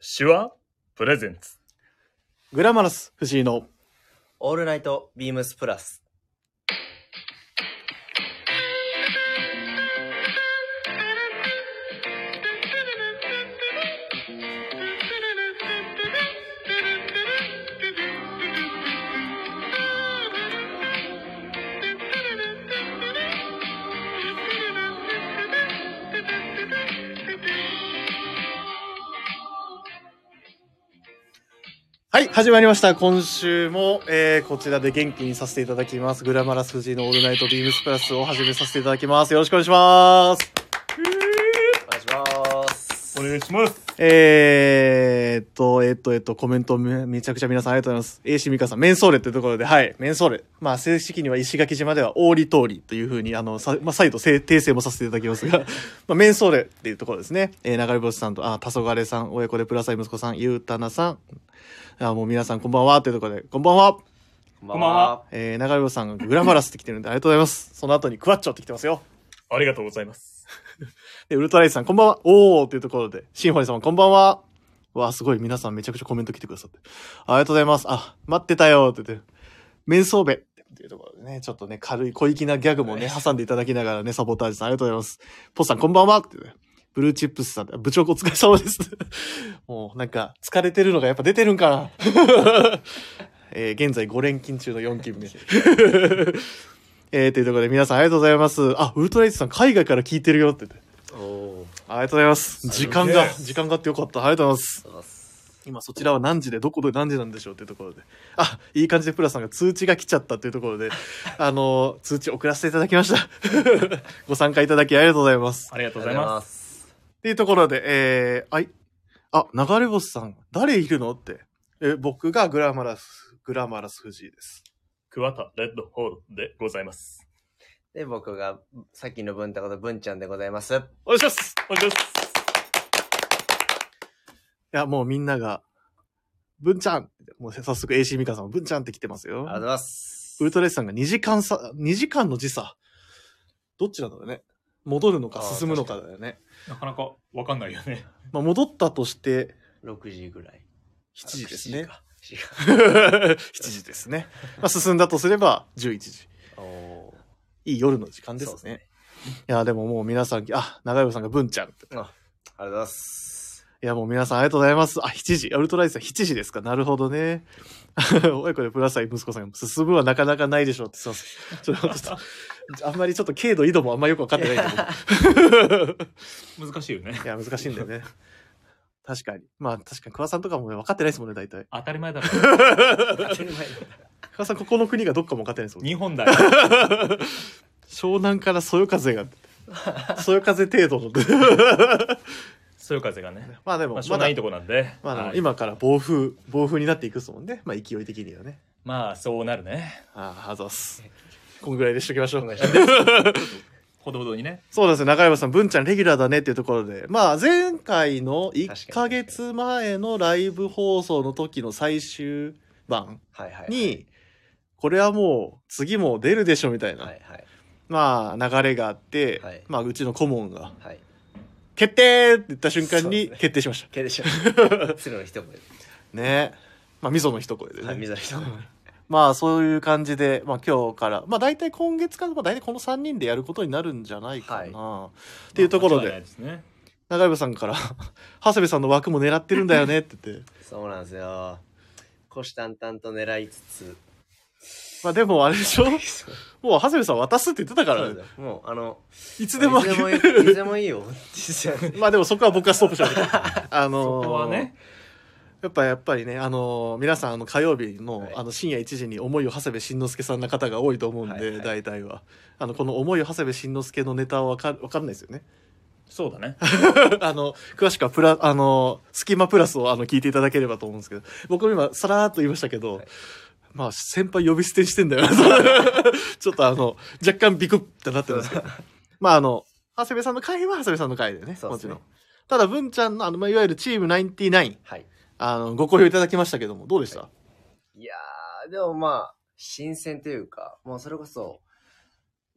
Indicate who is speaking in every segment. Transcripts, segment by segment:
Speaker 1: 手話プレゼンツ。
Speaker 2: グラマラス、藤井の。
Speaker 3: オールナイトビームスプラス。
Speaker 2: はい、始まりました。今週も、えー、こちらで元気にさせていただきます。グラマラス、藤井のオールナイトビームスプラスを始めさせていただきます。よろしくお願いします。
Speaker 3: お願いします。
Speaker 1: お願いします。
Speaker 2: えーっと、えーっと、えーっと、コメントめめちゃくちゃ皆さんありがとうございます。A しみかさん、メンソーレってところで、はい、メンソーレ。まあ、正式には石垣島では大理通りというふうに、あの、さまあ、再度せ訂正もさせていただきますが、まあ、メンソーレっていうところですね。えー、流れ星さんと、あ、黄昏さん、親子でプラスアイ息子さん、ゆうたなさん、あ、もう皆さんこんばんはというところで、こんばんは
Speaker 3: こん
Speaker 1: ばんは。
Speaker 2: えー、流れ星さんがグラマラスって来てるんで、ありがとうございます。その後にクワッチョって来てますよ。
Speaker 1: ありがとうございます。
Speaker 2: で、ウルトラエイジさん、こんばんは。おーっていうところで、シンフォニー様、こんばんは。わあ、すごい。皆さんめちゃくちゃコメント来てくださって。ありがとうございます。あ、待ってたよって言って。面相べっていうところでね、ちょっとね、軽い小粋なギャグもね、挟んでいただきながらね、サボタージュさん、ありがとうございます。ポスさん、こんばんはって、ね。ブルーチップスさん、部長お疲れ様です。 もうなんか、疲れてるのがやっぱ出てるんかな。 えー現在5連勤中の4勤目。 えー、というところで皆さんありがとうございます。あ、ウルトラエイジさん、海外から聞いてるよって言って。
Speaker 3: おー
Speaker 2: ありがとうございます。時間が、
Speaker 1: すげえ
Speaker 2: 時間があってよかった。ありがとうございます。
Speaker 3: そうです。
Speaker 2: 今そちらは何時で、どこで何時なんでしょうっていうところで。あ、いい感じでプラさんが通知が来ちゃったっていうところ で、あの、通知送らせていただきました。 ご参加いただきありがとうございます。
Speaker 1: ありがと
Speaker 3: あ
Speaker 1: う
Speaker 3: り
Speaker 1: ご
Speaker 3: が
Speaker 1: ざいま。
Speaker 3: とうございますす。
Speaker 2: っていうところで、えー、はい。あ、流れ星さん、誰いるのって。え、僕がグラマラス、グラマラス藤井です。
Speaker 1: 桑田レッドホールでございます。
Speaker 3: で、僕が、さっきの文太こと文ちゃんでございます。
Speaker 2: お願いします
Speaker 1: お願いします。
Speaker 2: いや、もうみんなが、文ちゃんもう早速 AC ミカさんも文ちゃんって来てますよ。
Speaker 3: ありがとうございます
Speaker 2: ウ。ルトラエイジさんが2時間差、2時間の時差。どっちなんだろうね。戻るのか
Speaker 3: あー
Speaker 2: 進むのかだよね。
Speaker 1: なかなかわかんないよね。
Speaker 2: まあ、戻ったとして、
Speaker 3: 6時ぐらい。
Speaker 2: 7時ですね。
Speaker 3: 7時か。
Speaker 2: 7時ですね。まあ、進んだとすれば、11時。
Speaker 3: おお
Speaker 2: いい夜の時間
Speaker 3: ー。
Speaker 2: です
Speaker 3: そう
Speaker 2: ね。
Speaker 3: ですね。
Speaker 2: いや、でももう皆さん、あ、長山さんが文ちゃんって。
Speaker 3: ありがとうございます。
Speaker 2: いや、もう皆さんありがとうございます。あ、7時。ウルトラエイジさん7時ですか。なるほどね。 親子でプラスイ息子さんが進むはなかなかないでしょうって。すいません。ちょっと、ちょっとあんまりちょっと軽度、緯度もあんまよくわかってないんだけど。
Speaker 1: 難しいよね
Speaker 2: い。や、難しいんだよね。 確かに。まあ、確かに、桑さんとかもね分かってないですもんね、大体。
Speaker 1: 当たり前だ ろ。
Speaker 3: 当たり前だ
Speaker 2: 桑さん、ここの国がどっかも分かってないですもんね。
Speaker 1: 日本だよ。
Speaker 2: 湘南からそよ風 が、そよ風程度の。
Speaker 1: そよ風がね。
Speaker 2: まあで
Speaker 1: ま
Speaker 2: も、ま
Speaker 1: あ、しょうが
Speaker 2: だ
Speaker 1: ない、とこなんで。
Speaker 2: まあでも
Speaker 1: はい
Speaker 2: 今から暴風、暴風になっていくっすもんね。まあ、勢い的にはね。
Speaker 1: まあ、そうなるね。
Speaker 2: ああ、あざっす。こんぐらいでしときましょう。
Speaker 1: ほどほどにね。
Speaker 2: そうなんですよ。中山さん、文ちゃんレギュラーだねっていうところで。まあ、前回の1
Speaker 3: 確
Speaker 2: ヶ
Speaker 3: かに
Speaker 2: 月前のライブ放送の時の最終版。
Speaker 3: はいはい。
Speaker 2: に、これはもう次も出るでしょみたいな、
Speaker 3: はいはい。
Speaker 2: まあ流れがあって、
Speaker 3: はい
Speaker 2: まあうちの顧問が
Speaker 3: はい。
Speaker 2: 「決定!」って言った瞬間
Speaker 3: そうで
Speaker 2: に
Speaker 3: すね
Speaker 2: 決定しまし
Speaker 3: けでしょ。鶴の一声で。
Speaker 2: た。ねまあみその一声でね、
Speaker 3: はい、水の一声。
Speaker 2: まあそういう感じで、まあ今日から、まあ大体今月から、まあ大体この3人でやることになるんじゃないかな。っていうところ
Speaker 1: まあ間違いない
Speaker 2: で、
Speaker 1: すね
Speaker 2: 長山さんから、 長谷部さんの枠も狙ってるんだよねって言って、
Speaker 3: そうなんですよ。虎視眈々と狙いつつ。
Speaker 2: まあでもあれで しょもう
Speaker 3: そう
Speaker 2: 長谷部さん渡すって言ってたか
Speaker 3: そう
Speaker 2: ら
Speaker 3: で、すよもう、あの、
Speaker 2: いつでも
Speaker 3: いつでもいい、いつでもいいよ。実際
Speaker 2: まあでもそこは僕はストップしま した。あの
Speaker 1: そ
Speaker 2: ー
Speaker 1: こはね。
Speaker 2: やっぱやっぱりね、あのー皆さんあの火曜日の,、
Speaker 3: はい
Speaker 2: あの深夜1時に思いを長谷部慎之介さんの方が多いと思うんで、
Speaker 3: はいはい
Speaker 2: 大体はあのこの思いを長谷部慎之介のネタはわかわかんないですよね
Speaker 1: そうだね。
Speaker 2: あの詳しくはプラあのー「スキマプラス」をあの聞いていただければと思うんですけど僕も今さらーっと言いましたけど、
Speaker 3: はい
Speaker 2: まあ先輩呼び捨てしてんだよな ちょっとあの若干ビクッてなってますけ どまああの長谷部さんの回は長谷部さんの回でね
Speaker 3: そう
Speaker 2: も
Speaker 3: で
Speaker 2: ち
Speaker 3: す
Speaker 2: ろ
Speaker 3: ね
Speaker 2: んただ文ちゃんのあの、まあ、いわゆるチーム99
Speaker 3: はい。
Speaker 2: あのご好評いただきましたけどもどうでした、
Speaker 3: いやー、でもまあ、新鮮というか、もうそれこそ、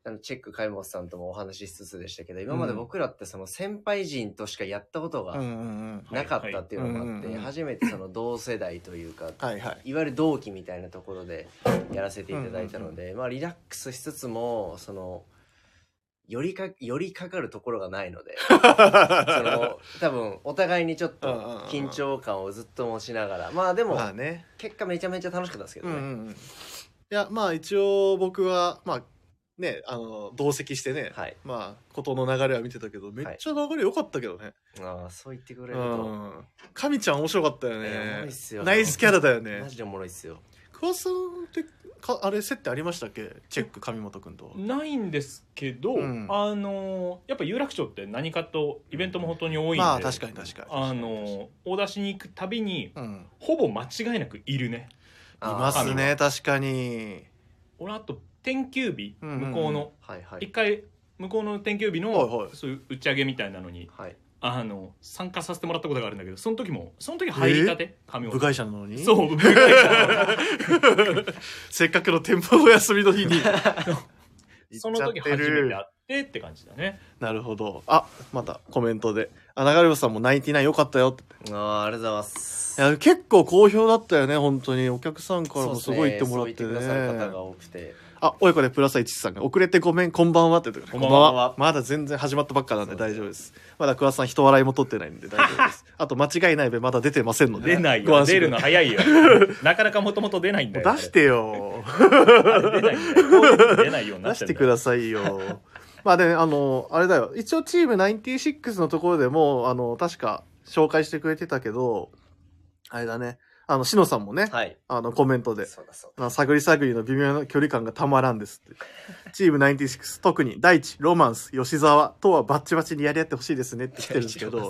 Speaker 3: あのチェック海本さんともお話ししつつでしたけど、今まで僕らってその先輩人としかやったこと
Speaker 2: うんう
Speaker 3: が
Speaker 2: んうん。
Speaker 3: なかったっていうのもあっ
Speaker 2: はい
Speaker 3: て、
Speaker 2: はい
Speaker 3: 初めてその同世代というか、
Speaker 2: はい はい。
Speaker 3: いわゆる同期みたいなところでやらせていただいたので、まあリラックスしつつも、その、よりか、よりかかるところがな いので、その、多分お互いにちょっ
Speaker 2: うんうんうん
Speaker 3: と緊張感をずっと持ちながら、まあでも
Speaker 2: ま、あね。
Speaker 3: 結果めちゃめちゃ楽しかったですけど
Speaker 2: うんうんうん。
Speaker 3: ね。
Speaker 2: いや、まあ一応僕は、まあね、あの、同席してね、
Speaker 3: はい。
Speaker 2: まあ、ことの流れは見てたけど、めっちゃ流れ良かったけどね。
Speaker 3: ああ、そう言って
Speaker 2: う
Speaker 3: くれると。
Speaker 2: ん。神ちゃん面白かったよ
Speaker 3: いやおもろいっ
Speaker 2: ね。
Speaker 3: すよ
Speaker 2: ナイスキャラだよ
Speaker 3: マ
Speaker 2: ね。
Speaker 3: ジでおもろいっすよ。
Speaker 2: クワさんって、かあれ、接点ありましたっけチェック、神本くんとは。
Speaker 1: ないんですけど、
Speaker 2: うん
Speaker 1: あのーやっぱ有楽町って何かとイベントも本当に多いんで、
Speaker 2: まあ、確かに確かに。
Speaker 1: あのーお出しに行くたびに
Speaker 2: うん。
Speaker 1: ほぼ間違いなくいるね
Speaker 2: いますね、確かに。
Speaker 1: 俺あと天休日
Speaker 2: うんうんうん
Speaker 1: 向こうの
Speaker 3: あー。はいは
Speaker 1: 一
Speaker 3: い。
Speaker 1: 回向こうの天休日
Speaker 2: はいは
Speaker 1: の
Speaker 2: い
Speaker 1: そういう打ち上げみたいなのに
Speaker 3: はい。
Speaker 1: あの参加させてもらったことがあるんだけどその時もその時入りたて髪を
Speaker 2: 部外者なのに
Speaker 1: そう部外 者
Speaker 2: せっかくの店舗お休みの日に
Speaker 1: その時初めて会ってって感じだね
Speaker 2: なるほどあまたコメントで「あ流れ星さんもナインティナインよかったよ」って
Speaker 3: ああ、ありがとうございます。
Speaker 2: いや結構好評だったよね本当にお客さんからもす
Speaker 3: そう
Speaker 2: ごい言
Speaker 3: っ
Speaker 2: っ
Speaker 3: す
Speaker 2: て
Speaker 3: ね
Speaker 2: もらって
Speaker 3: そう
Speaker 2: ね
Speaker 3: 言ってくださる方が多くて。
Speaker 2: あ親子でプラス1さんが「遅れてごめんこんばんは」って言ってくれて
Speaker 1: こんばんは
Speaker 2: まだ全然始まったばっかなんで
Speaker 3: そうで
Speaker 2: 大
Speaker 3: す
Speaker 2: 丈夫ですまだ桑田さん人笑いも取ってないんで大丈夫ですあと間違いないべまだ出てませんので
Speaker 1: 出ない
Speaker 2: ご
Speaker 1: よ
Speaker 2: 安心
Speaker 1: 出
Speaker 2: く
Speaker 1: る
Speaker 2: だ
Speaker 1: の
Speaker 2: さい
Speaker 1: 早 いよなかなかもともと出ないんだよ
Speaker 2: 出してよ
Speaker 1: あれ出ないんだよこういうふうに出ないようにな
Speaker 2: 出
Speaker 1: っちゃう
Speaker 2: し
Speaker 1: ん
Speaker 2: て
Speaker 1: だ
Speaker 2: くださいよ。 まあで、あの、あれだよ。一応チーム96のところでも、あの、確か紹介してくれてたけど、あれだね。あの、しのさんもね、
Speaker 3: はい。
Speaker 2: あの、コメントで、
Speaker 3: そうだそう
Speaker 2: あの探り探りの微妙な距離感がたまらんですって。チーム96、特に第一、ロマンス、吉沢とはバッチバチにやり合ってほしいですねって
Speaker 3: だ。
Speaker 2: 来て るんですけど、
Speaker 3: あ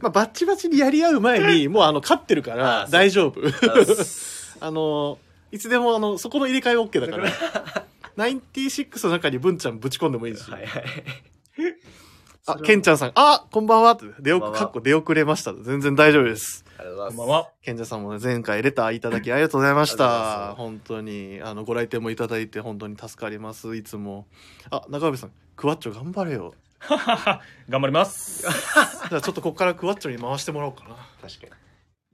Speaker 2: まあバッチバチにやり合う前に、も うあの、勝ってるか
Speaker 3: あ
Speaker 2: ら
Speaker 3: ー
Speaker 2: 大丈夫。
Speaker 3: そう
Speaker 2: あのいつでもあのそこの入れ替えは OK だから。96の中に文ちゃんぶち込んでもいいし。
Speaker 3: はいはい。
Speaker 2: あ、ケンちゃんさん、あこんばんはって出
Speaker 3: こん
Speaker 2: 遅
Speaker 3: ばんは
Speaker 2: かっこ出遅れました。全然大丈夫です。
Speaker 3: ありがとうご
Speaker 1: こ
Speaker 3: ざいます。
Speaker 1: んばんは
Speaker 2: ケンちゃんさんもね、前回レターいただきありがとうございまし
Speaker 3: あ
Speaker 2: た。
Speaker 3: りが
Speaker 2: 本当に、あの、ご来店もいただいて本当に助かります。いつも。あ、中部さん、クワッチョ頑張れ よ。
Speaker 1: 頑張ります
Speaker 2: じゃあちょっとここからクワッチョに回してもらおうかな。
Speaker 3: 確かに。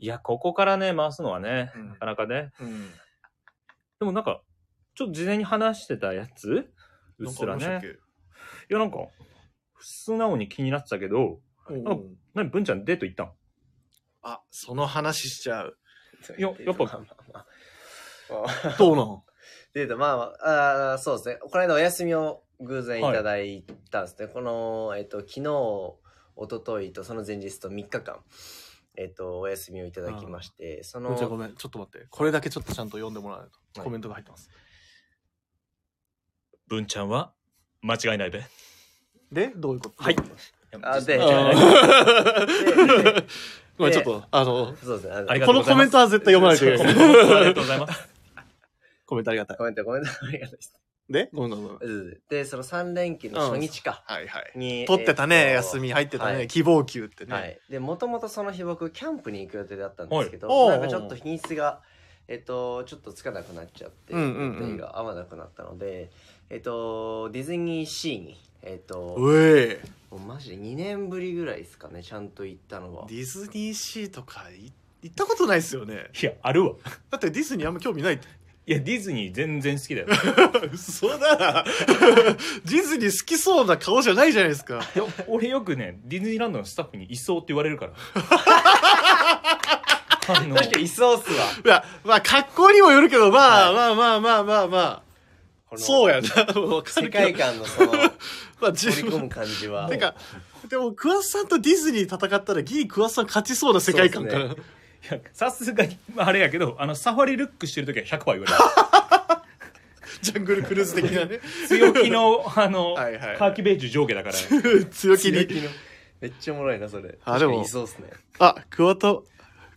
Speaker 1: いやここからね回すのはね
Speaker 2: うん
Speaker 1: なかなかね
Speaker 2: うん。
Speaker 1: でもなんかちょっと事前に話してたやつうっすら
Speaker 2: なん
Speaker 1: ね
Speaker 2: かあり
Speaker 1: いやなんか素直に気になってたけど
Speaker 2: ましたっけうん
Speaker 1: 何文ちゃんデート行ったん
Speaker 2: あ、その話しちゃう。
Speaker 1: いややっぱ
Speaker 3: まあまあまあまあ
Speaker 2: どうなん
Speaker 3: で、まあまあ、あーそうですね。この間お休みを偶然いただいたんですね。この、えっと、昨日、一昨日とその前日と3日間、えっと、お休みをいただきまして、その
Speaker 2: じゃあごめん、ちょっと待って。これだけちょっとちゃんと読んでもらわないと。
Speaker 3: はい
Speaker 2: コメントが入ってます。
Speaker 1: 文ちゃんは間違いないべ
Speaker 2: で、どういうこと
Speaker 1: はい
Speaker 3: あ で
Speaker 1: 間違いない
Speaker 2: あー
Speaker 3: で
Speaker 2: ごめん、ちょっと、あの、
Speaker 3: そうですね。あの
Speaker 1: ありがと
Speaker 2: こ
Speaker 1: うご
Speaker 2: の
Speaker 1: ざ
Speaker 2: コ
Speaker 1: いま
Speaker 2: メン
Speaker 1: す
Speaker 2: トは絶対読まないといけ
Speaker 1: コメ
Speaker 2: な
Speaker 1: ン
Speaker 2: い。
Speaker 1: ト ありがとうございます
Speaker 2: コメントありがたい。
Speaker 3: コメント、コメントありがとうございます。
Speaker 2: で、ごめんごめんごめん。
Speaker 3: うんで、その3連休の初日か。
Speaker 2: はいはい。
Speaker 3: に
Speaker 2: 取ってたね、
Speaker 3: えっと
Speaker 2: 休み入ってた
Speaker 3: は
Speaker 2: ね、
Speaker 3: い
Speaker 2: 希望級って
Speaker 3: は
Speaker 2: ね。
Speaker 3: い、でもともとその日僕キャンプに行く予定だったんですけど、
Speaker 2: はい
Speaker 3: なん
Speaker 2: おうおう
Speaker 3: かちょっと日にちが、えっと、ちょっとつかなくなっちゃって、
Speaker 2: うんうんうん
Speaker 3: 予定が合わなくなったので、えっと、ディズニーシーに、えっと、
Speaker 2: うえ
Speaker 3: もうマジで2年ぶりぐらいですかねちゃんと行ったのは
Speaker 2: ディズニーシーとかい行ったことないっすよね。
Speaker 1: いやあるわ
Speaker 2: だってディズニーあんま興味ないって。
Speaker 1: いやディズニー全然好きだよ
Speaker 2: 嘘だディズニー好きそうな顔じゃないじゃないですか。
Speaker 1: いや俺よくねディズニーランドのスタッフにいそうって言われるから あの
Speaker 3: 確かにいそうっすわ
Speaker 2: いや、まあ、格好にもよるけど、まあ、
Speaker 3: はい
Speaker 2: まあまあまあまあまあ。
Speaker 3: この
Speaker 2: そうやな。わか
Speaker 3: 世
Speaker 2: るけど
Speaker 3: 界観のその
Speaker 2: まあ、
Speaker 3: 取
Speaker 2: 自
Speaker 3: り込む
Speaker 2: 分。
Speaker 3: 感じは
Speaker 2: てか、でも、クワさんとディズニー戦ったら、ギリクワさん勝ちそうな世界観か
Speaker 3: そう
Speaker 2: ら。
Speaker 1: いやさすがにまああれやけどあのサファリルックしてる時は100%言われる
Speaker 2: ジャングルクルーズ的なね。
Speaker 1: 強気のあの
Speaker 2: はいはいはい
Speaker 1: カーキベージュ上下だから
Speaker 2: 強気
Speaker 3: 強気
Speaker 2: に。
Speaker 3: のめっちゃおもろいなそれ
Speaker 2: あでも
Speaker 3: 確かにいそうっすね
Speaker 2: あ、クワタ、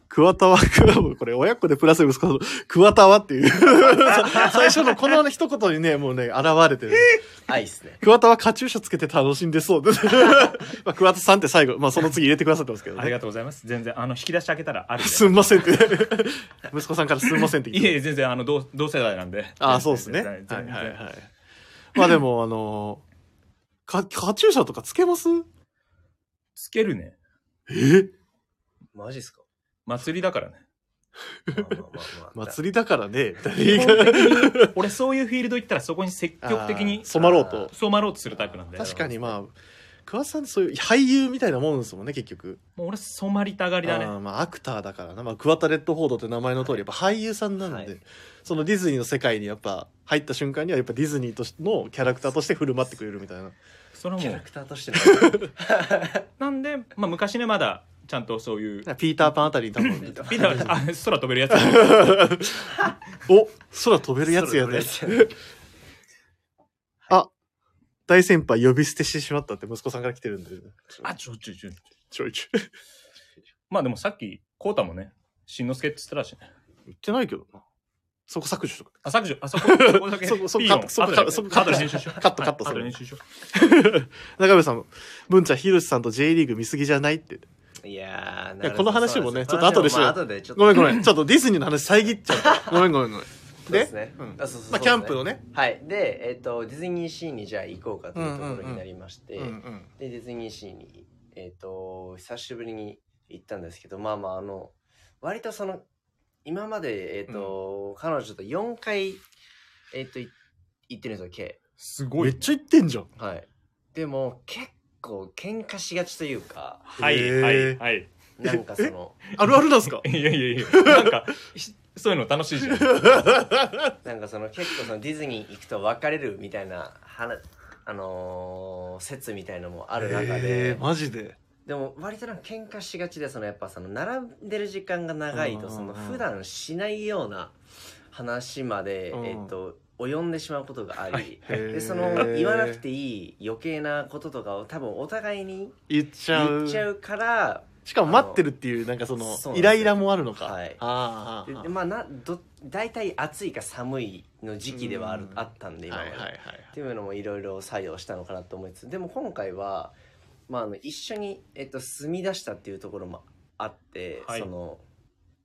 Speaker 2: クワタは、クワこれ親子でプラス息子の、クワタはっていう。 さ最初のこの一言にね、もうね、現れてる。
Speaker 3: 愛っすね
Speaker 2: クワタはカチューシャつけて楽しんでそう。 まあ、クワタさんって最後、まあ、その次入れてくださってますけど
Speaker 1: あり
Speaker 2: ね。
Speaker 1: がとうございます全然あの引き出し開けたらあるんです
Speaker 2: んませんって。息子さんからすんませんって言
Speaker 1: い
Speaker 2: って
Speaker 1: えいえ全然あの同同世代なんで
Speaker 2: ああ、そうですね。
Speaker 1: 全
Speaker 2: は
Speaker 1: 然
Speaker 2: いはいはい。まあでも、あのー、か、カチューシャとかつけます
Speaker 1: つけるね。
Speaker 2: え
Speaker 3: マジっすか
Speaker 1: 祭りだからね。
Speaker 3: まあまあま あまあ
Speaker 2: 祭りだからね、
Speaker 1: 基
Speaker 2: 誰
Speaker 1: 本
Speaker 2: が
Speaker 1: 的に俺そういうフィールド行ったらそこに積極的
Speaker 2: あ
Speaker 1: に
Speaker 2: ー染まろうと。
Speaker 1: 染まろうとするタイプなんで。
Speaker 2: 確かにまあ、桑田さんってそういう俳優みたいなもんですもんね、結局。
Speaker 1: もう俺染まりたがりだ
Speaker 2: あー
Speaker 1: ね。
Speaker 2: まあ、アクターだからな、まあ、クワタレッドフォードって名前の通りやっぱ俳優さんなんで、
Speaker 3: はい
Speaker 2: そのディズニーの世界にやっぱ入った瞬間にはやっぱディズニーとしてのキャラクターとして振る舞ってくれるみたいな
Speaker 1: それは
Speaker 3: キャ
Speaker 1: も
Speaker 3: ラ
Speaker 1: う。
Speaker 3: クターとしての
Speaker 1: なんで、まあ昔ね、まだちゃんとそういう。
Speaker 2: ピーターパンあたりに多
Speaker 1: ピ
Speaker 2: 分
Speaker 1: ー ター、あ、空飛べるやつ。
Speaker 2: お空飛べるやつや
Speaker 3: そうだ
Speaker 2: ね
Speaker 3: そうだ
Speaker 2: 大先輩呼び捨てしてしまったって息子さんから来てるんで
Speaker 1: あ、ちょちょちょ。
Speaker 2: ちょいちょい
Speaker 1: まあでもさっき、コウタもね、しんのすけって言ってたらしいね。
Speaker 2: 言ってないけどなそこ削除とか
Speaker 1: あ、削除、あそこ、そこだけ。
Speaker 2: そこそこ
Speaker 1: ピーヨン
Speaker 2: カットそこ
Speaker 1: 後で
Speaker 2: カットそこ
Speaker 1: 後で編集しよう。
Speaker 2: カットカット
Speaker 1: はい後
Speaker 2: それ
Speaker 1: で編集しよう。
Speaker 2: 中部さん文ちゃんひろしさんと J リーグ見すぎじゃないって
Speaker 3: いやー
Speaker 2: いや
Speaker 3: なるほど
Speaker 2: この話もねち
Speaker 3: そう
Speaker 2: ょっと後でし
Speaker 3: す
Speaker 2: よう
Speaker 3: まあ後でちょっと
Speaker 2: ごめんごめ んちょっとディズニーの話遮っちゃったごめんごめんごめん
Speaker 3: そうですね
Speaker 2: うん
Speaker 3: あそうそうそうです
Speaker 2: ま
Speaker 3: ね
Speaker 2: あキャンプのね
Speaker 3: はいでえっとディズニーシーにじゃあ行こうかというところになりまして
Speaker 2: うんうん
Speaker 3: でディズニーシーに、えー、と久しぶりに行ったんですけどまあまああの割とその今まで、えーと彼女と4回、えー、とい行ってるんですよ計
Speaker 1: すご
Speaker 2: め
Speaker 1: い
Speaker 2: っ。ちゃ言ってんじゃん
Speaker 3: はいでも結構喧嘩しがちというか
Speaker 1: はい、
Speaker 2: へ
Speaker 1: はい、
Speaker 2: ー
Speaker 1: はい。
Speaker 3: なんかその
Speaker 2: あるあるなんすか
Speaker 1: いやいやいや、なんか、ひそういうの楽しい じゃん。
Speaker 3: なんかその結構そのディズニー行くと別れるみたいな話あのー説みたいのもある中
Speaker 2: へ
Speaker 3: で
Speaker 2: ーマジで
Speaker 3: でも割となんか喧嘩しがちでそのやっぱその並んでる時間が長い
Speaker 2: う
Speaker 3: と
Speaker 2: ん
Speaker 3: そ
Speaker 2: うんうん
Speaker 3: の普段しないような話まで
Speaker 2: うん
Speaker 3: えっと及んでしまうことがあり
Speaker 2: で
Speaker 3: でその言わなくていい余計なこととかを多分お互いに
Speaker 2: 言っちゃう
Speaker 3: 言っちゃうから
Speaker 2: しかも待ってるっていうなんかそ
Speaker 3: そうな
Speaker 2: の
Speaker 3: んですよ
Speaker 2: イライラもあるのか、
Speaker 3: はい
Speaker 2: あー
Speaker 3: で
Speaker 2: あーあー
Speaker 3: でまあなど大体暑いか寒いの時期ではある
Speaker 2: うん
Speaker 3: あったんで今ま
Speaker 2: はい
Speaker 3: で
Speaker 2: はいはい
Speaker 3: っていうのもいろいろ作用したのかなと思いつつでも今回は、まあ、あの一緒に、えっと、住み出したっていうところもあって、
Speaker 1: はい
Speaker 3: その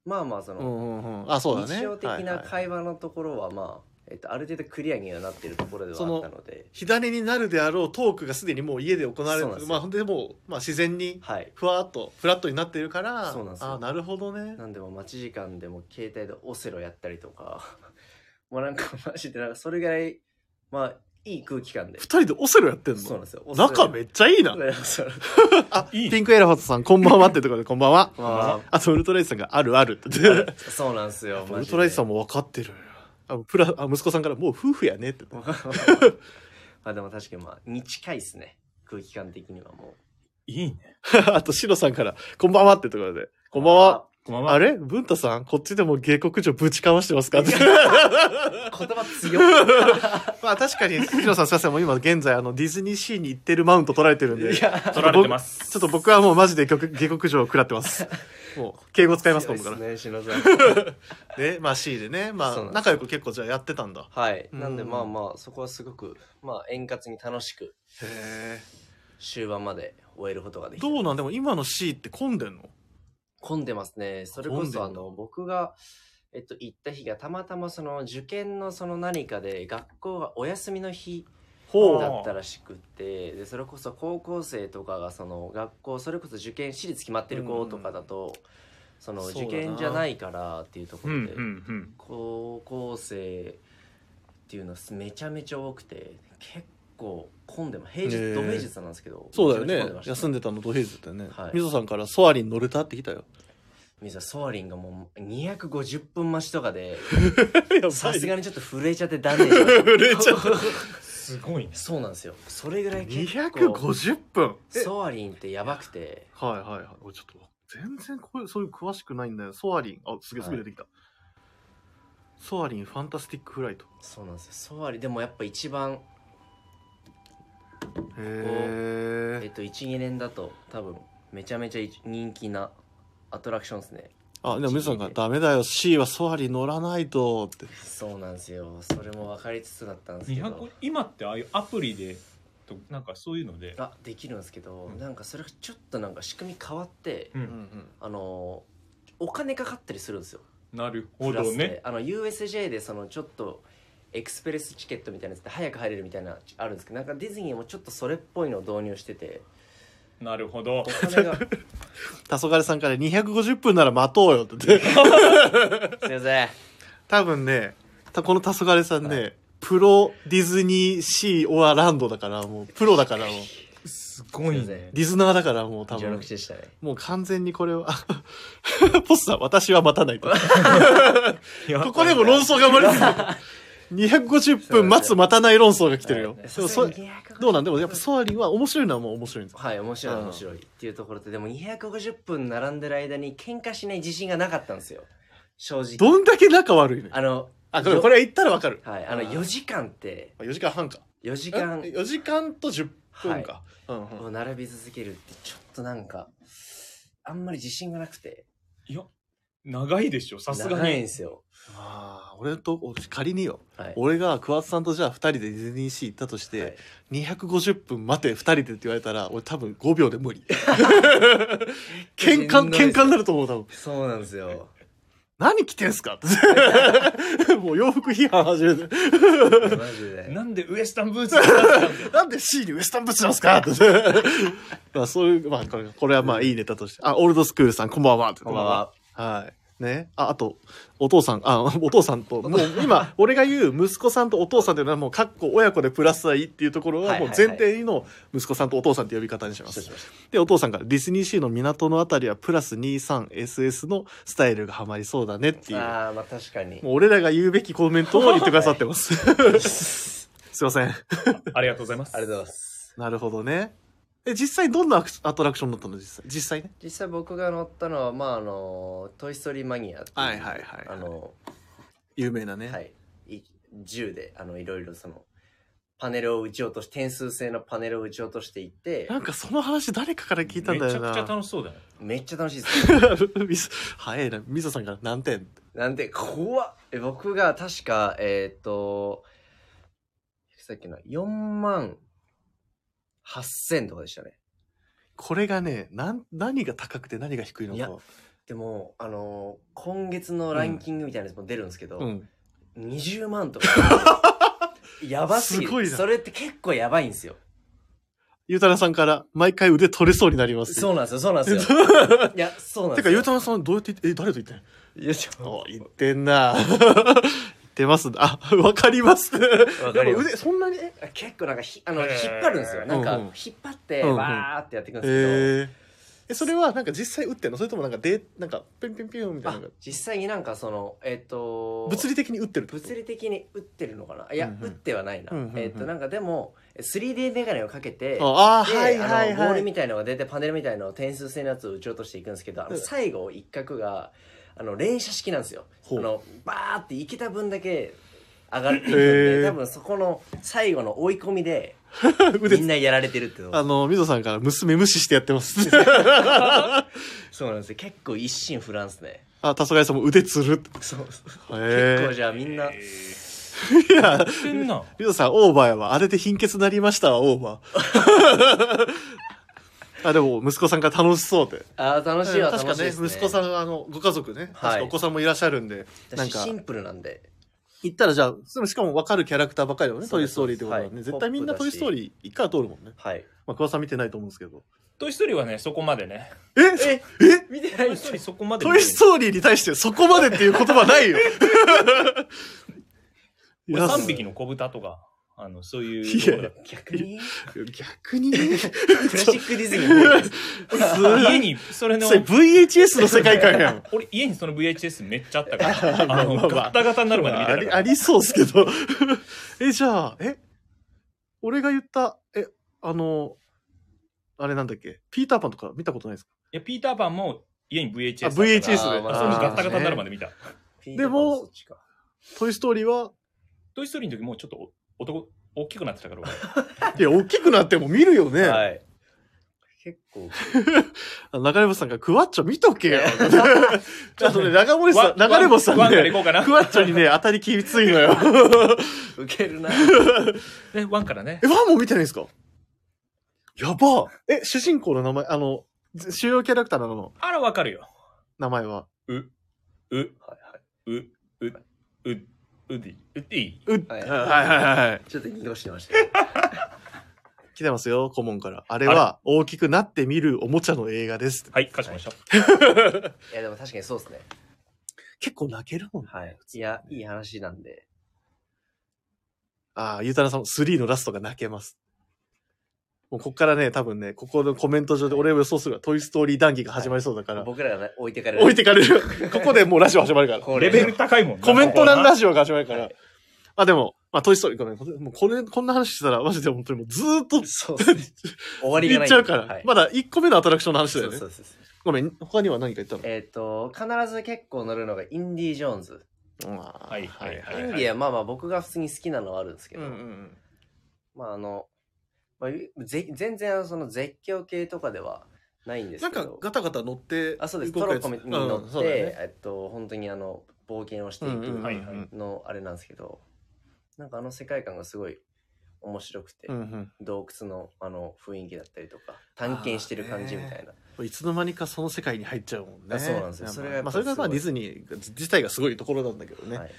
Speaker 3: まあまあそ
Speaker 2: うん
Speaker 3: の、
Speaker 2: うんうんあそうだね
Speaker 3: 日常的な
Speaker 2: はいはい
Speaker 3: 会話のところは、まあ、えっと、ある程度クリアにはなってるところでは
Speaker 2: その
Speaker 3: あったので
Speaker 2: 火種になるであろうトークがすでにもう家で行われ
Speaker 3: そうなん
Speaker 2: てる
Speaker 3: ですよ
Speaker 2: まあほんでもう、まあ、自然に
Speaker 3: はい
Speaker 2: ふわっとフラットになっているから
Speaker 3: そうなんですよ
Speaker 2: あーなるほどね
Speaker 3: なんでも待ち時間でも携帯でオセロやったりとか もうなんかマジでなんかそれぐらいまあいい空気感で
Speaker 2: 二人でオセロやってん
Speaker 3: そうなん
Speaker 2: の
Speaker 3: ですよオセロ
Speaker 2: 仲めっちゃいいなあ
Speaker 1: いい
Speaker 2: ピンクエラファントさんこんばんはってところでこんばんは
Speaker 3: ま
Speaker 2: あとウルトライズさんがあるあるって
Speaker 3: あ そうなんですよ
Speaker 2: ウルトライズさん
Speaker 3: も
Speaker 2: も分かってるあプラあ息子さんからもう夫婦やねって
Speaker 3: わかんない まあでも確かにまあに近いですね空気感的にはも
Speaker 1: いいね。
Speaker 2: あと、シロさんから、こんばんはってところで。
Speaker 3: う
Speaker 2: こんばんは。
Speaker 1: こんばんは
Speaker 2: あれ文太さん、こっちでも下克上ぶちかわしてますかって。
Speaker 3: 言葉強い
Speaker 2: まあ確かに、シロさんすいません。もう今現在、あの、ディズニーシーに行ってるマウント取られてるんで。
Speaker 3: いや
Speaker 1: 取られてます。
Speaker 2: ちょっと僕はもうマジで下克下克上を食らって ます。もう、敬語使います、
Speaker 3: 強
Speaker 2: 今
Speaker 3: いっ
Speaker 2: 度から。
Speaker 3: ね篠田さん
Speaker 2: ね、まあ C でね。ま
Speaker 3: そう
Speaker 2: あ
Speaker 3: な、んです
Speaker 2: 仲良く結構じゃあやってたんだ。
Speaker 3: はい
Speaker 2: うん
Speaker 3: なんでまあまあそこはすごくまあ円滑に楽しく
Speaker 2: へ
Speaker 3: 終盤まで終えることができた
Speaker 2: どうなんでも今の C って混んでんの
Speaker 3: 混んでますねそれこ
Speaker 2: 混んでん
Speaker 3: そ
Speaker 2: の
Speaker 3: あの僕がえっと行った日がたまたまその受験のその何かで学校がお休みの日
Speaker 1: ほう
Speaker 3: だったらしくてでそれこそ高校生とかがその学校それこそ受験私立決まってる子とかだと、その
Speaker 2: そうだな
Speaker 3: 受験じゃないからっていうとこ
Speaker 1: うん
Speaker 3: ろ
Speaker 1: う
Speaker 3: で、
Speaker 1: んうん。
Speaker 3: 高校生っていうのめちゃめちゃ多くて結構混んでも平日、
Speaker 2: ねえ
Speaker 3: 土平日なんですけど
Speaker 2: 休んでたの土平日だよね
Speaker 3: はい
Speaker 2: みぞさんからソアリン乗れたって来た よ。
Speaker 3: 水はソアリンがもう250分待ちとかで
Speaker 2: やばい
Speaker 3: さすがにちょっと震えちゃって断念しました
Speaker 2: 震 えちゃった
Speaker 1: すごいね。
Speaker 3: そうなんですよそれぐらい結構
Speaker 2: 250分え
Speaker 3: ソアリンってやばくて
Speaker 2: はいはいはい。俺ちょっと、全然こういう、そういう詳しくないんだよ。ソアリン。あ、すげえすぐ出てきた。ソアリンファンタスティックフライト。
Speaker 3: そうなんですよソワリでもやっぱ一番
Speaker 2: へ
Speaker 3: え
Speaker 2: え
Speaker 3: っ。と12年だと多分めちゃめちゃい人気なアトラクションですね
Speaker 2: あ、でもみさんが、ダメだよ。C はソアリン乗らないと、って。
Speaker 3: そうなんですよそれも分かりつつだったんですけど
Speaker 1: 200今ってああいうアプリでとなんかそういうので、
Speaker 3: ができるんですけど、
Speaker 1: うん
Speaker 3: なんかそれがちょっとなんか仕組み変わって、
Speaker 1: う、
Speaker 2: うんん
Speaker 3: あのお金かかったりするんですよ
Speaker 1: なるほど
Speaker 3: プラスで
Speaker 1: ね
Speaker 3: あの USJ でそのちょっとエクスプレスチケットみたいなやつで早く入れるみたいなあるんですけどなんかディズニーもちょっとそれっぽいのを導入してて
Speaker 1: なるほど
Speaker 3: お金がす
Speaker 2: 黄昏さんから250分なら待とうよって言って。
Speaker 3: いません
Speaker 2: 多分ね、たこの黄昏さんね、プロディズニーシーオアランドだから、もうプロだからもう、
Speaker 4: すごい
Speaker 3: すいませ
Speaker 4: ね
Speaker 3: ん
Speaker 2: ディズナーだからもう多
Speaker 3: 16
Speaker 2: 分
Speaker 3: 口。でしたね
Speaker 2: もう完全にこれは、 ポスター、私は待たないと。ここでも論争が生まれ てる。250分待つ待たない論争が来てるよ。
Speaker 1: そう
Speaker 2: で
Speaker 1: で
Speaker 2: も
Speaker 3: さす
Speaker 2: そ
Speaker 3: がに250
Speaker 2: どうなんでもやっぱソアリンは面白いのはもう面白いんですよ。
Speaker 3: はい面白い面白いっていうところででも250分並んでる間に喧嘩しない自信がなかったんですよ正直
Speaker 2: どんだけ仲悪いね。
Speaker 3: あの
Speaker 2: あ、これこれ言ったらわかる。
Speaker 3: はいあの
Speaker 2: うん
Speaker 3: 4時間って
Speaker 2: 4時間半か。
Speaker 3: 4時間
Speaker 2: 4時間と10分か。うんうん
Speaker 3: を並び続けるってちょっとなんかあんまり自信がなくて
Speaker 1: いや長いでしょさすが
Speaker 3: 長いん
Speaker 1: に
Speaker 3: ですよ
Speaker 2: ああ、俺と、仮によ。
Speaker 3: はい
Speaker 2: 俺が桑田さんとじゃあ2人でディズニーシー行ったとして、
Speaker 3: はい
Speaker 2: 250分待て2人でって言われたら俺多分5秒で無理 喧嘩喧嘩になると思う多分
Speaker 3: そうなんですよ
Speaker 2: 何着てんすかって もう洋服批判始めて
Speaker 3: マ ジで
Speaker 1: なんでウエスタンブーツになったんだよ
Speaker 2: なんで C にウエスタンブーツなんすかって まあそういうまあこれこれはまあいいネタとしてあオールドスクールさんこんばんは
Speaker 3: こんばんは
Speaker 2: はいねああとお父さんあお父さんともう 今俺が言う息子さんとお父さんっていうのはもうかっこ親子でプラス愛っていうところはもう前提の息子さんとお父さんって呼び方にします
Speaker 3: 失礼しまし
Speaker 2: で、お父さんから、ディズニーシーの港のあたりはプラス 23SS のスタイルがハマりそうだねっていう、
Speaker 3: た
Speaker 2: も
Speaker 3: ああまあ確かに
Speaker 2: う俺らが言うべきコメントを言ってくださってます。 すいません。
Speaker 1: ありがとうございます
Speaker 3: ありがとうございます
Speaker 2: なるほどね。え、実際どんなアクシアトラクションだったの実際。実際ね。
Speaker 3: 実際僕が乗ったのはまああの「トイ・ストーリー・マニア」っていう
Speaker 2: はいはいはいはい
Speaker 3: あの
Speaker 2: 有名なね。
Speaker 3: はい、い銃であのいろいろそのパネルを撃ち落とし点数制のパネルを撃ち落としていって
Speaker 2: なんかその話誰かから聞いたん
Speaker 1: め
Speaker 2: だ
Speaker 1: ちゃ
Speaker 2: よ
Speaker 1: くちゃ
Speaker 2: な。
Speaker 1: 楽しそうだね
Speaker 3: めっちゃ楽し いですよ
Speaker 2: ミス早いな。ミサさんから何点
Speaker 3: なんで怖っえ僕が確かえっ、とさっきの4万8000とかでしたね
Speaker 2: これがね、なん、何が高くて何が低いの
Speaker 3: いや
Speaker 2: か。
Speaker 3: でもあのー今月のランキングみたいなやつも出るんですけど、
Speaker 2: うん。
Speaker 3: 20 万とかやばすぎ
Speaker 2: すごい
Speaker 3: る
Speaker 2: な
Speaker 3: それって結構やばいんですよ
Speaker 2: ゆうたらさんから、毎回腕取れそうになります。
Speaker 3: そうなんですよそうなんで すよいやそうなん
Speaker 2: て
Speaker 3: です
Speaker 2: か、
Speaker 3: よ
Speaker 2: ゆうたらさんどうやって言って、え、誰と言ってんの
Speaker 3: よいしょ
Speaker 2: お言ってんな 言ってますなあ、わかります。
Speaker 3: わかります
Speaker 2: やっぱ腕、そんなにえ
Speaker 3: 結構なんかひあの
Speaker 1: へ
Speaker 3: 引っ
Speaker 1: ー
Speaker 3: 張るんですよなんか
Speaker 2: うんうん
Speaker 3: 引っ張って
Speaker 2: うんうん
Speaker 3: わーってやっていくんですけど、
Speaker 2: ええそれはなんか実際打ってんのそれともなんかで、なんか、ピュンピュンピュンみたいな
Speaker 3: あ
Speaker 2: のが。
Speaker 3: 実際になんかそのえっ、と
Speaker 2: 物理的に打ってるってこと
Speaker 3: 物理的に打ってるのかないや、
Speaker 2: うんうん
Speaker 3: 打ってはないな、
Speaker 2: うんうんうん
Speaker 3: えっ、となんかでも 3D メガネをかけて
Speaker 2: ああ、
Speaker 3: で、
Speaker 2: はいはい
Speaker 3: あのボー
Speaker 2: は
Speaker 3: ル
Speaker 2: い。
Speaker 3: みたいのが出てパネルみたいのを点数制のやつを打ち落としていくんですけどあの
Speaker 2: うん
Speaker 3: 最後一角があの連射式なんですよあ
Speaker 2: ほう
Speaker 3: のバーっていけた分だけ上がっていくん
Speaker 2: へ
Speaker 3: で
Speaker 2: ー
Speaker 3: 多分そこの最後の追い込みでみ ん
Speaker 2: 腕、
Speaker 3: なやられてるってこと
Speaker 2: あの、みぞさんから娘無視してやってます。
Speaker 3: そうなんですよ結構一心不乱ですね
Speaker 2: あ、黄昏さんも腕つるっ て。
Speaker 3: そう結構
Speaker 2: へ
Speaker 3: じゃあみんな、
Speaker 2: え。いや、
Speaker 1: してんな
Speaker 2: みぞさん、オーバーやわ。あれで貧血なりましたわ、オーバ ー。あ、でも、息子さんが楽しそうって。
Speaker 3: ああ楽しいは楽し
Speaker 2: 確
Speaker 3: い
Speaker 2: かね
Speaker 3: ですね
Speaker 2: 息子さんあのご家族ね、
Speaker 3: はい
Speaker 2: 確かお子さんもいらっしゃるんで
Speaker 3: 私
Speaker 2: なんか
Speaker 3: シンプルなんで
Speaker 2: 行ったらじゃあでもしかも分かるキャラクターばっかりだよね「
Speaker 3: そ
Speaker 2: ト
Speaker 3: うで
Speaker 2: イ・
Speaker 3: す
Speaker 2: ストーリー」ってことはね、
Speaker 3: はい
Speaker 2: 絶対みんな「
Speaker 3: ポ
Speaker 2: ト
Speaker 3: ッ
Speaker 2: イ・
Speaker 3: プ
Speaker 2: ス
Speaker 3: だし
Speaker 2: トーリー」一回は通るもんね、
Speaker 3: はい
Speaker 2: まあ、桑田さん見てないと思うんですけど
Speaker 1: トイストーリーはねそこまでね
Speaker 2: えええ
Speaker 3: 見てな
Speaker 1: ト
Speaker 3: い
Speaker 1: イストーリーそこまで
Speaker 2: トイ・ストーリーに対してそこまでっていう言葉な いよいや
Speaker 1: 3匹の子豚とかあのそういうところだっ
Speaker 3: 逆に
Speaker 2: 逆 にね
Speaker 3: クラシックディズニーみたい
Speaker 1: た家にそれの
Speaker 2: それ VHS の世界観やん
Speaker 1: 俺家にその VHS めっちゃあったからあの
Speaker 2: まあまあまあ
Speaker 1: ガタガタになるまで見
Speaker 2: まあ
Speaker 1: て
Speaker 2: あ
Speaker 1: た
Speaker 2: り
Speaker 1: から
Speaker 2: ありそうっすけ どえじゃあえ俺が言ったえあのあれなんだっけピーターパンとか見たことないですか
Speaker 1: いやピーターパンも家に VHS
Speaker 2: あ VHS
Speaker 1: あ
Speaker 2: で
Speaker 1: ったから
Speaker 3: あーまあ
Speaker 1: あそう
Speaker 3: まあ
Speaker 1: ガタガタになるまで見た
Speaker 3: な
Speaker 2: でも
Speaker 3: そっちか
Speaker 2: トイ・ストーリーは
Speaker 1: トイストーリーの時もうちょっとお男大きくなってたから俺
Speaker 2: いや大きくなっても見るよね、
Speaker 3: はい結構
Speaker 2: あ流れ星さんがクワッチョ見とけよ あとね長森さ
Speaker 1: わ
Speaker 2: ん流れ星さん
Speaker 1: ワンワンから
Speaker 2: ね
Speaker 1: 行こうかな
Speaker 2: クワッチョにね当たりきついのよ
Speaker 3: ウ ケるな
Speaker 1: ねワンからね
Speaker 2: えワンも見てないんですかやばえ主人公の名前あの主要キャラクターの
Speaker 1: あらわかるよ
Speaker 2: 名前は
Speaker 1: うう
Speaker 3: はいはいう
Speaker 1: ううウディ。ウディ。
Speaker 2: うっ、
Speaker 3: は
Speaker 2: はいい、はいはいはい。
Speaker 3: ちょっと濁してましたけど。
Speaker 2: 来てますよ、顧問から。あれは大きくなって見るおもちゃの映画です。
Speaker 1: はい、勝ちました。
Speaker 3: いや、でも確かにそうですね。
Speaker 2: 結構泣けるもん。
Speaker 3: はい。いや、いい話なんで。
Speaker 2: ああ、ゆうたなさんも3のラストが泣けます。もうこっからね、多分ね、ここのコメント上で俺を予想するが、トイストーリー談義が始まりそうだから、
Speaker 3: 僕らが置いてかれる。
Speaker 2: 置いてかれる。ここでもうラジオ始まるから。
Speaker 3: これ
Speaker 1: レベル高いもんな。
Speaker 2: コメント欄ラ
Speaker 1: し。
Speaker 2: ジオが始まるから。
Speaker 3: はい
Speaker 2: まあでも、まあトイストーリー、ごめん。もうこれ、こんな話してたら、マジで本当にもうずーっと
Speaker 3: そう ですね。終わりが
Speaker 2: 言
Speaker 3: な
Speaker 2: っ
Speaker 3: い。
Speaker 2: ちゃうから、
Speaker 3: はい
Speaker 2: まだ1個目のアトラクションの話だ
Speaker 3: そ
Speaker 2: よ
Speaker 3: う
Speaker 2: ね
Speaker 3: そうそうそう。
Speaker 2: ごめん、他には何か言ったの、
Speaker 3: えっ、と、必ず結構乗るのがインディ・ジョーンズ。
Speaker 2: うん
Speaker 1: いはいはい
Speaker 3: インディはまあまあ僕が普通に好きなのはあるんですけ
Speaker 2: う
Speaker 3: ど、
Speaker 2: んうん
Speaker 3: まああの、まあ、ぜ全然その絶叫系とかではないん
Speaker 2: う
Speaker 3: で
Speaker 2: ん。
Speaker 3: す
Speaker 2: な
Speaker 3: け
Speaker 2: ん
Speaker 3: ど。
Speaker 2: かガタガタ乗って、
Speaker 3: あ、そうです。
Speaker 2: 動
Speaker 3: ト
Speaker 2: く
Speaker 3: ロ
Speaker 2: やつ
Speaker 3: ッコに乗
Speaker 2: うん
Speaker 3: って、
Speaker 2: そうだよね
Speaker 3: えっと、本当にあの、冒険をして
Speaker 2: う
Speaker 3: い
Speaker 2: んうんうん
Speaker 3: く
Speaker 1: はいはい
Speaker 3: のあれなんですけど、なんかあの世界観がすごい面白くて、
Speaker 2: うんうん
Speaker 3: 洞窟のあの雰囲気だったりとか、探検してる感じみたいな。
Speaker 2: いつの間にかその世界に入っちゃうもんね。
Speaker 3: あそうなんですよそれがやっ
Speaker 2: ま
Speaker 3: ぱ
Speaker 2: あ、それがまあ
Speaker 3: すごい
Speaker 2: ディズニー自体がすごいところなんだけどね。
Speaker 3: はい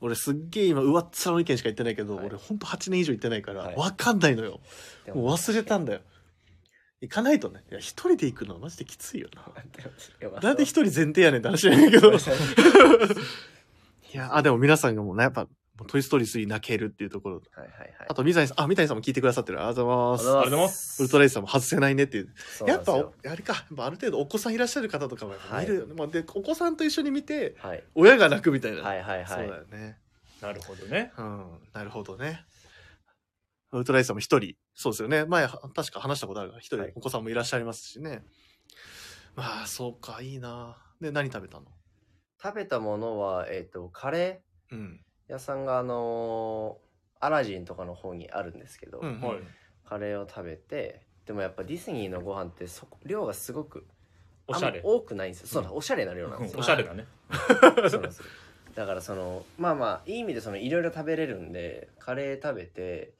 Speaker 2: 俺すっげえ今、上っ面の意見しか言ってないけど、
Speaker 3: はい
Speaker 2: 俺ほんと8年以上行ってないから、
Speaker 3: はい
Speaker 2: わかんないのよ。
Speaker 3: で
Speaker 2: もう忘れ たんだよ。行かないとね。いや、一人で行くのはマジできついよな。
Speaker 3: でも
Speaker 2: なんで一人前提やねんって 話なんだけど。い
Speaker 3: は
Speaker 2: や、あ、でも皆さんがもうね、やっぱ、トイストーリー3泣けるっていうところ。
Speaker 3: いはいはい。
Speaker 2: あと、三谷さん、あ、三谷さんも聞いてくださってる。ありがとうございま
Speaker 1: ありが
Speaker 2: す。
Speaker 1: とうございます
Speaker 2: ウルトラエイジさんも外せないねっていう。やっぱ、
Speaker 3: そうなん
Speaker 2: お
Speaker 3: で
Speaker 2: あれか、やっぱある程度お子さんいらっしゃる方とかもやっぱ
Speaker 3: はい
Speaker 2: 見るよね。まあ、で、お子さんと一緒に見て、
Speaker 3: すよはい。
Speaker 2: 親が泣くみたいな。
Speaker 3: はいはい
Speaker 2: そ
Speaker 3: は
Speaker 2: う
Speaker 3: い
Speaker 2: だ。よね。
Speaker 1: なるほどね。
Speaker 2: うん、なるほどね。ウルトラエイジさんも一人、そうですよね。前、は確か話したことあるから、一
Speaker 3: は
Speaker 2: 人
Speaker 3: い
Speaker 2: お子さんもいらっしゃいますしね。まあ、そうか、いいな。で、何食べたの
Speaker 3: 食べたものは、えっ、と、カレ
Speaker 2: うん。
Speaker 3: ー屋さんがあのーアラジンとかの方にあるんですけど、
Speaker 2: うん、
Speaker 1: はい
Speaker 3: カレーを食べて、でもやっぱディズニーのご飯ってそこ量がすごく
Speaker 1: おしゃ
Speaker 3: あ
Speaker 1: れ
Speaker 3: ん。ま多くないんですよ。そうな
Speaker 2: う
Speaker 3: の、おしゃれな量なんです
Speaker 1: うん
Speaker 3: よ。
Speaker 1: おしゃれだね。
Speaker 3: そうなんですよだからそのまあまあいい意味でそのいろいろ食べれるんでカレー食べて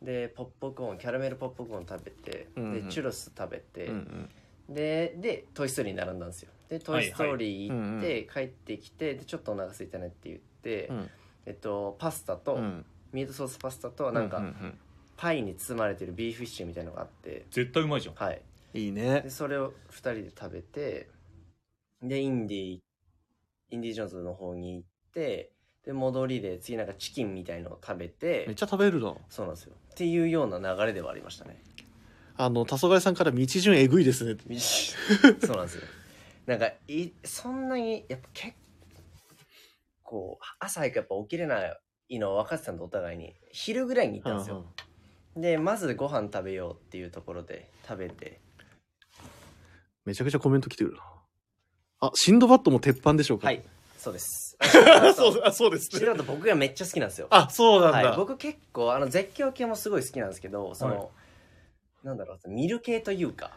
Speaker 3: でポップコーンキャラメルポップコーン食べて、
Speaker 2: うんうん
Speaker 3: でチュロス食べて、
Speaker 2: うん
Speaker 3: でで「トイ・ストーリー」に並んだんですよで「トイ・ストーリー」行っ
Speaker 2: はい
Speaker 3: て帰ってきてでちょっとお腹空いたねって言って、
Speaker 2: うん
Speaker 3: えっと、パスタ
Speaker 2: う
Speaker 3: と、
Speaker 2: ん。
Speaker 3: ミートソースパスタとなんか、
Speaker 2: うううん
Speaker 3: パイに包まれてるビーフシチューみたいのがあって
Speaker 1: 絶対うまいじゃん。
Speaker 3: はい
Speaker 2: いいね
Speaker 3: で。それを2人で食べてでインディインディ・ジョーンズの方に行ってで戻りで次なんかチキンみたいのを食
Speaker 2: め
Speaker 3: べ
Speaker 2: ってちゃ食べるな。
Speaker 3: そうなんですよっていうような流れではありましたね
Speaker 2: あの、黄昏さんから道順えぐいですねって。
Speaker 3: そうなんですよなんかいそんなにやっぱ結構朝早くやっぱ起きれないのは分かってたんでお互いに昼ぐらいに行ったんですよ、でまずご飯食べようっていうところで食べて
Speaker 2: めちゃくちゃコメント来てるな。あ、シンドバッドも鉄板でしょうか
Speaker 3: はい。そうです
Speaker 2: あ そう、あそうです
Speaker 3: シ
Speaker 2: ね。
Speaker 3: ロード僕がめっちゃ好きなんですよ
Speaker 2: あ、そうなん
Speaker 3: はい、
Speaker 2: だ。
Speaker 3: 僕結構あの絶叫系もすごい好きなんですけどその、
Speaker 1: は
Speaker 3: なんだろう見る系というか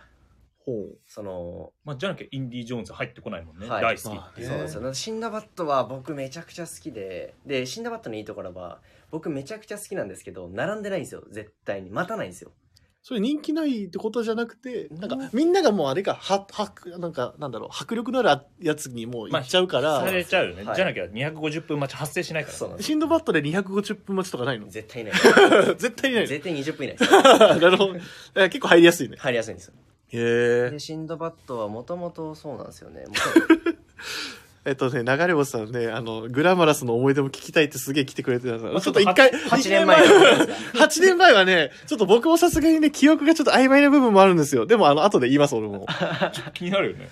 Speaker 2: ほう。
Speaker 3: その、
Speaker 1: まあ、じゃなきゃインディ・ジョーンズ入ってこないもんね。
Speaker 3: はい
Speaker 1: 大好き
Speaker 2: ま
Speaker 1: っ
Speaker 2: あ
Speaker 1: てい
Speaker 2: ね
Speaker 1: う。
Speaker 3: そうなんですよなんかシンダバッドは僕めちゃくちゃ好きででシンダバッドのいいところは僕めちゃくちゃ好きなんですけど並んでないんですよ絶対に待たないんですよ
Speaker 2: それ人気ないってことじゃなくて、なん
Speaker 3: う
Speaker 2: か
Speaker 3: ん
Speaker 2: みんながもうあれか、は、は、なんか、なんだろう、迫力のあるあやつにもう行っちゃうから、
Speaker 1: されちゃうよね。
Speaker 3: はい
Speaker 1: じゃなきゃ250分待ち発生しないからね。
Speaker 3: そうなんです
Speaker 2: シンドバッドで250分待ちとかないの
Speaker 3: 絶 対いない
Speaker 2: 絶対にないの
Speaker 3: 絶対20分以内で す
Speaker 2: なるほど。だから結構入りやすいね。
Speaker 3: 入りやすいんですよ
Speaker 2: へえ
Speaker 3: で。シンドバッドはもともとそうなんですよねも
Speaker 2: えっとね、流れ星さんね、あの、グラマラスの思い出も聞きたいってすげえ来てくれてたんです
Speaker 1: まあ
Speaker 2: ちょっと一回、
Speaker 3: と8年前の話です
Speaker 2: 8年前はね、ちょっと僕もさすがにね、記憶がちょっと曖昧な部分もあるんですよ。でも、あの、後で言います、俺も。
Speaker 1: ちょっと気になるよね。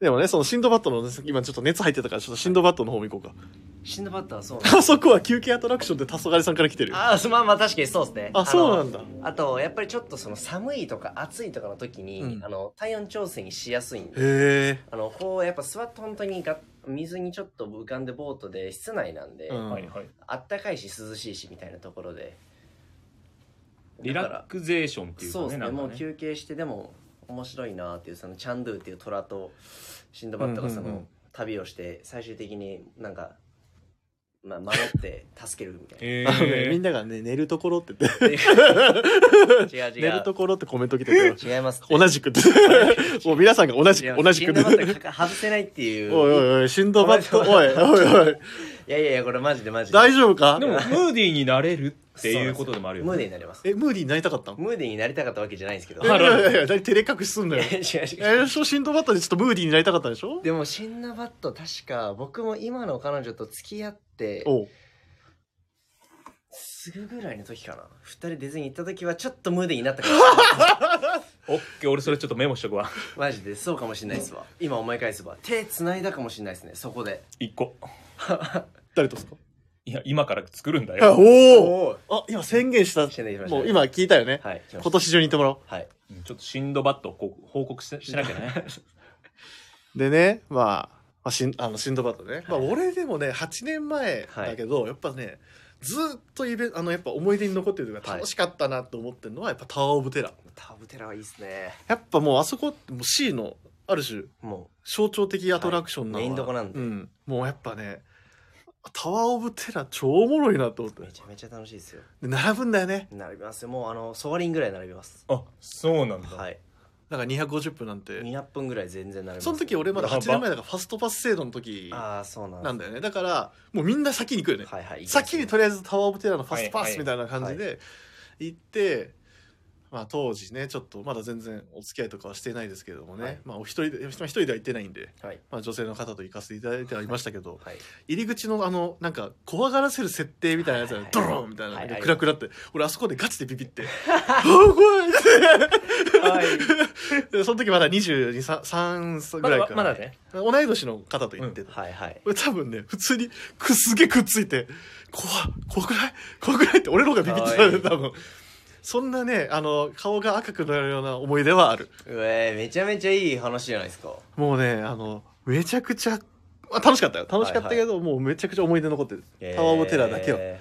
Speaker 2: でもね、そのシンドバッドの、今ちょっと熱入ってたから、ちょっとシンドバッドの方も行こう
Speaker 3: シンドバッドはそうなんで
Speaker 2: か。
Speaker 3: す
Speaker 2: あそこは休憩アトラクションで黄昏さんから来てるよ。
Speaker 3: ああまあまあ確かにそうですね
Speaker 2: あ、そう
Speaker 3: の
Speaker 2: なんだ。
Speaker 3: あとやっぱりちょっとその寒いとか暑いとかの時に、
Speaker 2: うん
Speaker 3: あの体温調整にしやすいんで
Speaker 2: へ
Speaker 3: あのこうやっぱ座って本当にが水にちょっと浮かんでボートで室内なんで、
Speaker 2: え。うん
Speaker 1: はいはい。
Speaker 3: あったかいし涼しいしみたいなところで
Speaker 1: リ
Speaker 3: だか
Speaker 1: ラ
Speaker 3: ら
Speaker 1: クゼーションっていうか
Speaker 3: そう
Speaker 1: ね。
Speaker 3: ですね
Speaker 1: なんか
Speaker 3: もう休憩してでも面白いなっていうそのチャンドゥっていう虎とシンドバッドがその、
Speaker 2: うんうんうん
Speaker 3: 旅をして最終的になんか、まあ、守って助けるみたいな。
Speaker 1: え
Speaker 2: あのね、み
Speaker 1: ー、
Speaker 2: んながね、寝るところって言って、
Speaker 3: 違う違
Speaker 2: 寝る
Speaker 3: う
Speaker 2: ところってコメント来てる
Speaker 3: 違いますって
Speaker 2: 同じくって。もう皆さんが同じ
Speaker 3: 違い
Speaker 2: く、
Speaker 3: ます
Speaker 2: 同じくって。
Speaker 3: シンドバッドかか外せないっていう
Speaker 2: おいおいおい、シンドバッド、
Speaker 3: お
Speaker 2: おいおいおい、
Speaker 3: いやいやいや、これマジでマジで。
Speaker 2: 大
Speaker 3: 丈
Speaker 2: 丈夫か
Speaker 1: でも、ムーディーになれるっていうことでもあるよ
Speaker 3: ムー
Speaker 1: ね。
Speaker 3: ディーになります。
Speaker 2: え、ムーディーになりたかったの
Speaker 3: ムーディーになりたかったわけじゃないんですけど。
Speaker 2: えい
Speaker 1: あら
Speaker 2: やいやいや、何照れ隠しすんのよ。
Speaker 3: 違う 違う
Speaker 2: えー、そう、シンドバッタでちょっとムーディーになりたかったでしょ
Speaker 3: でもシンナバット確か僕も今の彼女と付き合って
Speaker 2: おう
Speaker 3: すぐぐらいの時かな二人ディズニー行った時はちょっとムーディーになったかもしれない
Speaker 1: オッケー、俺それちょっとメモしとくわ。
Speaker 3: マジでそうかもしれないですわ今思い返せば手繋いだかもしれないですねそこで
Speaker 1: 一個。
Speaker 2: 誰とですか
Speaker 1: いや、今から作るんだ
Speaker 2: あ
Speaker 1: よ。
Speaker 2: おおあ、今宣言した。
Speaker 3: してないしました
Speaker 2: もう今聞いたよね。
Speaker 3: はい来ました
Speaker 2: 今年中に行ってもらおう。
Speaker 3: はい
Speaker 1: ちょっとシンドバッドをこう報告ししなきゃね。
Speaker 2: でね、まあ、まあ、しんあのシンドバッドね、まあ、俺でもね8年前だけど、やっぱねずーっとイベあのやっぱ思い出に残ってるというか
Speaker 3: はい
Speaker 2: 楽しかったなと思ってるのはやっぱタワー・オブ・テラー
Speaker 3: タブテラはいいっすね
Speaker 2: やっぱもうあそこもう C のある種
Speaker 3: も
Speaker 2: 象徴的アトラクションなのは
Speaker 3: はいメインどこなんで
Speaker 2: うん、もうやっぱねタワー・オブ・テラー超おもろいなと思って
Speaker 3: うめちゃめちゃ楽しいですよ
Speaker 2: で並ぶんだよね
Speaker 3: 並びますよもうあのソワリンぐらい並びます
Speaker 1: あ、そうなんだ。
Speaker 3: はい
Speaker 2: だから250分なんて
Speaker 3: 200分ぐらい全然並びます
Speaker 2: その時俺まだ8年前だからファストパス制度の時
Speaker 3: ああそうなん
Speaker 2: なん
Speaker 3: で
Speaker 2: だよねだからもうみんな先に行くよね
Speaker 3: すはいはい
Speaker 2: 先にと
Speaker 3: り
Speaker 2: りあえずタワー・オブ・テラーのファストパ
Speaker 1: はいは
Speaker 2: ス
Speaker 1: い
Speaker 2: みたいな感じで行って、まあ当時ねちょっとまだ全然お付き合いとかはしてないですけれどもね、
Speaker 3: はい
Speaker 2: まあお一人でまあ一人では行ってないんで、
Speaker 3: はい
Speaker 2: まあ、女性の方と行かせていただいてはいましたけど、
Speaker 3: はい
Speaker 2: 入り口のあのなんか怖がらせる設定みたいなやつが
Speaker 3: はいはい
Speaker 2: ドローンみたいな
Speaker 3: はいはい
Speaker 2: クラクラって俺あそこでガチでビビ って「あー怖い!」
Speaker 3: はい
Speaker 2: でその時まだ223ぐ
Speaker 1: ま
Speaker 2: らい
Speaker 1: だ
Speaker 2: か、な、
Speaker 1: まだね。
Speaker 2: 同い年の方と行ってて、
Speaker 3: はいはい
Speaker 2: 俺多分ね、普通にく、すげえくっついて、怖っ怖くない怖くないって俺の方がビビってたんだよ、
Speaker 3: か
Speaker 2: 多分。そんなね、あの、顔が赤くなるような思い出はある。
Speaker 3: うえーめちゃめちゃいい話じゃないですか
Speaker 2: もうね、あの、めちゃくちゃ、まあ、楽しかったよ。楽しかったけど、もうめちゃくちゃ思い出残ってる。タワーオブテラーだけは
Speaker 3: え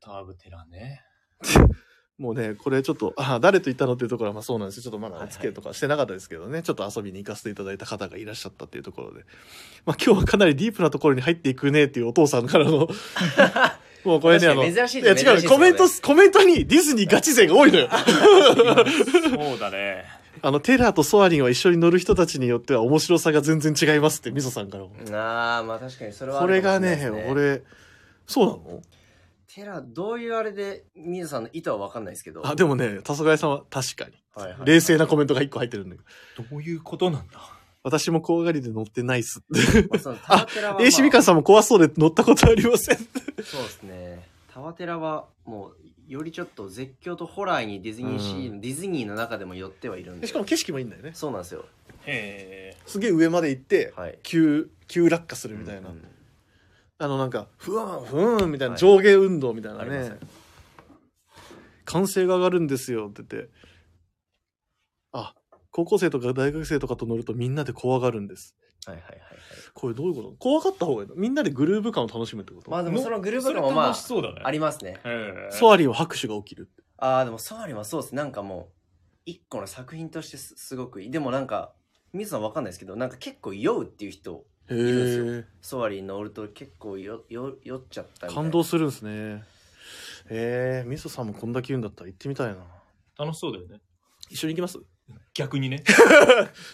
Speaker 1: ターブテラね。
Speaker 2: もうね、これちょっと、あ誰と行ったのっていうところは、まあそうなんですよ。ちょっとまだ
Speaker 3: は
Speaker 2: お
Speaker 3: いはい
Speaker 2: 付き合いとかしてなかったですけどね、ちょっと遊びに行かせていただいた方がいらっしゃったっていうところで。まあ今日はかなりディープなところに入っていくねっていうお父さんから の、もうこれね、あ
Speaker 3: 確
Speaker 2: の、
Speaker 3: かに珍しい
Speaker 2: いや
Speaker 3: ね
Speaker 2: 違
Speaker 3: 珍
Speaker 2: う
Speaker 3: しい
Speaker 2: コメント
Speaker 3: です、
Speaker 2: コメントにディズニーガチ勢が多いのよ。
Speaker 1: そうだね。
Speaker 2: あの、 テラーとソアリンは一緒に乗る人たちによっては面白さが全然違いますって、ミソさんからも。
Speaker 3: ーああまあ確かにそれはあ
Speaker 2: これ
Speaker 3: るか
Speaker 2: が
Speaker 3: もしないです
Speaker 2: ね、俺、そうなの
Speaker 3: テラどういうあれで水野さんの意図は分かんないですけど
Speaker 2: あ、でもね、黄昏さんは確かに。
Speaker 3: はいはいはい
Speaker 2: 冷静なコメントが一個入ってるんだけ ど。
Speaker 1: どういうことなんだ
Speaker 2: 私も怖がりで乗ってないっす。
Speaker 3: まあそのタワテラは、まあ、
Speaker 2: エイシミカさんも怖そうで乗ったことありません。
Speaker 3: そうですねタワテラはもうよりちょっと絶叫とホラーにディズニーシー、
Speaker 2: う
Speaker 3: ディズニーの中でも寄ってはいるんで
Speaker 2: しかも景色もいいんだよね。
Speaker 3: そうなんですよ
Speaker 1: へえ。
Speaker 2: すげえ上まで行って、
Speaker 3: はい
Speaker 2: 急、急落下するみたいな。
Speaker 3: うん
Speaker 2: あのなんか、ふわん、ふーんみたいな
Speaker 3: はい
Speaker 2: 上下運動みたいな
Speaker 3: ありま
Speaker 2: ね。
Speaker 3: すね
Speaker 2: 歓声が上がるんですよって言って。あ、高校生とか大学生とかと乗るとみんなで怖がるんです。
Speaker 3: はいはいはいはい
Speaker 2: これどういうこと怖がった方がいいのみんなでグルーヴ感を楽しむってこと、
Speaker 3: まあでもそのグルー
Speaker 1: そ
Speaker 3: プ
Speaker 1: れ
Speaker 3: のもま
Speaker 1: 楽
Speaker 3: あ
Speaker 1: しそうだね。
Speaker 3: ありますね
Speaker 1: へえ。
Speaker 2: ソアリンは拍手が起きる。
Speaker 3: ああでもソアリンはそうですなんかもう一個の作品としてすすごくいいでもなんか水野さん分かんないですけどなんか結構酔うっていう人
Speaker 2: へ
Speaker 3: いるん
Speaker 2: え。
Speaker 3: ソアリン乗ると結構よよ酔っちゃったみたいな
Speaker 2: 感動するんですね。えー、ミソさんもこんだけ言うんだったら行ってみたいな。
Speaker 1: 楽しそうだよね。
Speaker 2: 一緒に行きます
Speaker 1: 逆にね。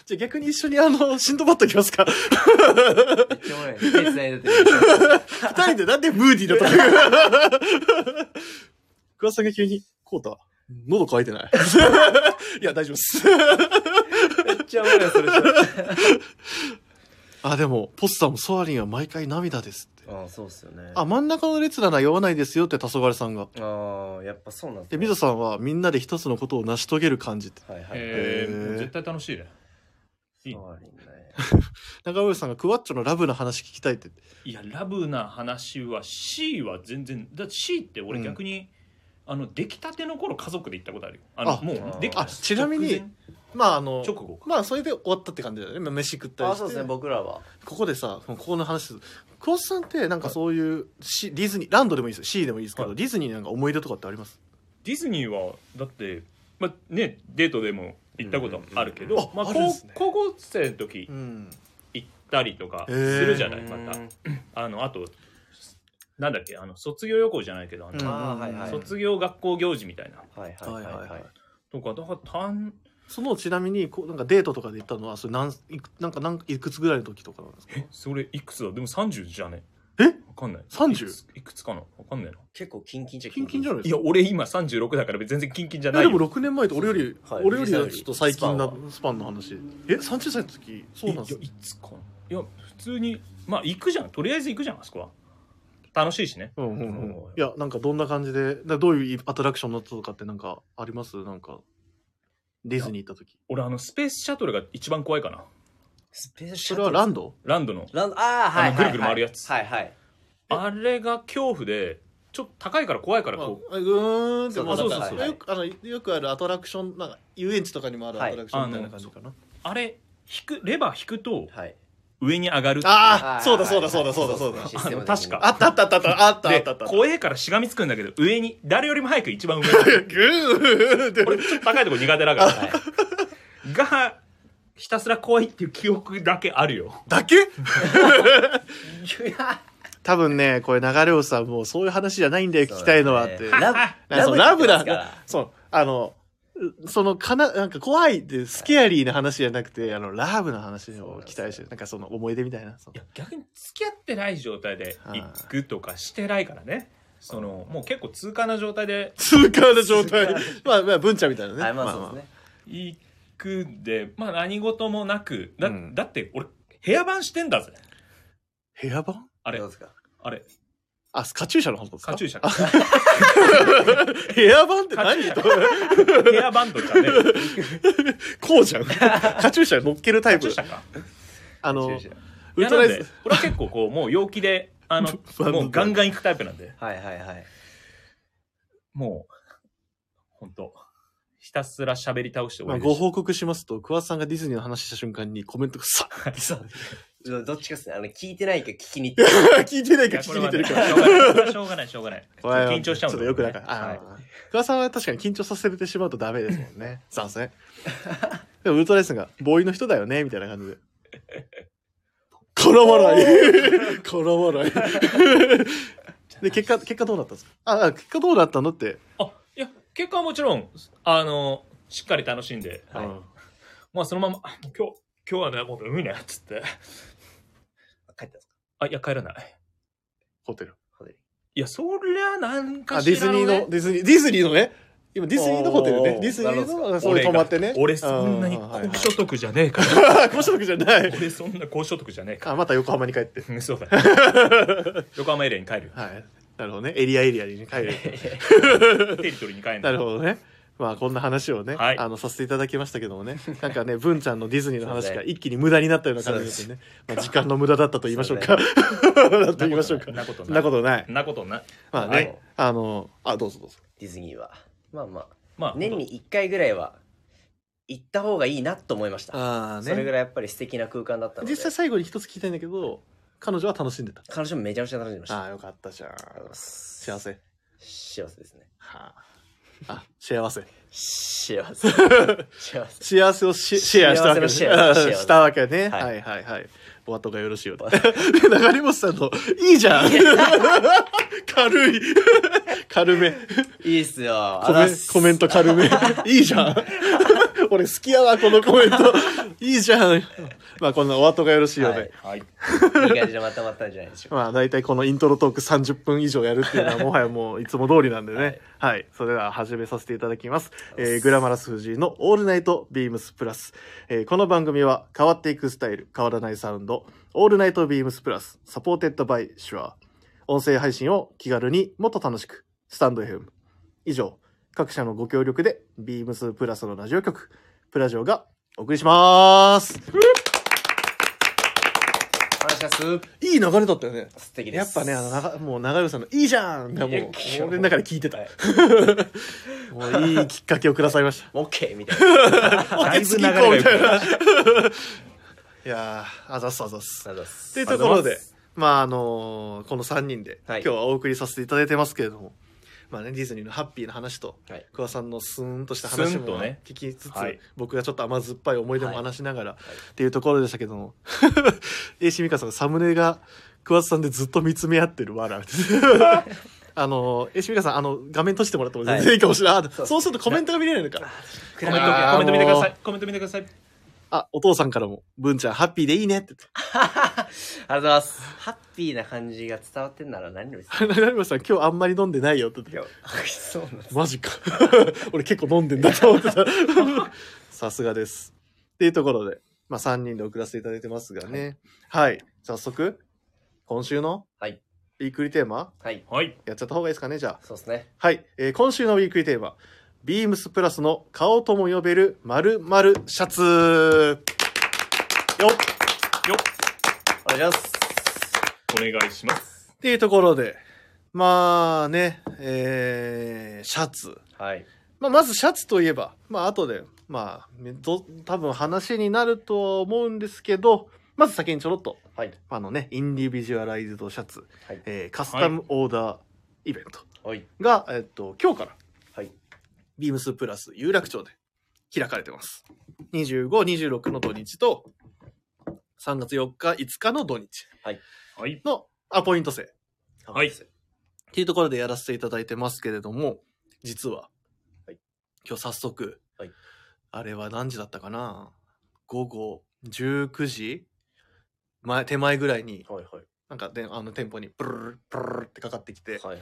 Speaker 2: じゃあ逆に一緒にあの、シンドバッド行き ますか
Speaker 3: めっちゃおもろいね手繋いだ時
Speaker 2: 二人でなんでムーディーだったの 桑田さんが急に、コータ、喉乾いてない いや、大丈夫です。
Speaker 3: めっちゃおもろいそれそれ
Speaker 2: あ、でも、ポスターもソアリンは毎回涙ですって。
Speaker 3: ああそうっすよね
Speaker 2: あ、真ん中の列なら酔わないですよって、黄昏さんが。
Speaker 3: ああやっぱそうなんです
Speaker 2: で、
Speaker 3: ね
Speaker 2: ミゾさんはみんなで一つのことを成し遂げる感じって。
Speaker 3: はいはい
Speaker 1: へ
Speaker 2: へえ
Speaker 1: え。絶対楽しいね。いい
Speaker 3: ソアリンね
Speaker 2: 中森さんがクワッチョのラブな話聞きたいって。
Speaker 1: いやラブな話は C は全然だって C って俺
Speaker 2: うん
Speaker 1: 逆に、あの出来たての頃家族で行ったことあるよあの
Speaker 2: あ
Speaker 1: も
Speaker 3: あ
Speaker 1: うできた
Speaker 2: あちなみに
Speaker 1: 直
Speaker 2: まあ、あの
Speaker 1: 前、直後か
Speaker 2: まあ、それで終わったって感じだよね。まあ飯食った
Speaker 3: あ
Speaker 2: り
Speaker 3: あ
Speaker 2: して。
Speaker 3: そうですね僕らは
Speaker 2: ここでさ、ここの話です。クワッチョさんって、なんかそういう、シディズニー、ランドでもいいですよ。シーでもいいですけど、
Speaker 1: はい
Speaker 2: ディズニーなんか思い出とかってあります
Speaker 1: ディズニーはだってまあねデートでも行ったことあるけど、
Speaker 2: うんうんうん
Speaker 1: まあ、
Speaker 2: あ
Speaker 1: こ
Speaker 2: あるんで
Speaker 1: う
Speaker 2: すね
Speaker 1: 高校生の時
Speaker 2: ん。
Speaker 1: 行ったりとか
Speaker 2: へ
Speaker 1: す
Speaker 2: え
Speaker 1: るじゃない、ま
Speaker 3: うん
Speaker 1: たあのあとなんだっけあの卒業旅行じゃないけどあの、
Speaker 3: んあーはいはい
Speaker 1: 卒業学校行事みたいな
Speaker 3: はいはいはいはい
Speaker 1: とかだからたん
Speaker 2: そのちなみにこうなんかデートとかで行ったのはそれなんいくなんかなんかいくつぐらいの時とかなんですか
Speaker 1: えそれいくつだでも30じゃね
Speaker 2: え
Speaker 1: かんない。
Speaker 2: 30
Speaker 1: いくついくつかなわかんないな。
Speaker 3: 結構キンキンじゃ
Speaker 2: キンキンじゃない
Speaker 1: いや、俺今36だから全然キンキンじゃ
Speaker 2: い
Speaker 1: な
Speaker 2: や
Speaker 1: い
Speaker 2: で
Speaker 1: よ。
Speaker 2: も6年前と俺より、
Speaker 3: はい
Speaker 2: 俺よりちょっと最近な
Speaker 3: 実際
Speaker 2: スパンの話え30歳の時そうなんです
Speaker 1: いいやいつかないや普通にまあ行くじゃんとりあえず行くじゃんあそこは楽しいしね
Speaker 2: うんうんうん、いやなんかどんな感じでなどういうアトラクションだったとかってなんかありますなんかディズニー行った時
Speaker 1: 俺あのスペースシャトルが一番怖いかな
Speaker 3: スペースシ
Speaker 2: それ
Speaker 3: ャト
Speaker 2: は
Speaker 3: ル
Speaker 2: ランド
Speaker 1: ランドの
Speaker 3: ランドああは
Speaker 1: あ
Speaker 3: い
Speaker 1: の
Speaker 3: はいはい
Speaker 1: ぐるぐる回るやつ
Speaker 3: はいはい
Speaker 1: あれが恐怖でちょっと高いから怖いからこう
Speaker 2: ああぐーんって
Speaker 3: そう
Speaker 2: まあ
Speaker 1: そう
Speaker 2: なんか
Speaker 1: そう
Speaker 3: そう
Speaker 2: よくあのよくあるアトラクションなんか遊園地とかにもあるアトラクションみたいな感じかな、
Speaker 1: あれ引くレバー引くと
Speaker 3: はい
Speaker 1: 上に上がる
Speaker 2: あ
Speaker 3: はい
Speaker 2: そうだそうだ
Speaker 3: はい
Speaker 2: そうだそうだそうだ
Speaker 3: システム的に
Speaker 1: あの確か
Speaker 2: あったあったあったあったあ
Speaker 1: で
Speaker 2: ったあった
Speaker 1: 怖えからしがみつくんだけど上に誰よりも早く一番上 に
Speaker 2: ぐーって
Speaker 1: 俺ちょっと高いとこ苦手だから
Speaker 3: はい
Speaker 1: がひたすら怖いっていう記憶だけあるよ
Speaker 2: だけ
Speaker 3: いや
Speaker 2: 多分ねこれ流れをさもうそういう話じゃないんだよ聞きたいのはって、
Speaker 3: そうだねラ
Speaker 2: なんかそ
Speaker 3: ブ
Speaker 2: うラブ
Speaker 3: ラ
Speaker 2: だ
Speaker 3: ブだ
Speaker 2: そうあのうそのかななんか怖いってスケアリーな話じゃなくてあのラブな話を期待してなんかその思い出みたいなその
Speaker 1: いや逆に付き合ってない状態で
Speaker 2: はい
Speaker 1: 行くとかしてないからねそのもう結構通過な状態で
Speaker 2: 通過な状態 まあまあ文ちゃんみたいなね、
Speaker 3: はいまあそうですね
Speaker 1: 行くんでまあ何事もなくだ,、
Speaker 2: うん
Speaker 1: だって俺部屋番してんだぜ
Speaker 2: 部屋版
Speaker 1: あれ
Speaker 3: どうですか
Speaker 1: あれ
Speaker 2: あカチューシャの話ですか
Speaker 1: カチューシャ
Speaker 2: 部屋版って
Speaker 1: カチ ュ
Speaker 2: 何
Speaker 1: ーシ
Speaker 2: と
Speaker 1: ャヘアバンドじゃねえよ
Speaker 2: こうじゃんカチューシャ乗っけるタイ
Speaker 1: カチュ
Speaker 2: プ
Speaker 1: ーシャか
Speaker 2: あ
Speaker 3: 中
Speaker 2: の
Speaker 1: い
Speaker 3: 止
Speaker 2: ウル
Speaker 1: や
Speaker 2: ト
Speaker 1: な
Speaker 2: ラ
Speaker 1: ん
Speaker 2: イ
Speaker 1: で
Speaker 2: ズ
Speaker 1: 俺は結構こうもう陽気であの
Speaker 2: バンド
Speaker 1: もうガンガン行くタイプなんで
Speaker 3: はいはいはい
Speaker 1: もう本当ひたすら喋り倒して終
Speaker 2: ま
Speaker 1: わ
Speaker 2: あ、
Speaker 1: りで
Speaker 2: ご
Speaker 1: した
Speaker 2: 報告しますと桑田さんがディズニーの話した瞬間にコメントがさっさ
Speaker 3: どどっちかっすねあの聞いてないか聞きに行って
Speaker 2: 聞いてない
Speaker 1: い
Speaker 2: か
Speaker 1: や
Speaker 2: 聞き
Speaker 1: これは
Speaker 2: に行って
Speaker 1: ね
Speaker 2: る
Speaker 1: しょ
Speaker 2: から
Speaker 1: うがないしょうがないしょうがない
Speaker 2: こ れは
Speaker 1: 緊張しちゃうんだ
Speaker 2: ちょっと
Speaker 1: よ
Speaker 2: よく
Speaker 1: ね
Speaker 2: だから、あ
Speaker 3: はい
Speaker 2: ー桑田さんは確かに緊張させてしまうとダメですもんね残念でもウルトラレイさんが「ボーイの人だよね」みたいな感じで絡まない 絡まないで結果結果どうなったんですかああ結果どうなったのって、
Speaker 1: あいや結果はもちろんあのしっかり楽しんで、
Speaker 3: はい
Speaker 2: うん
Speaker 1: まあそのままあ今日今日はねもう海ねっつって
Speaker 3: 帰ったんですか
Speaker 1: あいや帰らない
Speaker 2: ホテル
Speaker 3: ホテル
Speaker 1: いやそりゃなん
Speaker 2: あ
Speaker 1: か
Speaker 2: ディ
Speaker 1: し
Speaker 2: ズ
Speaker 1: ら
Speaker 2: ニー
Speaker 1: ね
Speaker 2: のディズニーディズニーのね今ディズニーのホテル
Speaker 3: お
Speaker 2: ね
Speaker 3: ー
Speaker 2: ディズニー
Speaker 3: な
Speaker 2: のそういう
Speaker 1: が
Speaker 2: 泊まってね
Speaker 1: 俺そんなに
Speaker 2: うはい
Speaker 1: 高所得じゃねえから
Speaker 2: はい高所得じゃない
Speaker 1: 俺そんな高所得じゃねえか
Speaker 2: あまた横浜に帰って
Speaker 1: ら そうだね 横浜エリアに帰る
Speaker 2: はいなるほどねエリアエリアにね帰る
Speaker 1: テリトリーに帰る
Speaker 2: なるほどね。まあこんな話をね、
Speaker 1: はい
Speaker 2: あのさせていただきましたけどもね、なんかね、文ちゃんのディズニーの話
Speaker 3: そう
Speaker 2: が
Speaker 3: ね
Speaker 2: 一気に無駄になったような感じですね。まあ時間の無駄だったと言いましょうか。 なんと言いましょうか。
Speaker 1: そんなことない
Speaker 2: そんなことない。
Speaker 1: んなことない
Speaker 2: まあ
Speaker 1: は
Speaker 2: ね
Speaker 1: い、
Speaker 2: あの、あ、どうぞどうぞ。
Speaker 3: ディズニーはまあま
Speaker 1: まあ
Speaker 3: あ年に1回ぐらいは行った方がいいなと思いました
Speaker 2: あ
Speaker 3: それぐらいやっぱり素敵な空間だったので
Speaker 2: 実際最後に一つ聞きたいんだけど、彼女は楽しんでた。
Speaker 3: 彼女もめちゃめちゃ楽しんでました
Speaker 2: ああ、よかったじゃん。幸
Speaker 3: 幸
Speaker 2: せ。
Speaker 3: 幸せですね
Speaker 2: はあ、あ幸せ。
Speaker 3: 幸せ幸せ
Speaker 2: 幸せをシシェアしたわけね
Speaker 3: 幸せのシェア
Speaker 2: うんしたわけね。は
Speaker 3: はい
Speaker 2: はいはい。お後がよろしいようで。 で、流れ星さんの、いいじゃん 軽い。 軽め。
Speaker 3: いいっすよ
Speaker 2: コメコメント軽 め。いいじゃん。俺好きやわ、このコメント。いいじゃん。まあ、こんなお後がよろしいようで。
Speaker 3: は
Speaker 1: は
Speaker 3: い
Speaker 1: い
Speaker 3: いい感じでまとまったんじゃないでしょう か
Speaker 2: まあ、大体このイントロトーク30分以上やるっていうのは、もはやもういつも通りなんでね。はい、それでは始めさせていただきます。えーグラマラス藤井のオールナイトビームスプラス。えーこの番組は変わっていくスタイル、変わらないサウンド、オールナイトビームスプラス、サポーテッドバイシュア。音声配信を気軽にもっと楽しく、スタンド FM。以上、各社のご協力で、ビームスプラスのラジオ局、プラジオがお送りします。
Speaker 3: お願いします
Speaker 2: いい流れだったよね。
Speaker 3: 素敵で
Speaker 2: や
Speaker 3: す
Speaker 2: っぱね、あの、ながもう、長与さんの、いいじゃんがも、
Speaker 3: いうや
Speaker 2: 俺の中で聞いてた
Speaker 3: はい。
Speaker 2: もう、いいきっかけをくださいました。
Speaker 3: オッケーみたいな
Speaker 1: だいぶ流
Speaker 2: 次
Speaker 1: れ
Speaker 2: 行
Speaker 1: が
Speaker 2: こう
Speaker 1: 良
Speaker 2: みたい
Speaker 1: く
Speaker 2: な
Speaker 1: ない
Speaker 2: やー、あざっすあざ っす。
Speaker 3: ありがとう
Speaker 2: と
Speaker 3: ございま
Speaker 2: い
Speaker 3: す
Speaker 2: うと
Speaker 1: ありが
Speaker 2: ころ
Speaker 1: とうござい
Speaker 2: で
Speaker 1: ます、
Speaker 2: まあ、あのーこの3人で、
Speaker 3: は
Speaker 2: 今
Speaker 3: い
Speaker 2: 日はお送りさせていただいてますけれども、まあね、ディズニーのハッピーな話と、
Speaker 3: はい
Speaker 2: 桑さんのスーンとした話
Speaker 1: スーン
Speaker 2: も
Speaker 1: とね
Speaker 2: 聞きつつ、
Speaker 1: はい
Speaker 2: 僕がちょっと甘酸っぱい思い出も話しながら、
Speaker 3: い
Speaker 2: っていうところでしたけども、AC ミカさんのサムネが桑田さんでずっと見つめ合ってる笑う。 あの、AC ミカさん、あの、画面閉じてもらっても全然いいかもしれない。あ
Speaker 3: そう
Speaker 2: そうするとコメントが見れないのか。
Speaker 1: コメント
Speaker 2: あー
Speaker 1: コメント見てくださ
Speaker 2: も
Speaker 1: いコメント見てください
Speaker 2: あ、お父さんからも、文ちゃんハッピーでいいねって
Speaker 3: ありがとうございます。ハッピーな感じが伝わってんなら何よりです。
Speaker 2: 言って。成馬さん今日あんまり飲んでないよって言って
Speaker 3: 今日、美味しそうなんです。
Speaker 2: マジか。 俺結構飲んでんだと思ってた。 さすがです。っていうところで、まあ3人で送らせていただいてますがね。はい。早速、今週の
Speaker 3: はい
Speaker 2: ウィークリーテーマ、
Speaker 3: はい。
Speaker 1: はい。
Speaker 2: やっちゃった方がいいですかね、じゃあ。
Speaker 3: そうですね。
Speaker 2: はい。えー今週のウィークリーテーマ、ビームスプラスの顔とも呼べる〇〇シャツ。よっ
Speaker 1: よっ
Speaker 3: お願いします。
Speaker 1: お願いします。
Speaker 2: っていうところで、まあね、えー、シャツ。
Speaker 3: はい。
Speaker 2: まあ、まずシャツといえば、まあ後で、まあ、ど多分話になるとは思うんですけど、まず先にちょろっと、
Speaker 3: はい。
Speaker 2: あのね、インディビジュアライズドシャツ、
Speaker 3: はい。
Speaker 2: えーカスタムオーダーイベント
Speaker 3: はい。
Speaker 2: が、えっと、今日から、
Speaker 3: はい。
Speaker 2: ビームスプラス有楽町で開かれてます。25、26の土日と、3月4日、5日の土日
Speaker 1: はい。
Speaker 2: のアポイント制っ
Speaker 1: はい
Speaker 2: ていうところでやらせていただいてますけれども、実は、
Speaker 3: はい
Speaker 2: 今日早速、
Speaker 3: はい
Speaker 2: あれは何時だったかな午後19時前、手前ぐらいに、
Speaker 3: はい。はい。
Speaker 2: なんかで、あの店舗にブルルルブルルルってかかってきて、
Speaker 3: はい。はい。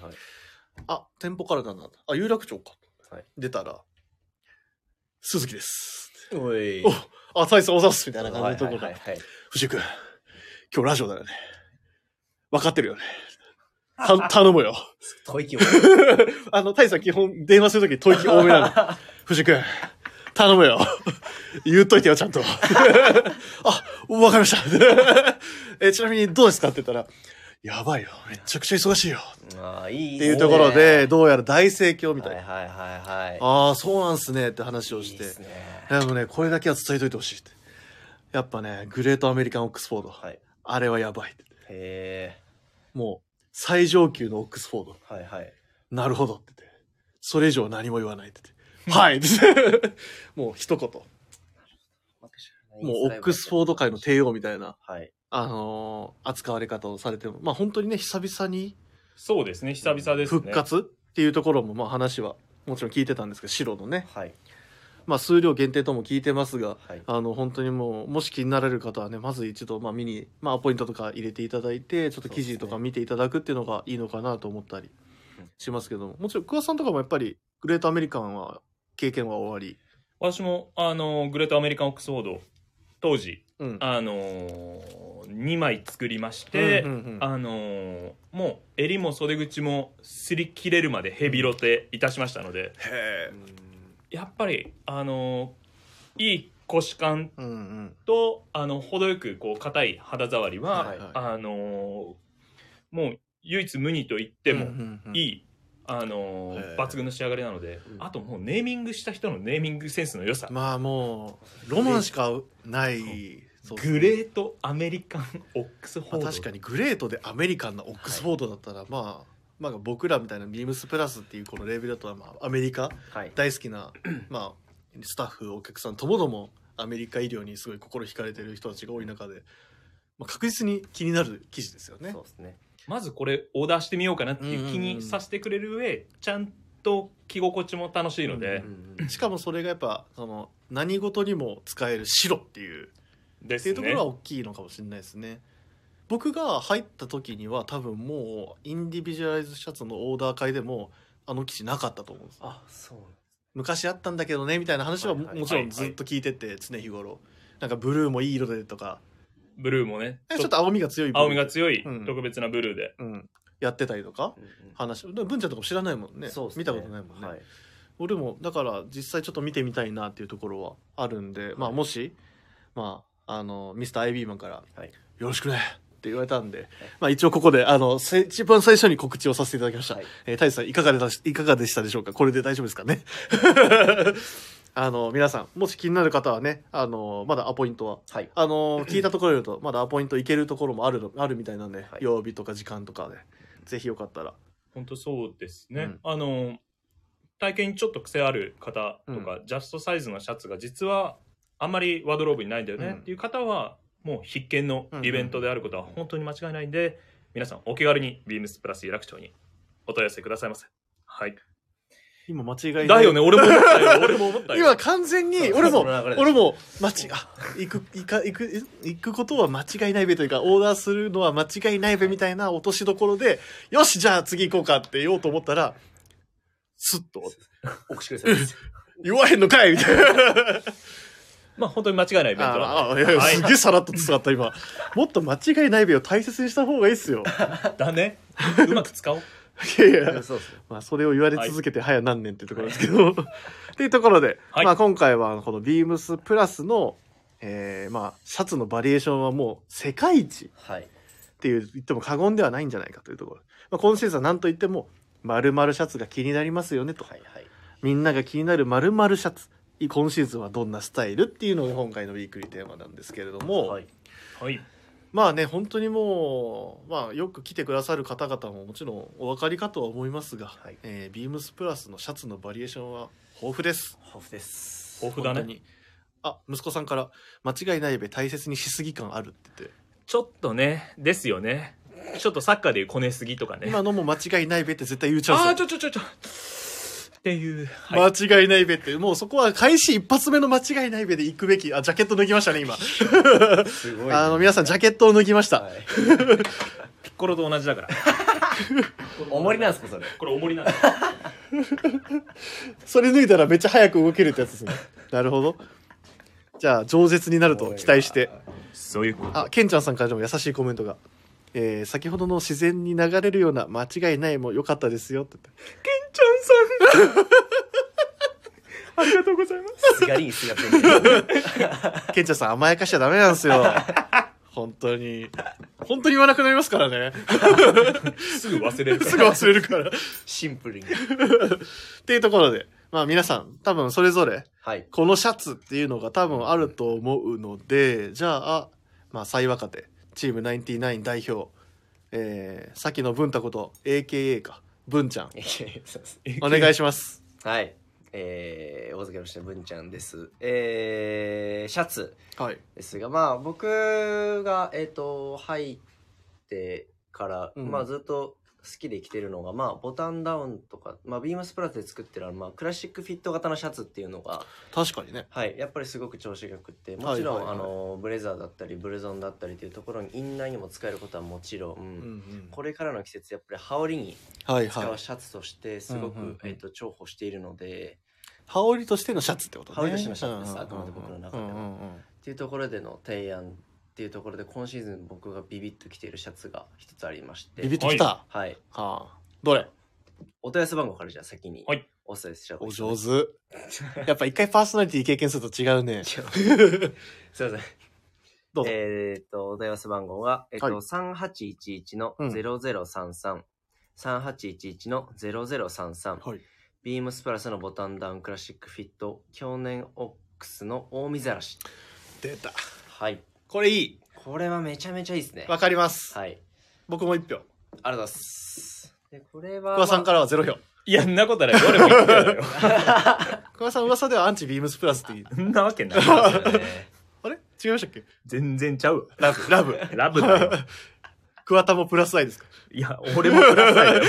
Speaker 2: あ、店舗からだな。あ、有楽町か。
Speaker 3: はい
Speaker 2: 出たら、鈴木です。
Speaker 3: おい
Speaker 2: おあ、大佐おざっすみたいな
Speaker 3: は
Speaker 2: 感
Speaker 3: いは
Speaker 2: じ
Speaker 3: い
Speaker 2: のところ
Speaker 3: は
Speaker 2: が
Speaker 3: い。はい。
Speaker 2: 藤井君、今日ラジオだよね。分かってるよね。た頼むよ。
Speaker 3: 吐息を。
Speaker 2: あの、大佐基本電話するとき吐息多めなの。 藤井君、頼むよ。言っといてよ、ち ゃんと。あ、わかりました。 え、ちなみにどうですかって言ったら、やばいよ。めちゃくちゃ忙しいよ。
Speaker 3: ああ、いい
Speaker 2: っ
Speaker 3: って
Speaker 2: いうところで、、どうやら大盛況みた
Speaker 3: はいい
Speaker 2: な
Speaker 3: は。いはいはい。
Speaker 2: ああ、そうなんすねって話を
Speaker 3: い
Speaker 2: し
Speaker 3: い
Speaker 2: て。
Speaker 3: で
Speaker 2: い
Speaker 3: すね。
Speaker 2: やでもね、これだけは伝えといてほしいって。やっぱね、グレートアメリカンオックスフォード。
Speaker 3: はい。
Speaker 2: あれはやばいって。
Speaker 3: へえ。
Speaker 2: もう、最上級のオックスフォード。
Speaker 3: はいはい。
Speaker 2: なるほどって言って。それ以上何も言わないって言って。はいって 言ってもう一言。もうオックスフォード界の帝王みたいな、
Speaker 3: はい。
Speaker 2: あのー扱われ方をされても、まあ本当にね、久々に
Speaker 1: そうですね。久々ですね。
Speaker 2: 復活っていうところも、まあ話はもちろん聞いてたんですけど、白のね、
Speaker 3: はい。
Speaker 2: まあ数量限定とも聞いてますが、
Speaker 3: はい。
Speaker 2: あの本当にもうもし気になられる方はねまず一度まあ見にまあアポイントとか入れていただいてちょっと記事とか見ていただくっていうのがいいのかなと思ったり
Speaker 3: うん
Speaker 2: しますけどももちろん桑さんとかもやっぱりグレートアメリカンは経験は終わり
Speaker 1: 私も、あの、グレートアメリカンオックスフォード、当時、
Speaker 2: うん
Speaker 1: あの2枚作りまして、
Speaker 2: うんうんうん
Speaker 1: あのーもう襟も袖口も擦り切れるまでヘビロテいたしましたので
Speaker 2: へ
Speaker 1: やっぱりあのーいい腰感
Speaker 2: うんうん
Speaker 1: とあの程よくこう硬い肌触りは、
Speaker 2: はいはい
Speaker 1: あのーもう唯一無二と言ってもい
Speaker 2: い
Speaker 1: い、あのー
Speaker 2: へえ
Speaker 1: 抜群の仕上がりなので、
Speaker 3: うん
Speaker 1: あともうネーミングした人のネーミングセンスの良さ、
Speaker 2: まあもうロマンしかないそう
Speaker 1: グレートアメリカンオックスフォ
Speaker 2: ま
Speaker 1: ー
Speaker 2: あ
Speaker 1: ド、
Speaker 2: 確かにグレートでアメリカンなオックスフォードだったらまあまあ僕らみたいなビームスプラスっていうこのレベルだとまあアメリカ
Speaker 3: はい。
Speaker 2: 大好きな、まあ、スタッフお客さんともどもアメリカ医療にすごい心惹かれてる人たちが多い中で、まあ、確実に気になる記事ですよね
Speaker 3: そう。ですね。
Speaker 1: まずこれオーダーしてみようかなっていう気
Speaker 2: うんうんう
Speaker 1: に
Speaker 2: ん
Speaker 1: させてくれる上、ちゃんと着心地も楽しいので、
Speaker 2: うんしかもそれがやっぱその何事にも使える白っていう
Speaker 1: で
Speaker 2: って
Speaker 1: すね
Speaker 2: いうところは大きいのかもしれないですね。僕が入った時には多分もうインディビジュアライズシャツのオーダー会でもあの記事なかったと思うんです
Speaker 3: あ、そうなん
Speaker 2: 昔あったんだけどねみたいな話は
Speaker 3: はい
Speaker 2: も
Speaker 3: はい
Speaker 2: もちろんずっと聞いてて常日頃なんかブルーもいい色でとか
Speaker 1: ブルーもね
Speaker 2: えちょっと青みが強いブルー
Speaker 1: 青みが強い
Speaker 2: うん
Speaker 1: 特別なブルーで、
Speaker 2: うん、やってたりとか
Speaker 3: うんうん
Speaker 2: 話で文ちゃんとかも知らないもんね
Speaker 3: そうっすね
Speaker 2: 見たことないもんね、
Speaker 3: はい。
Speaker 2: 俺もだから実際ちょっと見てみたいなっていうところはあるんで、まあもしまああのミスター IB マンから
Speaker 3: はい
Speaker 2: 「よろしくね」って言われたんで、まあ一応ここであのせ一番最初に告知をさせていただきました、
Speaker 3: はい
Speaker 2: えー、大地さんいかがでたしいかがでしたでしょうかこれで大丈夫ですか ねあの皆さんもし気になる方はねあのまだアポイントは
Speaker 3: はい。
Speaker 2: あのー聞いたところによるとまだアポイント行けるところもあるのあるみたいなんで、
Speaker 3: はい
Speaker 2: 曜日とか時間とかで、ぜひよかったら
Speaker 1: 本当そうですね、
Speaker 2: うん
Speaker 1: あの体型にちょっと癖ある方とか、ジャストサイズのシャツが実はあんまりワードローブにないんだよね、
Speaker 2: うん
Speaker 1: っていう方はもう必見のイベントであることは本当に間違いないんで、皆さんお気軽にビームスプラス有楽町にお問い合わせくださいませはい
Speaker 2: 今間違いない
Speaker 1: だよね、俺も思った よ。俺も思ったよ。
Speaker 2: 今完全に、
Speaker 3: そう
Speaker 2: 俺も
Speaker 3: その流れ、です
Speaker 2: 俺も、間違、あ行く、行か、行く、え行くことは間違いないべというか、オーダーするのは間違いないべみたいな落としどころで、よし、じゃあ次行こうかって言おうと思ったら、スッと、
Speaker 3: お口くださいです。
Speaker 2: 言わへんのかいみたいな。
Speaker 1: まあ本当に間違いないイベント
Speaker 2: あ
Speaker 1: だ。
Speaker 2: あ、いやいや、
Speaker 1: はい
Speaker 2: すげえさらっと伝わった、今。もっと間違いないべを大切にした方がいいっす よ。
Speaker 1: だね。うまく使おう。
Speaker 2: いやいや。
Speaker 3: そうですね。
Speaker 2: まあ、それを言われ続けて早何 年っていうところですけど、っていうところで、
Speaker 1: はい
Speaker 2: まあ、今回はこのビームスプラスの、えーまあ、シャツのバリエーションはもう世界一っ
Speaker 3: はい。
Speaker 2: ていう言っても過言ではないんじゃないかというところ、まあ、今シーズンは何と言っても丸々シャツが気になりますよねと、
Speaker 3: はいはい。
Speaker 2: みんなが気になる丸々シャツ今シーズンはどんなスタイルっていうのが今回のウィークリーテーマなんですけれども、
Speaker 3: はい。
Speaker 1: はい。
Speaker 2: まあね本当にもう、まあ、よく来てくださる方々ももちろんお分かりかとは思いますが、
Speaker 3: はい
Speaker 2: えービームスプラスのシャツのバリエーションは豊富です
Speaker 3: 豊富です。
Speaker 1: 豊富だ
Speaker 2: 本当
Speaker 1: ね。
Speaker 2: にあ息子さんから「間違いないべ大切にしすぎ感ある」って言って、
Speaker 1: ちょっとね、ですよね。ちょっとサッカーでいうこねすぎとかね。
Speaker 2: 今のも「間違いないべ」って絶対言うちゃ
Speaker 1: あ
Speaker 2: う
Speaker 1: あ、
Speaker 2: んで
Speaker 1: ち
Speaker 2: すよ
Speaker 1: ょちょちょちょ。っていう。はい
Speaker 2: 間違いないべってもうそこは開始一発目の間違いないべで行くべきあジャケット脱ぎましたね今
Speaker 3: すごいね。
Speaker 2: あの皆さんジャケットを脱ぎました、
Speaker 3: はい
Speaker 1: ピッコロと同じだから。
Speaker 3: おもりなんすか、それ。
Speaker 1: これ重りなんだ。
Speaker 2: それ脱いだらめっちゃ早く動けるってやつですねなるほどじゃあ饒舌になると期待して
Speaker 1: そういうこと。
Speaker 2: あケンちゃんさんからでも優しいコメントが、えー先ほどの自然に流れるような間違いないも良かったですよって言って
Speaker 1: ちゃんさ ん。ありがとうございます。
Speaker 3: すがりいすがってんね
Speaker 2: ケンちゃんさん甘やかしちゃダメなん ですよ本当に本当に言わなくなりますからね
Speaker 1: すぐ忘れる。
Speaker 2: すぐ忘れるからっ
Speaker 3: シンプルに。
Speaker 2: ていうところでまあ皆さん多分それぞれ
Speaker 3: はい。
Speaker 2: このシャツっていうのが多分あると思うのでじゃあまあ最若手チーム99代表えー、さっきの文太こと AKA か文ちゃん
Speaker 3: そうです
Speaker 2: お願い
Speaker 1: し
Speaker 2: します
Speaker 3: はい。えー、大関の下文ちゃんです。えー、シャツ
Speaker 2: はい
Speaker 3: ですが、まあ僕が、えっ、と、入ってから、
Speaker 2: うん
Speaker 3: まあずっと好きで着てるのが、まあボタンダウンとか、まあビームスプラスで作ってるあの、まあクラシックフィット型のシャツっていうのが、
Speaker 2: 確かにね
Speaker 3: はい、やっぱりすごく調子が良くってもちろん、
Speaker 2: はいはいはい
Speaker 3: あのブレザーだったりブルゾンだったりというところにインナーにも使えることはもちろん、
Speaker 2: うんうん
Speaker 3: これからの季節やっぱり羽織に
Speaker 2: はい
Speaker 3: 使
Speaker 2: は
Speaker 3: う
Speaker 2: い
Speaker 3: シャツとしてすごく、
Speaker 2: うんうんうん
Speaker 3: えっと重宝しているので
Speaker 2: 羽織としてのシャツってことね
Speaker 3: 羽織としてのシャツです
Speaker 2: うんうんうん
Speaker 3: あくまで僕の中では
Speaker 2: うんうんうん
Speaker 3: っていうところでの提案っていうところで今シーズン僕がビビッと着ているシャツが一つありまして
Speaker 2: ビビッときた、は
Speaker 3: はい
Speaker 2: あどれ
Speaker 3: お問い合わせ番号からじゃあ先に
Speaker 1: はい
Speaker 3: お伝えしちゃおう
Speaker 2: お上手やっぱ一回パーソナリティ経験すると違うね
Speaker 3: いやすいません
Speaker 2: どうぞ、
Speaker 3: えーっと、お問い合わせ番号が、えっと、
Speaker 2: はい
Speaker 3: 3811の
Speaker 2: うん
Speaker 3: 0033、3811の0033、
Speaker 2: はい
Speaker 3: ビームスプラスのボタンダウンクラシックフィット、去年オックスの大見ざらし。
Speaker 2: 出た
Speaker 3: はい。
Speaker 2: これいい
Speaker 3: これはめちゃめちゃいいですね。
Speaker 2: わ
Speaker 3: はい。
Speaker 2: かります、
Speaker 3: あり
Speaker 2: 僕も一票
Speaker 3: がとうございます。で、これは、
Speaker 2: 桑さんからはゼロ票
Speaker 1: いや、んなことない。俺も言ってたよ。
Speaker 2: 桑さん噂ではアンチビームスプラスっていい
Speaker 1: そんなわけない。
Speaker 3: まあそうですよね
Speaker 2: あれ違いましたっけ
Speaker 1: 全然ちゃうわ。
Speaker 2: ラブラブ
Speaker 1: ラブ だよ。
Speaker 2: 桑田もプラスアイですか
Speaker 1: いや、俺もください よ。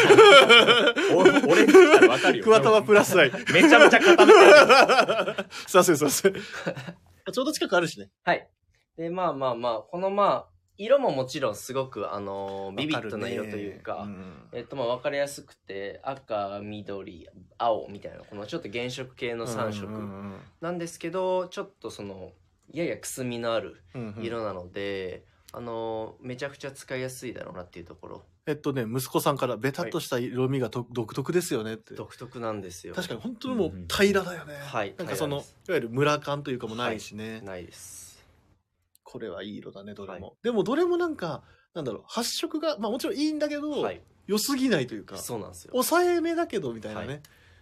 Speaker 1: お俺だったらわかるよ。
Speaker 2: 桑田はプラスアイすい
Speaker 1: めちゃめちゃ固めてる。
Speaker 2: ませんすいませんちょうど近くあるしね
Speaker 3: はい。で、まあまあまあ、このまあ、色ももちろんすごく、あのービビッとな色というか、
Speaker 2: わるねうん
Speaker 3: えっとまあ分かりやすくて赤緑青みたいなこのちょっと原色系の3色
Speaker 2: うんうん
Speaker 3: なんですけど、ちょっとそのややくすみのある
Speaker 2: うんうん
Speaker 3: 色なので、あのめちゃくちゃ使いやすいだろうなっていうところ
Speaker 2: えっとね息子さんからベタっとした色味がと独特ですよねって
Speaker 3: 独特なんですよ
Speaker 2: 確かに本当にもう平らだよね、
Speaker 3: はい
Speaker 2: なんかそ
Speaker 3: 平ら
Speaker 2: の
Speaker 3: です
Speaker 2: いわゆる村感というかもないしね、
Speaker 3: ないです
Speaker 2: これはいい色だねどれも、
Speaker 3: は
Speaker 2: でもどれもなんかなんだろう発色がまあもちろんいいんだけど、
Speaker 3: はい
Speaker 2: 良すぎないというか
Speaker 3: そうなんですよ
Speaker 2: 抑えめだけどみたいなね、、
Speaker 3: は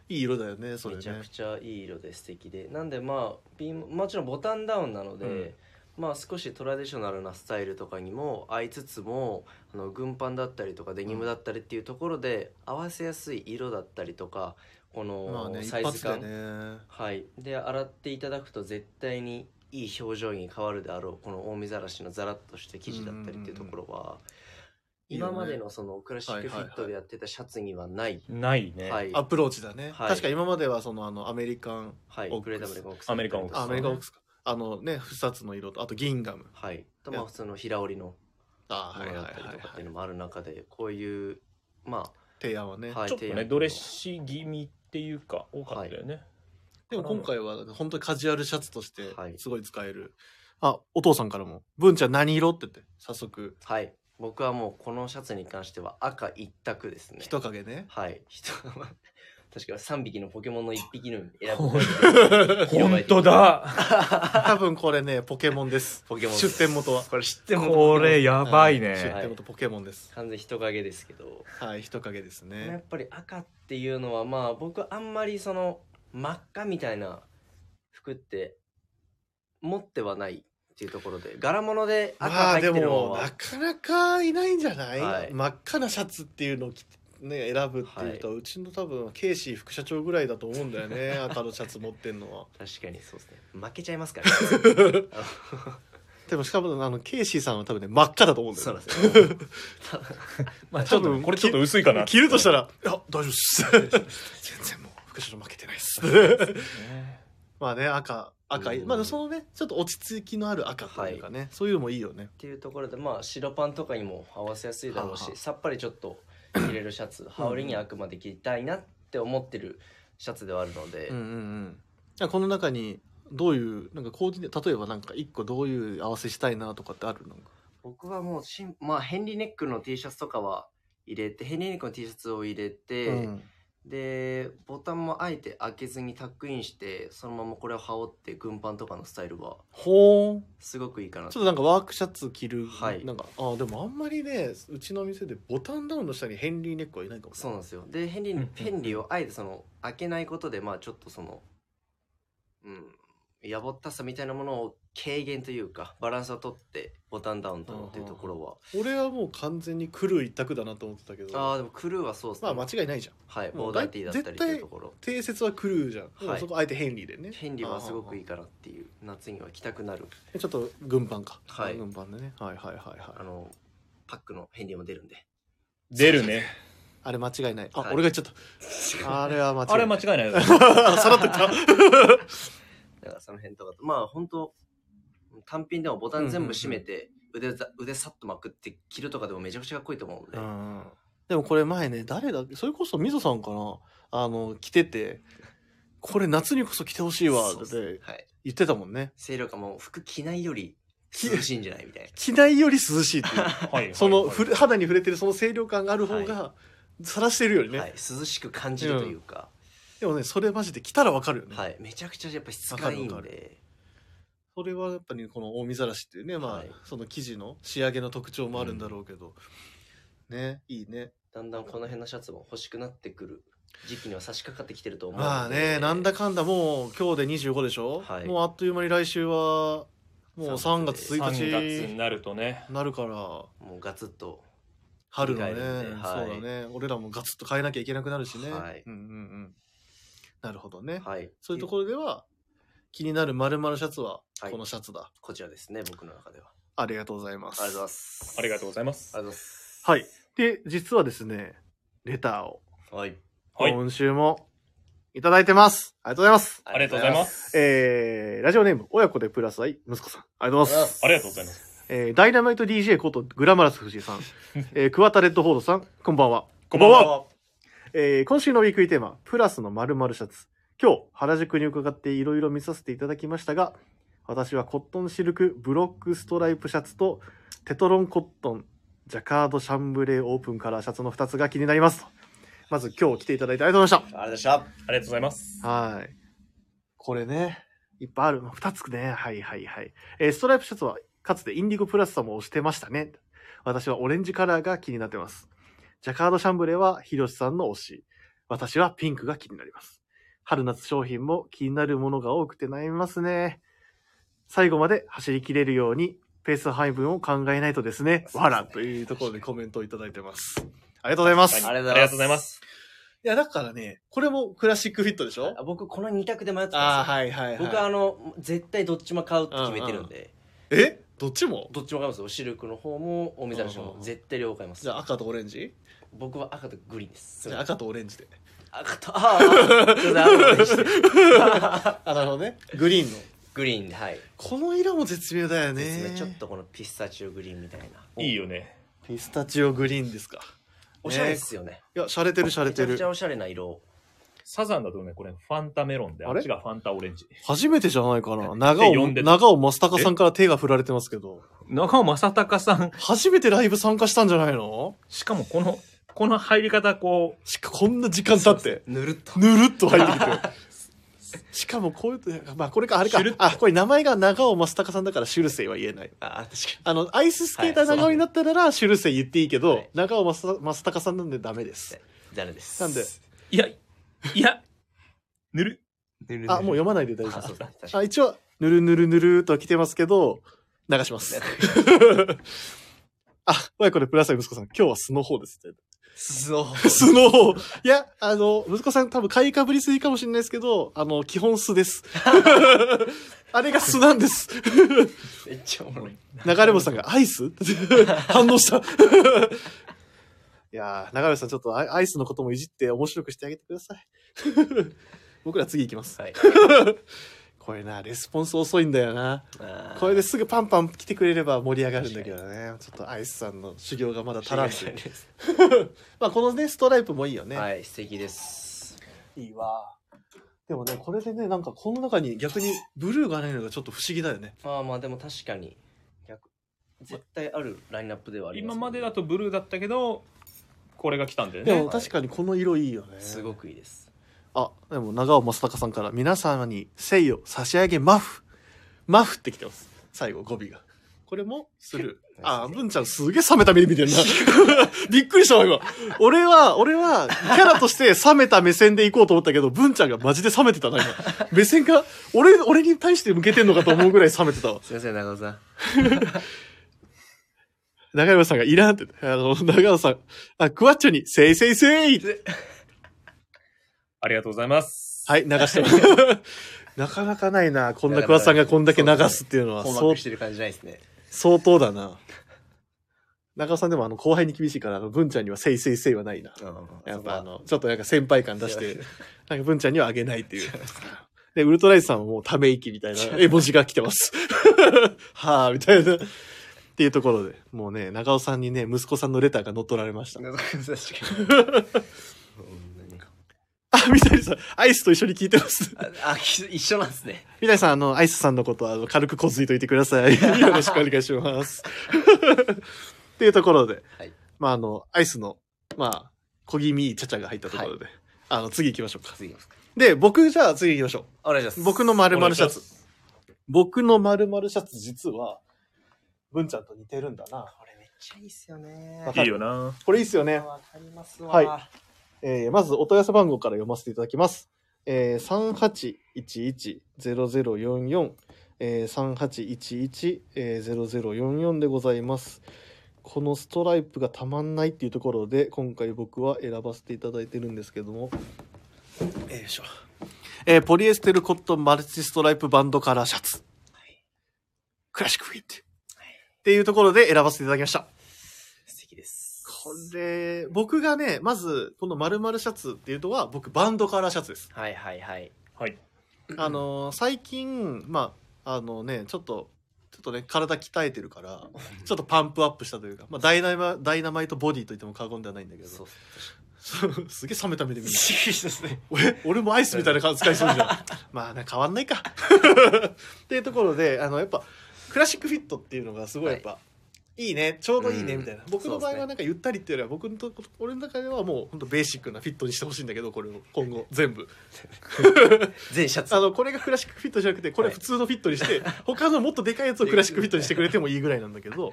Speaker 3: い
Speaker 2: い色だよねそれ
Speaker 3: め
Speaker 2: ね
Speaker 3: ちゃくちゃいい色で素敵でなんでまあビームもちろんボタンダウンなので、まあ少しトラディショナルなスタイルとかにも合いつつもあの軍パンだったりとかデニムだったりっていうところで合わせやすい色だったりとかこ
Speaker 2: まあ
Speaker 3: の
Speaker 2: ね一
Speaker 3: サイズ
Speaker 2: 発で
Speaker 3: 感、
Speaker 2: ね
Speaker 3: はいで洗っていただくと絶対にいい表情に変わるであろうこの大見ざらしのザラッとした生地だったりっていうところは
Speaker 2: いいよね
Speaker 3: 今までのそのクラシックフィットでやってたシャツにはない、
Speaker 1: ないね、
Speaker 3: はい、
Speaker 2: アプローチだね。
Speaker 3: はい
Speaker 2: 確か今まではそのあのアメリカン、
Speaker 3: はい
Speaker 2: オックス
Speaker 3: グレートアメリカンオッ
Speaker 1: アメリカンオック
Speaker 3: クス。
Speaker 1: ス
Speaker 2: あアメリカンオック
Speaker 3: ス。
Speaker 2: スか。あのね、不殺の色と、あとギンガム。
Speaker 3: はい。とまあ普通の平織りのも
Speaker 2: あー
Speaker 3: の
Speaker 2: はいはい
Speaker 3: だ
Speaker 2: は
Speaker 3: ったりとかって
Speaker 2: いうは
Speaker 3: いの
Speaker 2: い。
Speaker 3: もある中で、こういう、ま
Speaker 2: 提案は
Speaker 3: あ、
Speaker 2: ね。
Speaker 3: はい。
Speaker 1: ちょっと
Speaker 3: 提
Speaker 1: ね
Speaker 3: 案
Speaker 1: ドレッシー気味っていうか多かったよね、
Speaker 2: でも今回は本当にカジュアルシャツとして
Speaker 3: はい
Speaker 2: すごい使える。あ、お父さんからも、文ちゃん何色って言って、早速、
Speaker 3: はい。僕はもうこのシャツに関しては赤一択ですね。
Speaker 2: 人影ね。
Speaker 3: はい。人 確かに3匹のポケモンの1匹の選ぶ
Speaker 1: ほん。 本当だ
Speaker 2: 多分これね、ポケモンです。
Speaker 3: ポケモンです
Speaker 2: 出店元は。
Speaker 3: これ知っても
Speaker 1: これやばい
Speaker 2: 出
Speaker 1: ね
Speaker 2: 店元ポケモンです。
Speaker 3: 完全人影ですけど、
Speaker 2: はい、人影です
Speaker 3: や
Speaker 2: ね
Speaker 3: っ。ぱり赤っていうのはまあ僕あんまりその真っ赤みたいな服って持ってはないっていうところで柄物で赤
Speaker 2: まあ
Speaker 3: 入
Speaker 2: で
Speaker 3: ってるの
Speaker 2: も、
Speaker 3: は
Speaker 2: なかなかいないんじゃない、
Speaker 3: はい
Speaker 2: 真っ赤なシャツっていうのを着て、ね、選ぶっていうと、うちの多分、ケイシー副社長ぐらいだと思うんだよね。赤のシャツ持ってんのは。
Speaker 3: 確かにそうですね負けちゃいます からね
Speaker 2: でもしかも、あの、ケイシーさんは多分ね、真っ赤だと思うんだ
Speaker 3: そう
Speaker 2: よ
Speaker 3: なん
Speaker 2: ね。
Speaker 3: ですよ
Speaker 1: まあちょっとねこれちょっと薄いかな
Speaker 2: 着るとしたら、いや、大丈夫っす。全然もう、副社長負けてないっす。
Speaker 1: ね
Speaker 2: まあね、赤、赤い。
Speaker 3: うん
Speaker 2: まあ、そのね、ちょっと落ち着きのある赤というかね、そういうのもいいよね。
Speaker 3: っていうところでまあ白パンとかにも合わせやすいだろうし
Speaker 2: はあはあ
Speaker 3: さっぱりちょっと着れるシャツ羽織にあくまで着たいなって思ってるシャツではあるので、
Speaker 2: うんうんうんじゃあこの中にどういうなんかコーディネ例えばなんか一個どういう合わせしたいなとかってあるの
Speaker 3: 僕はもうしん、まあ、ヘンリーネックの T シャツとかは入れてヘンリーネックの T シャツを入れて、
Speaker 2: うん
Speaker 3: でボタンもあえて開けずにタックインしてそのままこれを羽織って軍パンとかのスタイルは
Speaker 2: ほーん
Speaker 3: すごくいいかな
Speaker 2: ちょっとなんかワークシャツ着る、
Speaker 3: はい
Speaker 2: なんかあでもあんまりねうちの店でボタンダウンの下にヘンリーネックはいないかもね
Speaker 3: そうなんですよでヘンリ
Speaker 1: うんう
Speaker 3: ー
Speaker 1: んうん
Speaker 3: ヘンリーをあえてその開けないことでまあちょっとそのうんやぼったさみたいなものを軽減というかバランスをとってボタンダウンとのっていうところは、
Speaker 2: 俺はもう完全にクルー一択だなと思ってたけど
Speaker 3: ああーでもクルーはそうです
Speaker 2: まあ間違いないじゃん
Speaker 3: はい
Speaker 2: も
Speaker 3: ボ
Speaker 2: う
Speaker 3: ー
Speaker 2: だ
Speaker 3: ダ
Speaker 2: い
Speaker 3: ーティーだったりというところ
Speaker 2: 定説はクルーじゃん、でもそこあえてヘンリーでね
Speaker 3: ヘンリーはすごくいい
Speaker 2: あ
Speaker 3: からっていう夏には着たくな
Speaker 2: ー
Speaker 3: る
Speaker 2: あーちょっと軍パンか、
Speaker 3: はい
Speaker 2: 軍パンでねはいはいはいはい
Speaker 3: あのパックのヘンリーも出るんで
Speaker 1: 出 るね
Speaker 2: あれ間違いないあ、
Speaker 3: はい
Speaker 2: 俺が言っちゃったあれは間違いない
Speaker 1: あれ間違いないよね
Speaker 2: さらっと言った
Speaker 3: だからその辺とかとまあ本当単品でもボタン全部閉めて腕ざ腕さっとまくって着るとかでもめちゃくちゃかっこいいと思 うので、
Speaker 2: うんでもこれ前ね誰だっけそれこそみぞさんかなあの着ててこれ夏にこそ着てほしいわっ
Speaker 3: そうっす
Speaker 2: て
Speaker 3: はい、
Speaker 2: 言ってたもんね
Speaker 3: 清涼感も服着ないより涼しいんじゃないみたいな
Speaker 2: 着ないより涼しい っていう
Speaker 1: はい はい
Speaker 2: その
Speaker 1: はい
Speaker 2: ふれ肌に触れてるその清涼感がある方がさらしてるよりね、
Speaker 3: はい、涼しく感じるというか、
Speaker 2: でもねそれマジで着たらわかるよね、
Speaker 3: はい、めちゃくちゃやっぱ質感いいん
Speaker 2: わか
Speaker 3: で
Speaker 2: それはやっぱりこの大見ざらしっていうねまあ、
Speaker 3: はい
Speaker 2: その生地の仕上げの特徴もあるんだろうけど、ねいいね
Speaker 3: だんだんこの辺のシャツも欲しくなってくる時期には差し掛かってきてると思うので
Speaker 2: まあね、なんだかんだもう今日で25でしょ、
Speaker 3: はい
Speaker 2: もうあっという間に来週はもう3月
Speaker 3: 一
Speaker 1: 3月
Speaker 2: 1
Speaker 1: に
Speaker 2: 日
Speaker 1: なるとね
Speaker 2: なるから
Speaker 3: もうガツッと
Speaker 2: 春のね、
Speaker 3: 振り返るんではい
Speaker 2: そうだね俺らもガツッと変えなきゃいけなくなるしね、
Speaker 3: はい
Speaker 2: うんうんうんなるほどね、
Speaker 3: はい
Speaker 2: そういうところでは気になる丸々シャツは
Speaker 3: はい
Speaker 2: このシャツだ、
Speaker 3: こちらですね僕の中では
Speaker 2: ありがとうございま
Speaker 3: あり
Speaker 2: す
Speaker 3: がとうございます
Speaker 1: ありがとうございます
Speaker 3: ありがとうございます
Speaker 2: はいで実はですねレターを
Speaker 3: はい
Speaker 1: はい
Speaker 2: 今週もいただいてます、ありがとうございます
Speaker 1: ありがとうございます
Speaker 3: す
Speaker 2: えー、ラジオネーム親子でプラス愛息子さんありがとうございます
Speaker 1: ありがとうございます
Speaker 2: えーダイナマイト DJ ことグラマラス藤 井さん、えー、桑田レッドフォードさん、こんばんは。
Speaker 1: こんばんは
Speaker 2: えー今週のウィークリーテーマ、プラスの〇〇シャツ。今日、原宿に伺っていろいろ見させていただきましたが、私はコットンシルクブロックストライプシャツと、テトロンコットン、ジャカードシャンブレーオープンカラーシャツの2つが気になります。まず今日来ていただいてありがとうございまし
Speaker 3: ありがとうございました。
Speaker 1: ありがとうございます
Speaker 2: た。はい。これね、いっぱいある。2つね。はいはいはい。えーストライプシャツは、かつてインディゴプラスさんも推してましたね。私はオレンジカラーが気になってます。ジャカードシャンブレーはヒロシさんの推し。私はピンクが気になります。春夏商品も気になるものが多くて悩みますね。最後まで走り切れるように、ペース配分を考えないとですね。わらというところでコメントをいただいてます。ありがとうございます。
Speaker 1: はいあ
Speaker 2: い
Speaker 1: りがとうございます
Speaker 2: や、だからね、これもクラシックフィットでしょ
Speaker 3: あ僕、この二択で迷ってたんですよ。
Speaker 2: ああ、はいはいはい。
Speaker 3: 僕はあの、絶対どっちも買うって決めてるんで、
Speaker 2: えどっちも
Speaker 3: どっちも買いますよシルクの方もお目覚めしの方
Speaker 2: あ
Speaker 3: も
Speaker 2: あ
Speaker 3: 絶対両方買います
Speaker 2: じゃあ赤とオレンジ
Speaker 3: 僕は赤とグリーンです
Speaker 2: じゃあ赤とオレンジで。
Speaker 3: 赤と ああちょっと赤とグリーンして
Speaker 2: あ、なるほどね。グリーンの。
Speaker 3: グリーンではい
Speaker 2: この色も絶妙だよ
Speaker 3: です
Speaker 2: ね
Speaker 3: ね。ちょっとこのピスタチオグリーンみたいない
Speaker 1: いよね
Speaker 2: ピスタチオグリーンですか。
Speaker 3: おしゃれですよね
Speaker 2: いや、洒落てる洒
Speaker 3: め
Speaker 2: 落
Speaker 3: ち
Speaker 2: て
Speaker 3: ゃくち
Speaker 2: る
Speaker 3: ゃ。おしゃれな色
Speaker 1: サザンだとねこれファンタメロンであ
Speaker 2: あれ
Speaker 1: っちがファンタオレンジ
Speaker 2: 初めてじゃないかな。長
Speaker 1: 呼
Speaker 2: 尾、
Speaker 1: んでた
Speaker 2: 長尾正隆さんから手が振られてますけど。
Speaker 1: 長尾正隆さん
Speaker 2: 初めてライブ参加したんじゃないの
Speaker 1: しかもこのこの入り方こう
Speaker 2: しかこんな時間経って、
Speaker 3: ぬるっと
Speaker 2: ぬるっと入ってきて。しかもこういうと、まあこれか、あれか
Speaker 1: シュルッ。と
Speaker 2: あ、これ名前が長尾正隆さんだからシュルセイは言えない。
Speaker 3: あ確か
Speaker 2: あの、アイススケーター
Speaker 3: はい
Speaker 2: 長尾になったなら、シュルセイ言っていいけど、
Speaker 3: はい
Speaker 2: 長尾正正隆さんなんでダメです。
Speaker 3: に誰です
Speaker 2: なんで
Speaker 1: いやいやぬる
Speaker 3: ぬるぬる
Speaker 2: あ、もう読まないで大丈
Speaker 3: あ
Speaker 2: 夫
Speaker 3: そう。だ確か
Speaker 2: あ
Speaker 3: に
Speaker 2: 一応、ぬるぬるぬるーとは来てますけど、流します。 あ、わいこれ、プラス息子さん、今日は素の方です。
Speaker 3: そう
Speaker 2: 素の方。いや、あの、息子さん多分買いかぶりすぎかもしれないですけど、あの、基本素 です。 あれが素なんです。
Speaker 3: めっちゃおもろい
Speaker 2: 流れ星さんがアイス 反応した。い やー、流れ星さんちょっとアイアイスのこともいじって面白くしてあげてください。 僕ら次行きます。
Speaker 3: はい
Speaker 2: これな、レスポンス遅いんだよな。
Speaker 3: あー
Speaker 2: これですぐパンパン来てくれれば盛り上がるんだけどねちょっとアイスさんの修行がまだ足らんしまあこのねストライプもいいよね、
Speaker 3: はい素敵です
Speaker 2: いいわでもねこれでねなんかこの中に逆にブルーがないのがちょっと不思議だよね
Speaker 3: まあまあでも確かに逆絶対あるラインナップではありま
Speaker 1: 今
Speaker 3: す
Speaker 1: までだとブルーだったけどこれが来たんだよ
Speaker 2: で
Speaker 1: ね
Speaker 2: も確かにこの色いいよね
Speaker 3: すごくいいです
Speaker 2: あでも長尾正隆さんから「皆様に誠意を差し上げマフ」マフってきてます最後語尾がこれもスルーあ文ちゃんすげえ冷めた目で見てるな びっくりしたわ今俺は俺はキャラとして冷めた目線でいこうと思ったけど文ちゃんがマジで冷めてたな今目線が俺俺に対して向けてんのかと思うぐらい冷めてたわ
Speaker 3: すいません長尾さん
Speaker 2: 長山さんがいらんってあの長山さんあクワッチョに「せいせいせい」
Speaker 1: ありがとうございます
Speaker 2: はい、流してます。 なかなかないな、こんな桑田さんがこんだけ流すっていうのは、
Speaker 3: 困
Speaker 2: そう
Speaker 3: 惑してる感じないですね
Speaker 2: 相当だな。中尾さんでもあの後輩に厳しいから、あの文ちゃんにはせいせいせいはないな。やっぱあの、ちょっとなんか先輩感出して、なんか文ちゃんにはあげないっていう。で、ウルトライズさんはもうため息みたいな絵文字が来てます。 はぁ、みたいな。っていうところで、もうね、長尾さんにね、息子さんのレターが乗っ取られました。
Speaker 3: 確かに
Speaker 2: あ、三谷さん、アイスと一緒に聞いてます。
Speaker 3: ああき一緒なんですね
Speaker 2: みたいさん、あの、アイスさんのことは、あの、軽くこづいといてくださ い。よろしくお願いします。 っていうところで、
Speaker 3: はい
Speaker 2: まあ、あの、アイスの、まあ、小気味いいちゃちゃが入ったところで、あの、次行きましょうか。
Speaker 3: 次いきますか
Speaker 2: で、僕、じゃあ次行きましょ
Speaker 3: お願いします
Speaker 2: う。僕の〇〇シャ
Speaker 1: お願いしま
Speaker 2: ツ。僕の〇〇シャツ、実は、文ちゃんと似てるんだな。
Speaker 3: これめっちゃいいっすよね
Speaker 2: わか
Speaker 1: いいよな
Speaker 2: これいいっすよね。
Speaker 3: わかりますわ
Speaker 2: はえーまずお問い合わせ番号から読ませていただきます。えー、3811-0044、えー、3811-0044でございます。このストライプがたまんないっていうところで、今回僕は選ばせていただいてるんですけども。よいしょ。えーポリエステルコットンマルチストライプバンドカラーシャツ。クラシックフィット。っていうところで選ばせていただきました。
Speaker 3: 素敵です
Speaker 2: これ、僕がね、まず、この〇〇シャツっていうのは、僕、バンドカラーシャツです。
Speaker 3: はいはいはい
Speaker 1: はい
Speaker 2: あのー、最近、まあ、あのね、ちょっと、ちょっとね、体鍛えてるから、ちょっとパンプアップしたというか、まあ、ダイナマ、ダイナマイトボディと言っても過言ではないんだけど、
Speaker 3: そうっす
Speaker 2: すげえ冷めた目で見る。
Speaker 3: ですね
Speaker 2: 俺 俺もアイスみたいな感じ使いそうじゃんまあね変わんないかっていうところであのやっぱクラシックフィットっていうのがすごいやっぱ、い、いねちょうどいいね
Speaker 3: うん
Speaker 2: みたいな、僕の場合
Speaker 3: そうです
Speaker 2: は
Speaker 3: ね
Speaker 2: なんかゆったりっていうよりは僕のとこ俺の中ではもう本当ベーシックなフィットにしてほしいんだけどこれを今後全部
Speaker 3: 全シャツ
Speaker 2: あのこれがクラシックフィットじゃなくてこれは普通のフィットに して、他のもっとでかいやつをクラシックフィットにしてくれてもいいぐらいなんだけど、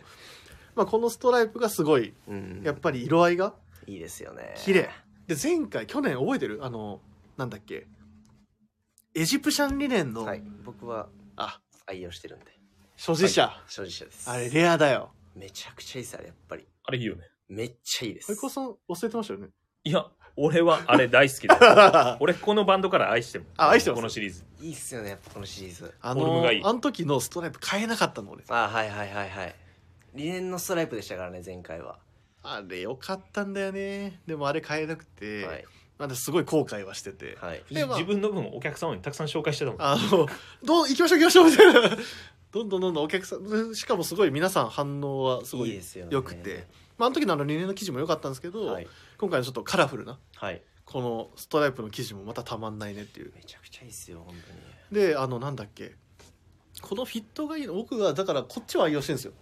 Speaker 2: まあ、このストライプがすごい
Speaker 3: うん
Speaker 2: やっぱり色合いが
Speaker 3: いいですよね
Speaker 2: 綺麗で前回去年覚えてるあのなんだっけエジプシャン理念の、
Speaker 3: はい僕は
Speaker 2: あ
Speaker 3: 愛用してるんで
Speaker 2: 所持者、
Speaker 3: はい所持者です
Speaker 2: あれレアだよ
Speaker 3: めちゃくちゃいいさやっぱり
Speaker 1: あれいいよね
Speaker 3: めっちゃいいです
Speaker 2: 堀川さん忘れてましたよね
Speaker 1: いや俺はあれ大好き だ俺このバンドから愛してる
Speaker 2: あ愛してます
Speaker 1: このシリーズ
Speaker 3: いいっすよね、やっぱこのシリーズ。
Speaker 2: あ
Speaker 1: フォルム
Speaker 2: の
Speaker 1: がいい
Speaker 2: あの時のストライプ変えなかったの俺
Speaker 3: あはいはいはいはい。理念のストライプでしたからね、前回は。
Speaker 2: あれよかったんだよねでもあれ変えなくて、
Speaker 3: はい。
Speaker 2: まだすごい後悔はしてて、
Speaker 3: はい。
Speaker 2: でまあ
Speaker 1: 自分の分をお客様にたくさん紹介してたもん
Speaker 2: あのどう行きましょう行きましょうみ たいなどんどんどんどんお客さんしかもすごい皆さん反応はすごい
Speaker 3: いいですよね
Speaker 2: 良くてまあ、あの時のあの理念の記事も良かったんですけど、
Speaker 3: はい。
Speaker 2: 今回のちょっとカラフルな
Speaker 3: はい。
Speaker 2: このストライプの記事もまたたまんないねっていう
Speaker 3: めちゃくちゃいいっすよ、本当
Speaker 2: であのなんだっけこのフィットがいいの僕がだからこっちを愛用してるんですよ、
Speaker 3: に。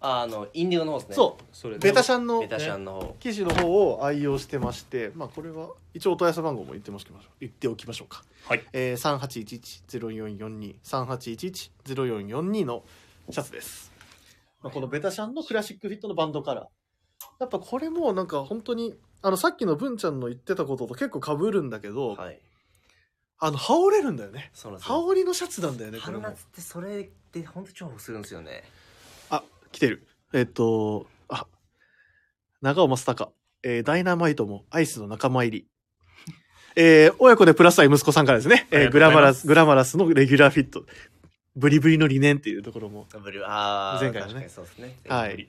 Speaker 3: あ、あの、インディゴの方ですね。
Speaker 2: そ
Speaker 1: それ
Speaker 2: う
Speaker 1: で
Speaker 2: ベタシャンの
Speaker 3: ベタシャンの方。
Speaker 2: 記事の方を愛用してましてまあこれは一応お問い合わせ番号も言ってますけど言っておきましょうか、
Speaker 1: はい
Speaker 2: えー、3811-04423811-0442のシャツです、まあ、このベタシャンのクラシックフィットのバンドカラーやっぱこれもなんか本当にあのさっきの文ちゃんの言ってたことと結構かぶるんだけど、
Speaker 3: はい。
Speaker 2: あの羽織れるんだよね
Speaker 3: そうなんです
Speaker 2: 羽
Speaker 3: よ。
Speaker 2: 織のシャツなんだよねこれ
Speaker 3: 春
Speaker 2: も
Speaker 3: 夏ってそれで本当重宝するんですよね。
Speaker 2: あ、来てる。えっと、あ、長尾正隆、えーダイナマイトもアイスの仲間入り。えー親子でプラス愛息子さんからですね、えー
Speaker 1: ありがと
Speaker 2: グ
Speaker 1: うござい
Speaker 2: ラマラ
Speaker 1: ま
Speaker 2: ス、
Speaker 1: す
Speaker 2: グラマラスのレギュラーフィット。ブリブリの理念っていうところも。
Speaker 3: ブルーあー
Speaker 2: 前回のね
Speaker 3: 確かにそうですね。
Speaker 2: は
Speaker 1: ブ
Speaker 2: い
Speaker 1: リ。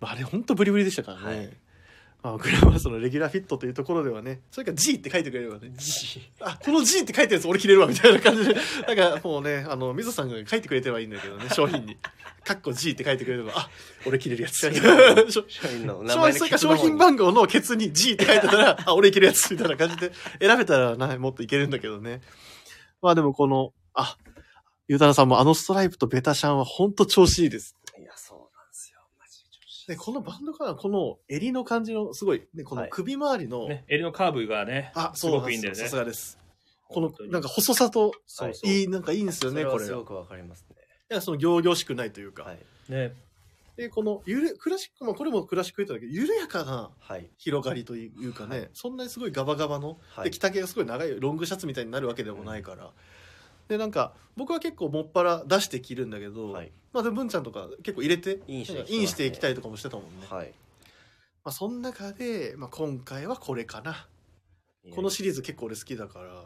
Speaker 2: まああれ、ほんとブリブリでしたからね。
Speaker 3: はい
Speaker 2: まあ、グラマラスのレギュラーフィットというところではね、それか G って書いてくれればね。
Speaker 3: G
Speaker 2: あ、この G って書いてるやつ俺着れるわ、みたいな感じで。なんかもうね、あの、水さんが書いてくれてればいいんだけどね、商品に。カッコ G って書いてくれれば、あ、俺着れるや つ。
Speaker 3: 商品の名
Speaker 2: 商品それ
Speaker 3: 前の企
Speaker 2: か
Speaker 3: 画
Speaker 2: 商
Speaker 3: の方に
Speaker 2: 品番号のケツに G って書いてたら、あ、俺いけるやつみたいな感じで選べたらな、もっといけるんだけどね。まあでもこの、あ、ゆうたなさんもあのストライプとベタシャンはほんと調子いいです。
Speaker 3: いや、そうなんですよ。マジで調子いい
Speaker 2: で、このバンドからこの襟の感じのすごい、ね、この
Speaker 3: はい
Speaker 2: 首周りの、
Speaker 1: ね、襟のカーブがね
Speaker 2: あ、
Speaker 1: す
Speaker 2: そう
Speaker 1: ご
Speaker 2: なん
Speaker 1: くいいんだ
Speaker 2: で
Speaker 1: よ
Speaker 2: すよ。
Speaker 1: ね
Speaker 2: さすがです。この
Speaker 1: 本当、に
Speaker 2: なんか細さと、
Speaker 1: そうそう
Speaker 2: いい、なんかいいんですよね、これ
Speaker 3: そはす
Speaker 2: が。
Speaker 3: ごくわかりますね。
Speaker 2: いや、その行々しくないというか。
Speaker 3: はい。
Speaker 1: ね
Speaker 2: で、このゆる、クラシック、まあこれもクラシック言っただけど、緩やかな
Speaker 3: はい。
Speaker 2: 広がりというかね、
Speaker 3: はい
Speaker 2: そんなにすごいガバガバの、
Speaker 3: は
Speaker 2: で
Speaker 3: い。
Speaker 2: 着丈がすごい長いロングシャツみたいになるわけでもないから、でなんか僕は結構もっぱら出して着るんだけど、
Speaker 3: はい。
Speaker 2: まあでも文ちゃんとか結構入れて
Speaker 3: インしてきてますね
Speaker 2: インしていきたりとかもしてたもんね、ま
Speaker 3: はい。
Speaker 2: あ、その中で、まあ、今回はこれかなこのシリーズ結構俺好きだから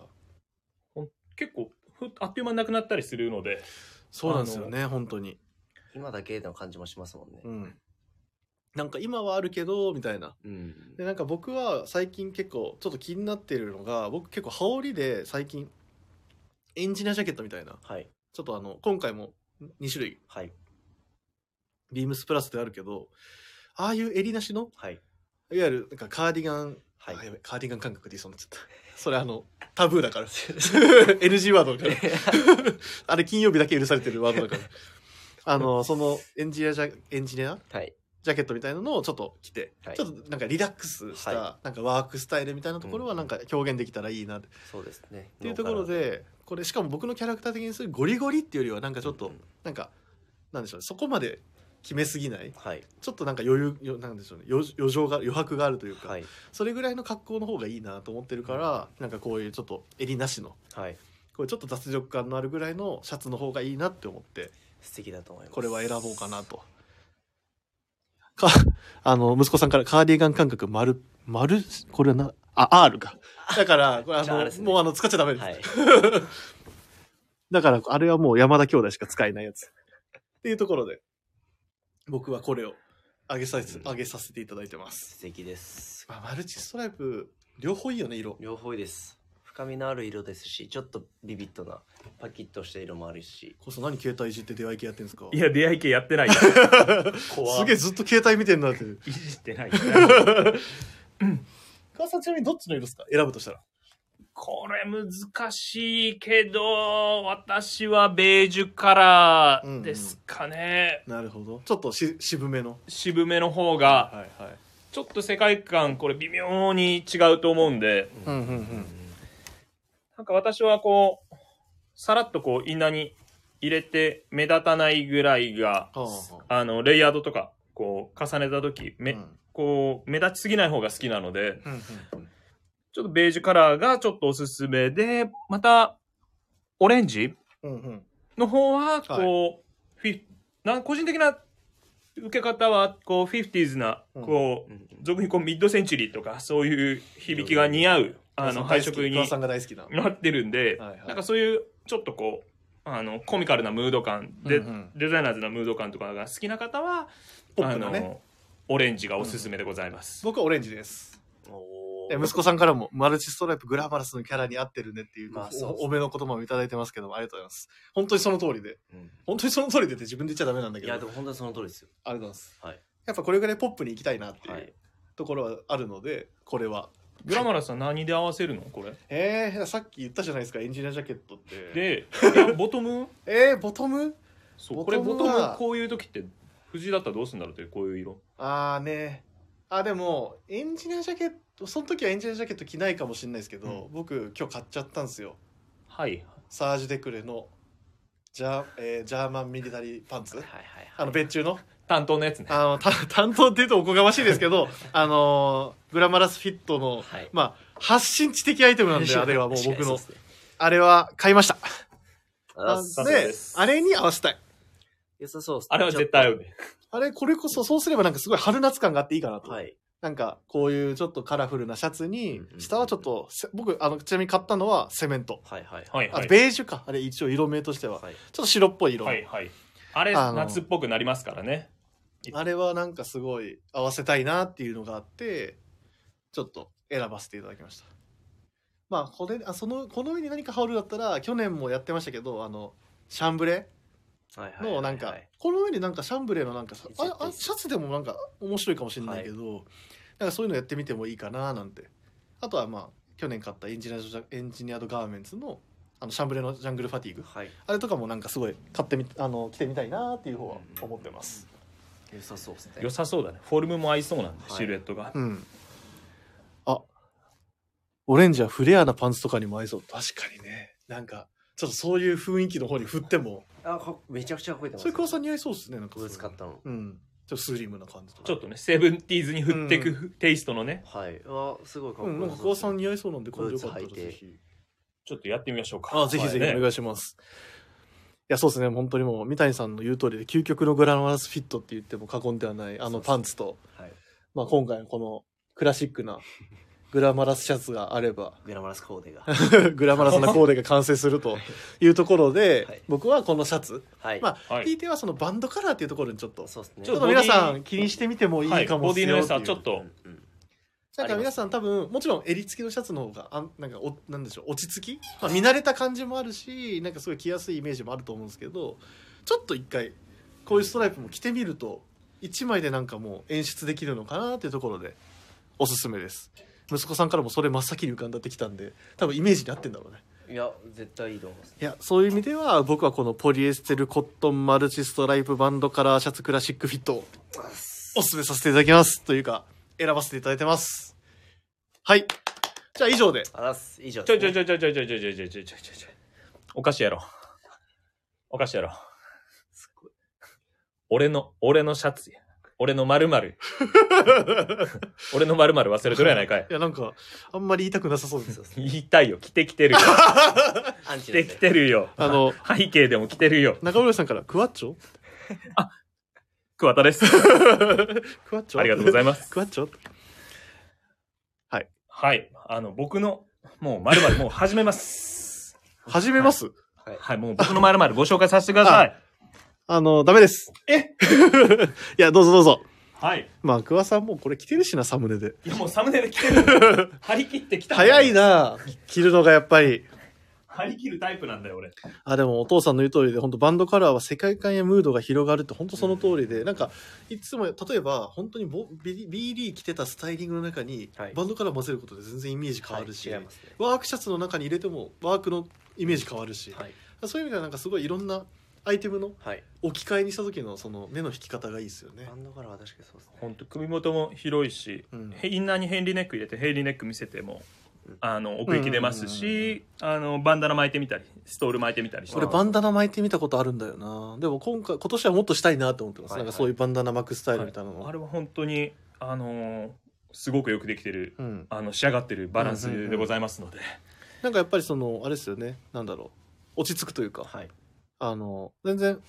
Speaker 1: 結構ふあっという間になくなったりするので
Speaker 2: そうなんですよね本当に、
Speaker 3: 今だけの感じもしますもんね
Speaker 2: う。ん、なんか今はあるけどみたいな
Speaker 3: うん。
Speaker 2: でなんか僕は最近結構ちょっと気になっているのが僕結構羽織で最近エンジニアジャケットみたいな
Speaker 3: はい。
Speaker 2: ちょっとあの今回も2種類
Speaker 3: はい。
Speaker 2: ビームスプラスであるけど、ああいう襟なしの、
Speaker 3: はい。
Speaker 2: いわゆるなんかカーディガン、
Speaker 3: はい
Speaker 2: あやべカーディガン感覚で言いそうになっちゃった。 それあの、タブー だから。NG ワードだから。あれ金曜日だけ許されてるワードだから。あの、そのエンジニアジャ、エンジニア
Speaker 3: はい。
Speaker 2: ジャケットみたいなのをちょっと着て、
Speaker 3: はい
Speaker 2: ちょっとなんかリラックスした、
Speaker 3: は
Speaker 2: なんかワークスタイルみたいなところはなんか表現できたらいいなって,、
Speaker 3: そうですね。
Speaker 2: いうところで、これしかも僕のキャラクター的にするゴリゴリっていうよりはなんかちょっ
Speaker 3: う
Speaker 2: と
Speaker 3: んうん、
Speaker 2: なんか、なんでしょうね、そこまで決めすぎない
Speaker 3: はい。
Speaker 2: ちょっとなんか余裕よなんでしょうね余余剰が余白があるというか、
Speaker 3: はい。
Speaker 2: それぐらいの格好の方がいいなと思ってるから、なんかこういうちょっと襟なしの
Speaker 3: はい。
Speaker 2: こういうちょっと脱力感のあるぐらいのシャツの方がいいなって思って
Speaker 3: 素敵だと思います。
Speaker 2: これは選ぼうかなと。かあの息子さんからカーディガン感覚丸丸これはなあ R かだからこれあ
Speaker 3: じゃあ
Speaker 2: の
Speaker 3: R ですね
Speaker 2: もうあの使っちゃダメです、
Speaker 3: はい。
Speaker 2: だからあれはもう山田兄弟しか使えないやつっていうところで僕はこれを上げさせ,、上げさせていただいてます。
Speaker 3: 素敵です。
Speaker 2: まあ、マルチストライプ両方いいよね色
Speaker 3: 両方いいです。深みのある色ですし、ちょっとビビッドなパキッとした色もあるし。
Speaker 2: こそ何携帯いじって出会い系やってんですか
Speaker 1: いや出会い系やってない怖
Speaker 2: すげえずっと携帯見てんなっていう
Speaker 1: いじってない
Speaker 2: 川さんちなみにどっちの色ですか選ぶとしたら
Speaker 1: これ難しいけど私はベージュカラーですかね、
Speaker 2: なるほどちょっとし渋めの
Speaker 1: 渋めの方が
Speaker 2: はいはい
Speaker 1: ちょっと世界観これ微妙に違うと思うんで
Speaker 2: うんうんう
Speaker 3: うん
Speaker 2: ん
Speaker 1: なんか私はこうさらっとこうインナーに入れて目立たないぐらいが
Speaker 2: は
Speaker 1: あのレイヤードとかこう重ねた時め、
Speaker 2: うん
Speaker 1: こう目立ちすぎない方が好きなので
Speaker 2: うん
Speaker 1: ちょっとベージュカラーがちょっとおすすめでまたオレンジ
Speaker 2: うんうんうん
Speaker 1: の方はこう、フィなん個人的な受け方は、こう、50s な、こう、俗にこう、ミッドセンチュリーとか、そういう響きが似合う、あの、配色に
Speaker 2: 桑さんが大好きな。
Speaker 1: なってるんで
Speaker 2: はいはい、
Speaker 1: なんかそういう、ちょっとこう、あの、コミカルなムード感、で
Speaker 2: うんうん
Speaker 1: デザイナーズなムード感とかが好きな方は、
Speaker 2: ポップなね。
Speaker 1: オレンジがおすすめでございます。
Speaker 2: 僕はオレンジです。
Speaker 3: お
Speaker 2: え息子さんからも、マルチストライプグラマラスのキャラに合ってるねっていう、
Speaker 3: まあそう
Speaker 2: おおめの言葉をいただいてますけども、ありがとうございます。本当にその通りで。本当にその通りでって自分で言っちゃダメなんだ
Speaker 3: い
Speaker 2: けど。あ
Speaker 3: や
Speaker 2: り
Speaker 3: でも本当にその通りですよ
Speaker 2: がとうございます。
Speaker 3: はい
Speaker 2: やっぱこれぐらいポップに行きたいなってい
Speaker 3: は
Speaker 2: う
Speaker 3: い
Speaker 2: ところはあるので、これは。
Speaker 1: グラマラスは何で合わせるのこれ。
Speaker 2: えー、さっき言ったじゃないですか、エンジニアジャケットって。
Speaker 1: で、いやボトム
Speaker 2: えー、ボトム
Speaker 1: そう、こ
Speaker 2: ボ
Speaker 1: れ
Speaker 2: ト
Speaker 1: ボ
Speaker 2: ムは
Speaker 1: トムこういう時って、藤井だったらどうするんだろうっていう、こういう色。
Speaker 2: ああねあでもエンジニアジャケットその時はエンジニアジャケット着ないかもしれないですけど、僕今日買っちゃったんですよ
Speaker 1: はい。
Speaker 2: サージ・デクレのジャ,、えージャーマンミリタリーパンツ
Speaker 3: はいはいはい
Speaker 2: あの別注の
Speaker 1: 担当のやつね。
Speaker 2: あのた担当って言うとおこがましいですけどあのーグラマラスフィットの、
Speaker 3: はい
Speaker 2: まあ発信知的アイテム なんであれはも う僕
Speaker 3: 確かにそう
Speaker 2: の
Speaker 3: ですね
Speaker 2: あれは買いました
Speaker 3: あ
Speaker 1: そう
Speaker 2: で
Speaker 1: です
Speaker 2: あれに合わせたい
Speaker 3: 良さそうですね
Speaker 1: あれは絶対合うね。
Speaker 2: あれこれこそそうすればなんかすごい春夏感があっていいかな
Speaker 3: ちょっ
Speaker 2: と
Speaker 3: とはい
Speaker 2: なんかこういうちょっとカラフルなシャツに
Speaker 3: うんうんうん
Speaker 2: 下はちょっとせ僕あのちなみに買ったのはセメント
Speaker 3: はいはい
Speaker 1: はい
Speaker 2: あ
Speaker 1: は
Speaker 2: と
Speaker 1: い。
Speaker 2: ベージュかあれ一応色名としては
Speaker 3: はい
Speaker 2: ちょっと白っぽい色、
Speaker 1: はいはい。あれ、
Speaker 2: あの
Speaker 1: 夏っぽくなりますからね。
Speaker 2: あれはなんかすごい合わせたいなっていうのがあってちょっと選ばせていただきましたまあこれあそのこの上に何か羽織るだったら去年もやってましたけどあのシャンブレ
Speaker 3: はいはい
Speaker 2: のなんか、
Speaker 3: はいはい
Speaker 2: この上になんかシャンブレーのなんかさ
Speaker 3: 絶
Speaker 2: あ
Speaker 3: 対
Speaker 2: あシャツでもなんか面白いかもしれないけど、なんかそういうのやってみてもいいかななんてあとはまあ去年買ったエンジニアドジャエンジニアドガーメンツのあのシャンブレーのジャングルファティーグ
Speaker 3: はい
Speaker 2: あれとかもなんかすごい買ってみあの着てみたいなっていう方は思ってます
Speaker 3: 良さそうですね
Speaker 1: 良さそうだね。フォルムも合いそうなんで、
Speaker 3: はい
Speaker 1: シルエットが。
Speaker 2: うん、あオレンジはフレアなパンツとかにも合いそう確かにねなんかちょっとそういう雰囲気の方に振っても
Speaker 3: あかめちゃくちゃかっこいいと思
Speaker 2: それ
Speaker 3: いま
Speaker 2: 桑
Speaker 3: す
Speaker 2: さん似合いそうですねなんか
Speaker 3: ブーツ買ったの
Speaker 2: うんちょっとスリムな感じとか
Speaker 1: ちょっとね、セブンティーズに振って
Speaker 2: う
Speaker 1: くテイストのね、
Speaker 3: はいあすごいか
Speaker 2: う
Speaker 3: っこいい
Speaker 2: ん、なんか桑さん似合いそうなんで、今度よかったら
Speaker 3: ブーツ履いて
Speaker 2: ぜひ。
Speaker 1: ちょっとやってみましょうか。
Speaker 2: あ、ぜひぜひ
Speaker 1: はい
Speaker 2: お
Speaker 1: ね
Speaker 2: 願いします。いや、そうですね。本当にもう、三谷さんの言う通りで、究極のグラマラスフィットって言っても過言ではない、あのパンツと、
Speaker 3: はい
Speaker 2: まあ今回のこのクラシッ クなグラマラスシャツがあれば、
Speaker 3: グラマラスコーデが
Speaker 2: グラマラスなコーデが完成するというところで、
Speaker 3: はい
Speaker 2: 僕はこのシャツ、
Speaker 3: はい
Speaker 2: まあ、
Speaker 1: はい
Speaker 2: ひいてはそのバンドカラーっていうところにちょっと、ち
Speaker 3: そうですね
Speaker 1: ち
Speaker 2: ょ
Speaker 1: ょ
Speaker 2: っと皆さん気にしてみてもいい
Speaker 1: はい、
Speaker 2: かも
Speaker 1: ボ
Speaker 2: し
Speaker 1: デ
Speaker 2: れ
Speaker 1: ィ
Speaker 2: な
Speaker 1: の
Speaker 2: い。
Speaker 1: 良さ、ちょっと
Speaker 3: う、んうん
Speaker 2: なんか皆さん多分もちろん襟付きのシャツの方があんなんかおなんでしょう落ち着き、まあ、見慣れた感じもあるしなんかすごい着やすいイメージもあると思うんですけどちょっと一回こういうストライプも着てみると一枚でなんかもう演出できるのかなっていうところでおすすめです息子さんからもそれ真っ先に浮かんだってきたんで多分イメージに合ってんだろうね
Speaker 3: いや絶対いいと思います
Speaker 2: いやそういう意味では僕はこのポリエステルコットンマルチストライプバンドカラーシャツクラシックフィットをおすすめさせていただきますというか選ばせていただいてますはいじゃあ以上で
Speaker 3: あらす以上
Speaker 1: ちょいちょい
Speaker 3: ょ
Speaker 1: ちょいちょいちょいちょいちょいちょいちょいちょいちょいちょいお菓子やろう。お菓子やろう。俺の、俺のシャツや。俺の〇〇。俺の〇〇忘れとるやないかい
Speaker 2: い。やなんかあんまり言いたくなさそうです
Speaker 1: 言いたいよ。着てきてるよ。
Speaker 3: アンチ
Speaker 1: 着
Speaker 3: で
Speaker 1: て
Speaker 3: す
Speaker 1: き
Speaker 3: ね
Speaker 1: てるよ。
Speaker 2: あの
Speaker 1: 背景でも着てるよ。
Speaker 2: 中村さんからクワッチョ
Speaker 1: 桑田 です。
Speaker 2: クワッチョ
Speaker 1: ありがとうござい
Speaker 2: ま
Speaker 1: ます。
Speaker 2: クワッチョ
Speaker 1: はい。あの、僕の、もう、まるまる、もう始めます。
Speaker 2: 始めます、
Speaker 1: はい。もう僕のまるまるご紹介させてください。
Speaker 2: あのダメです えいやどうぞどうぞ
Speaker 1: はい。
Speaker 2: まあクワさんもうこれ着てるしなサム ネで
Speaker 1: いや、もうサムネで来てる。張り切ってきた。
Speaker 2: 早い。な着るのがやっぱり
Speaker 1: 張り切るタイプなんだよ、俺。
Speaker 2: あでもお父さんの言う通りで本当バンドカラーは世界観やムードが広がるって本当その通りで、なんかいつも例えば本当にボ B, B リー着てたスタイリングの中に
Speaker 3: はい
Speaker 2: バンドカラー混ぜることで全然イメージ変わるし、
Speaker 3: はい違いますね
Speaker 2: ワークシャツの中に入れてもワークのイメージ変わるし、
Speaker 3: はい
Speaker 2: そういう意味ではなんかすごいいろんなアイテムの
Speaker 3: はい
Speaker 2: 置き換えにした時のその目の引き方がいいですよね
Speaker 3: バ。ンドからは確かにそうですね
Speaker 1: ほんと、首元も広いし、
Speaker 2: うん
Speaker 1: インナーにヘンリーネック入れて、ヘンリーネック見せても、あの、奥行き出ますし、あの、バンダナ巻いてみたり、ストール巻いてみたりして
Speaker 2: 俺。バンダナ巻いてみたことあるんだよな。でも今回今年はもっとしたいなと思ってます。
Speaker 3: はいはい
Speaker 2: なんかそういうバンダナ巻くスタイルみたいなの。
Speaker 1: あれは本当に、あのーすごくよくできてる、
Speaker 2: うん。
Speaker 1: あの、仕上がってるバランスでございますので。
Speaker 2: なんかやっぱりそのあれですよね。なんだろう。落ち着くというか。
Speaker 3: はい
Speaker 2: あの全然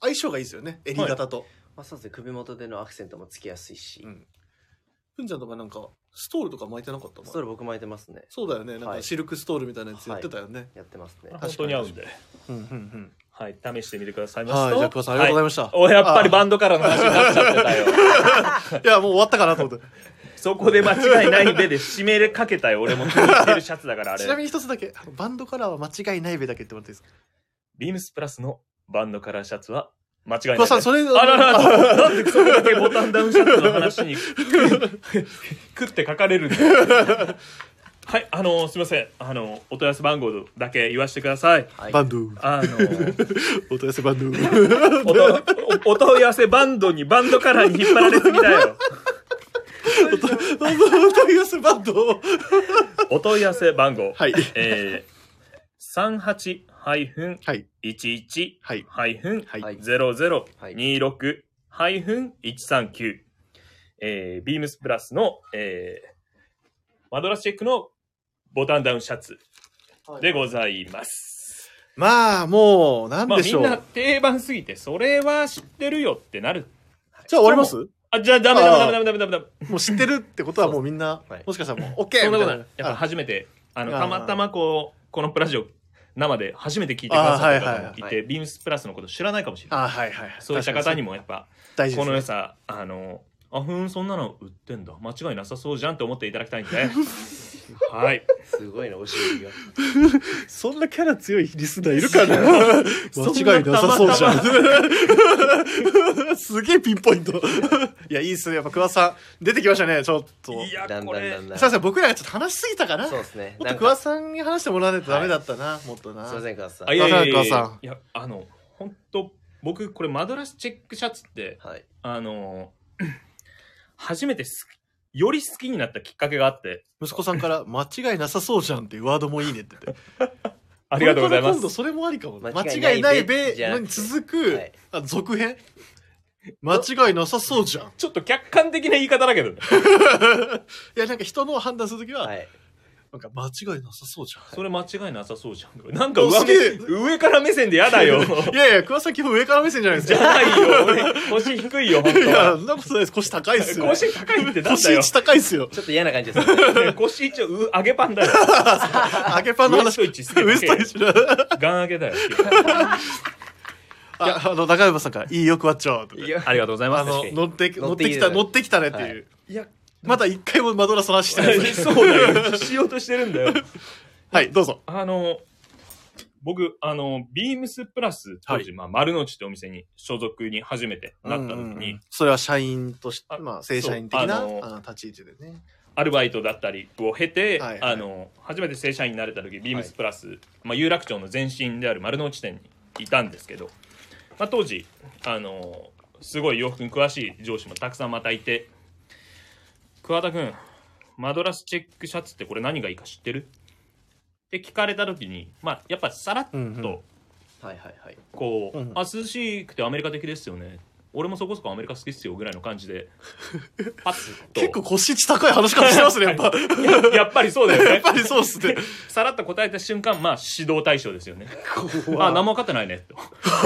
Speaker 2: 相性がいいですよね襟型と、
Speaker 3: まあそうですね、首元でのアクセントもつきやすいし、
Speaker 2: うんふんちゃんとかなんか、ストールとか巻いてなかった
Speaker 3: ストール僕巻いてますね。
Speaker 2: そうだよね。なん
Speaker 3: は
Speaker 2: か
Speaker 3: い
Speaker 2: シルクストールみたいなやつやってたよね。
Speaker 3: やってますね。
Speaker 2: かに
Speaker 1: 本当に合うんで。
Speaker 2: うんうん
Speaker 1: はい、試してみてください
Speaker 2: うん。
Speaker 1: まし
Speaker 2: はい、
Speaker 1: と。
Speaker 2: ジャックさんありがとうございました。
Speaker 1: はいおやっぱりバンドからの話になっちゃってたよ。
Speaker 2: いや、もう終わったかなと思って。
Speaker 1: そこで間違いないでで締めかけたよ。俺も着てるシャツだからあ
Speaker 2: ちなみ
Speaker 1: れ。
Speaker 2: に一つだけ、バンドカラーは間違いないべだけってもらっていいですか
Speaker 1: ビームスプラスのバンドカラーシャツは間違いない、
Speaker 2: 桑田さん、それ、
Speaker 1: あらら、なんでそこだけボタンダウンシャツの話に、 くって書かれるんだよはい、あのすみません。あのお問い合わせ番号だけ言わせてください。
Speaker 3: はい。
Speaker 2: バンド。
Speaker 1: あの
Speaker 2: お問い合わせバン
Speaker 1: お
Speaker 2: ド。
Speaker 1: とおお問い合わせバンドにバンドカラーに引っ張られすぎだ よ。
Speaker 2: お問い合わせバンド。
Speaker 1: お問い合わせ番号。
Speaker 2: はい。
Speaker 1: えー、38-11-0026
Speaker 2: はい。はい。はい。
Speaker 3: はい
Speaker 1: 139えー、ビームスプラスの、えーマドラスチェックのボタンダウンシャツでございます。
Speaker 2: まあ、もう、なん
Speaker 1: まあ
Speaker 2: で
Speaker 1: み
Speaker 2: しょ
Speaker 1: ん
Speaker 2: う。
Speaker 1: な定番すぎて、それは知ってるよってなる。
Speaker 2: じゃあ終わります
Speaker 1: そ
Speaker 2: も
Speaker 1: あ、じゃあダメダメダメダメダメダメダメ。
Speaker 2: う知ってるってことはもうみんな
Speaker 3: そうはい、
Speaker 2: もしかしたらもう、オッケー
Speaker 1: そんな
Speaker 2: み
Speaker 1: こ
Speaker 2: た
Speaker 1: とないい
Speaker 2: な。。
Speaker 1: やっぱ初めて、あの、
Speaker 2: あ
Speaker 1: たまたまこう、このプラジオ生で初めて聞いてくださった方も
Speaker 2: あ
Speaker 1: いて、
Speaker 3: はいはい
Speaker 1: ビームスプラスのこと知らないかもしれない。
Speaker 2: ああ、はいはい。
Speaker 1: そういった方にもやっぱ、
Speaker 2: 大事で
Speaker 1: こ
Speaker 2: す
Speaker 1: の
Speaker 2: ね
Speaker 1: 良。さ、あの、あ、ふーん、そんなの売ってんだ。間違いなさそうじゃんって思っていただきたいんで。はい。
Speaker 3: すごいな、お尻が。
Speaker 2: そんなキャラ強いリスナーいるか な間違いなさそうじ
Speaker 1: そんな
Speaker 2: ゃん。すげえピンポイント。いや、いいっすね。やっぱ桑田さん、出てきましたね、ちょっと。
Speaker 1: いや
Speaker 3: だ、ん
Speaker 1: こ
Speaker 3: だんだ
Speaker 1: れ
Speaker 3: ん、だん。
Speaker 2: すいません、僕らがちょっと話しすぎたかな。
Speaker 3: そう
Speaker 2: も
Speaker 3: ですね。
Speaker 2: っ
Speaker 3: な
Speaker 2: と
Speaker 3: ん
Speaker 2: 桑田
Speaker 3: かす
Speaker 2: さんに話してもらわないとダメだったな、もっと
Speaker 3: い
Speaker 2: な。
Speaker 3: ません、くださ
Speaker 1: あ、い
Speaker 3: い。
Speaker 1: やいやいや
Speaker 2: 桑
Speaker 1: い
Speaker 2: 田さん
Speaker 1: や、いや、あの、本当僕、これ、マドラスチェックシャツって、
Speaker 3: はい。
Speaker 1: あの、 初めて好き、より好きになったきっかけがあって、
Speaker 2: 息子さんから、間違いなさそうじゃんっていうワードもいいねって言って。
Speaker 1: ありがとうございま
Speaker 2: これから今度
Speaker 1: す。
Speaker 2: それもありかもね。
Speaker 3: 間違い
Speaker 2: 間違いない
Speaker 3: ないべ
Speaker 2: べ
Speaker 3: じゃなくて
Speaker 2: に続
Speaker 3: は
Speaker 2: く
Speaker 3: い、
Speaker 2: あ続編。間違いなさそうじゃん。
Speaker 1: ちょっと客観的な言い方だけどね。
Speaker 2: いや、なんか人の判断するときは、
Speaker 3: はい。
Speaker 2: なんか間違いなさそうじゃん。
Speaker 1: それ間違いなさそうじゃん。なんか上
Speaker 2: すげえ
Speaker 1: 目上から目線でやだ よ。
Speaker 2: いやいや、桑崎も上から目線じゃないです
Speaker 1: じゃ
Speaker 2: か。
Speaker 1: ないよ。俺腰低いよ、本
Speaker 2: い
Speaker 1: 当
Speaker 2: や、
Speaker 1: は
Speaker 2: そんなことないです。腰高いっすよ。
Speaker 1: 腰高いってなんだ
Speaker 2: 腰
Speaker 1: よ
Speaker 2: 一。高いっすよ。
Speaker 3: ちょっと嫌な感じですね。
Speaker 1: 腰一応、う揚げパンだよ。
Speaker 2: 揚げパンの話。
Speaker 1: ウエスト一すげえ
Speaker 2: ウエスト一だ
Speaker 1: ガン揚げだよ。
Speaker 2: ああの、中山さんから、いいよ、クワッチョって。
Speaker 3: いや
Speaker 1: ありがとうございま
Speaker 2: あ
Speaker 1: す。
Speaker 2: の、乗って、乗
Speaker 3: 乗
Speaker 2: っ
Speaker 3: ってて
Speaker 2: き
Speaker 3: き
Speaker 2: た、
Speaker 3: た
Speaker 2: 乗ってきたねっていう。
Speaker 1: いや、
Speaker 2: まだ一回もマドラーそらしてないです。
Speaker 1: そうだよ。しようとしてるん だよ。
Speaker 2: はい、どうぞ。
Speaker 1: あの、僕、あの、ビームスプラス、当時、まあ、丸の内ってお店に所属に初めてなった時
Speaker 2: うんうんう
Speaker 1: に
Speaker 2: ん、それは社員として
Speaker 1: あ、
Speaker 2: まあ、正社員的な、あ
Speaker 1: そうあの
Speaker 2: の立ち位置でね。
Speaker 1: アルバイトだったりを経て、
Speaker 2: はい
Speaker 1: あの、初めて正社員になれた時、ビームスプラス、まあ、有楽町の前身である丸の内店にいたんですけど、まあ、当時、あの、すごい洋服に詳しい上司もたくさんまたいて、桑田君、マドラスチェックシャツってこれ何がいいか知ってるって聞かれた時に、まあ、やっぱさらっ
Speaker 2: うんうん
Speaker 1: と、
Speaker 3: はいはいはい。
Speaker 1: こう、
Speaker 2: うん
Speaker 1: あ涼しくてアメリカ的ですよね俺もそこそこアメリカ好きっすよぐらいの感じでパッと
Speaker 2: 結構腰一高い話からして ますね、やっぱ。
Speaker 1: ややっぱりそうだよ
Speaker 2: やっ
Speaker 1: ね
Speaker 2: ぱりそうっすね。
Speaker 1: さらっと答えた瞬間まあ指導対象ですよねあ何も分かってないねと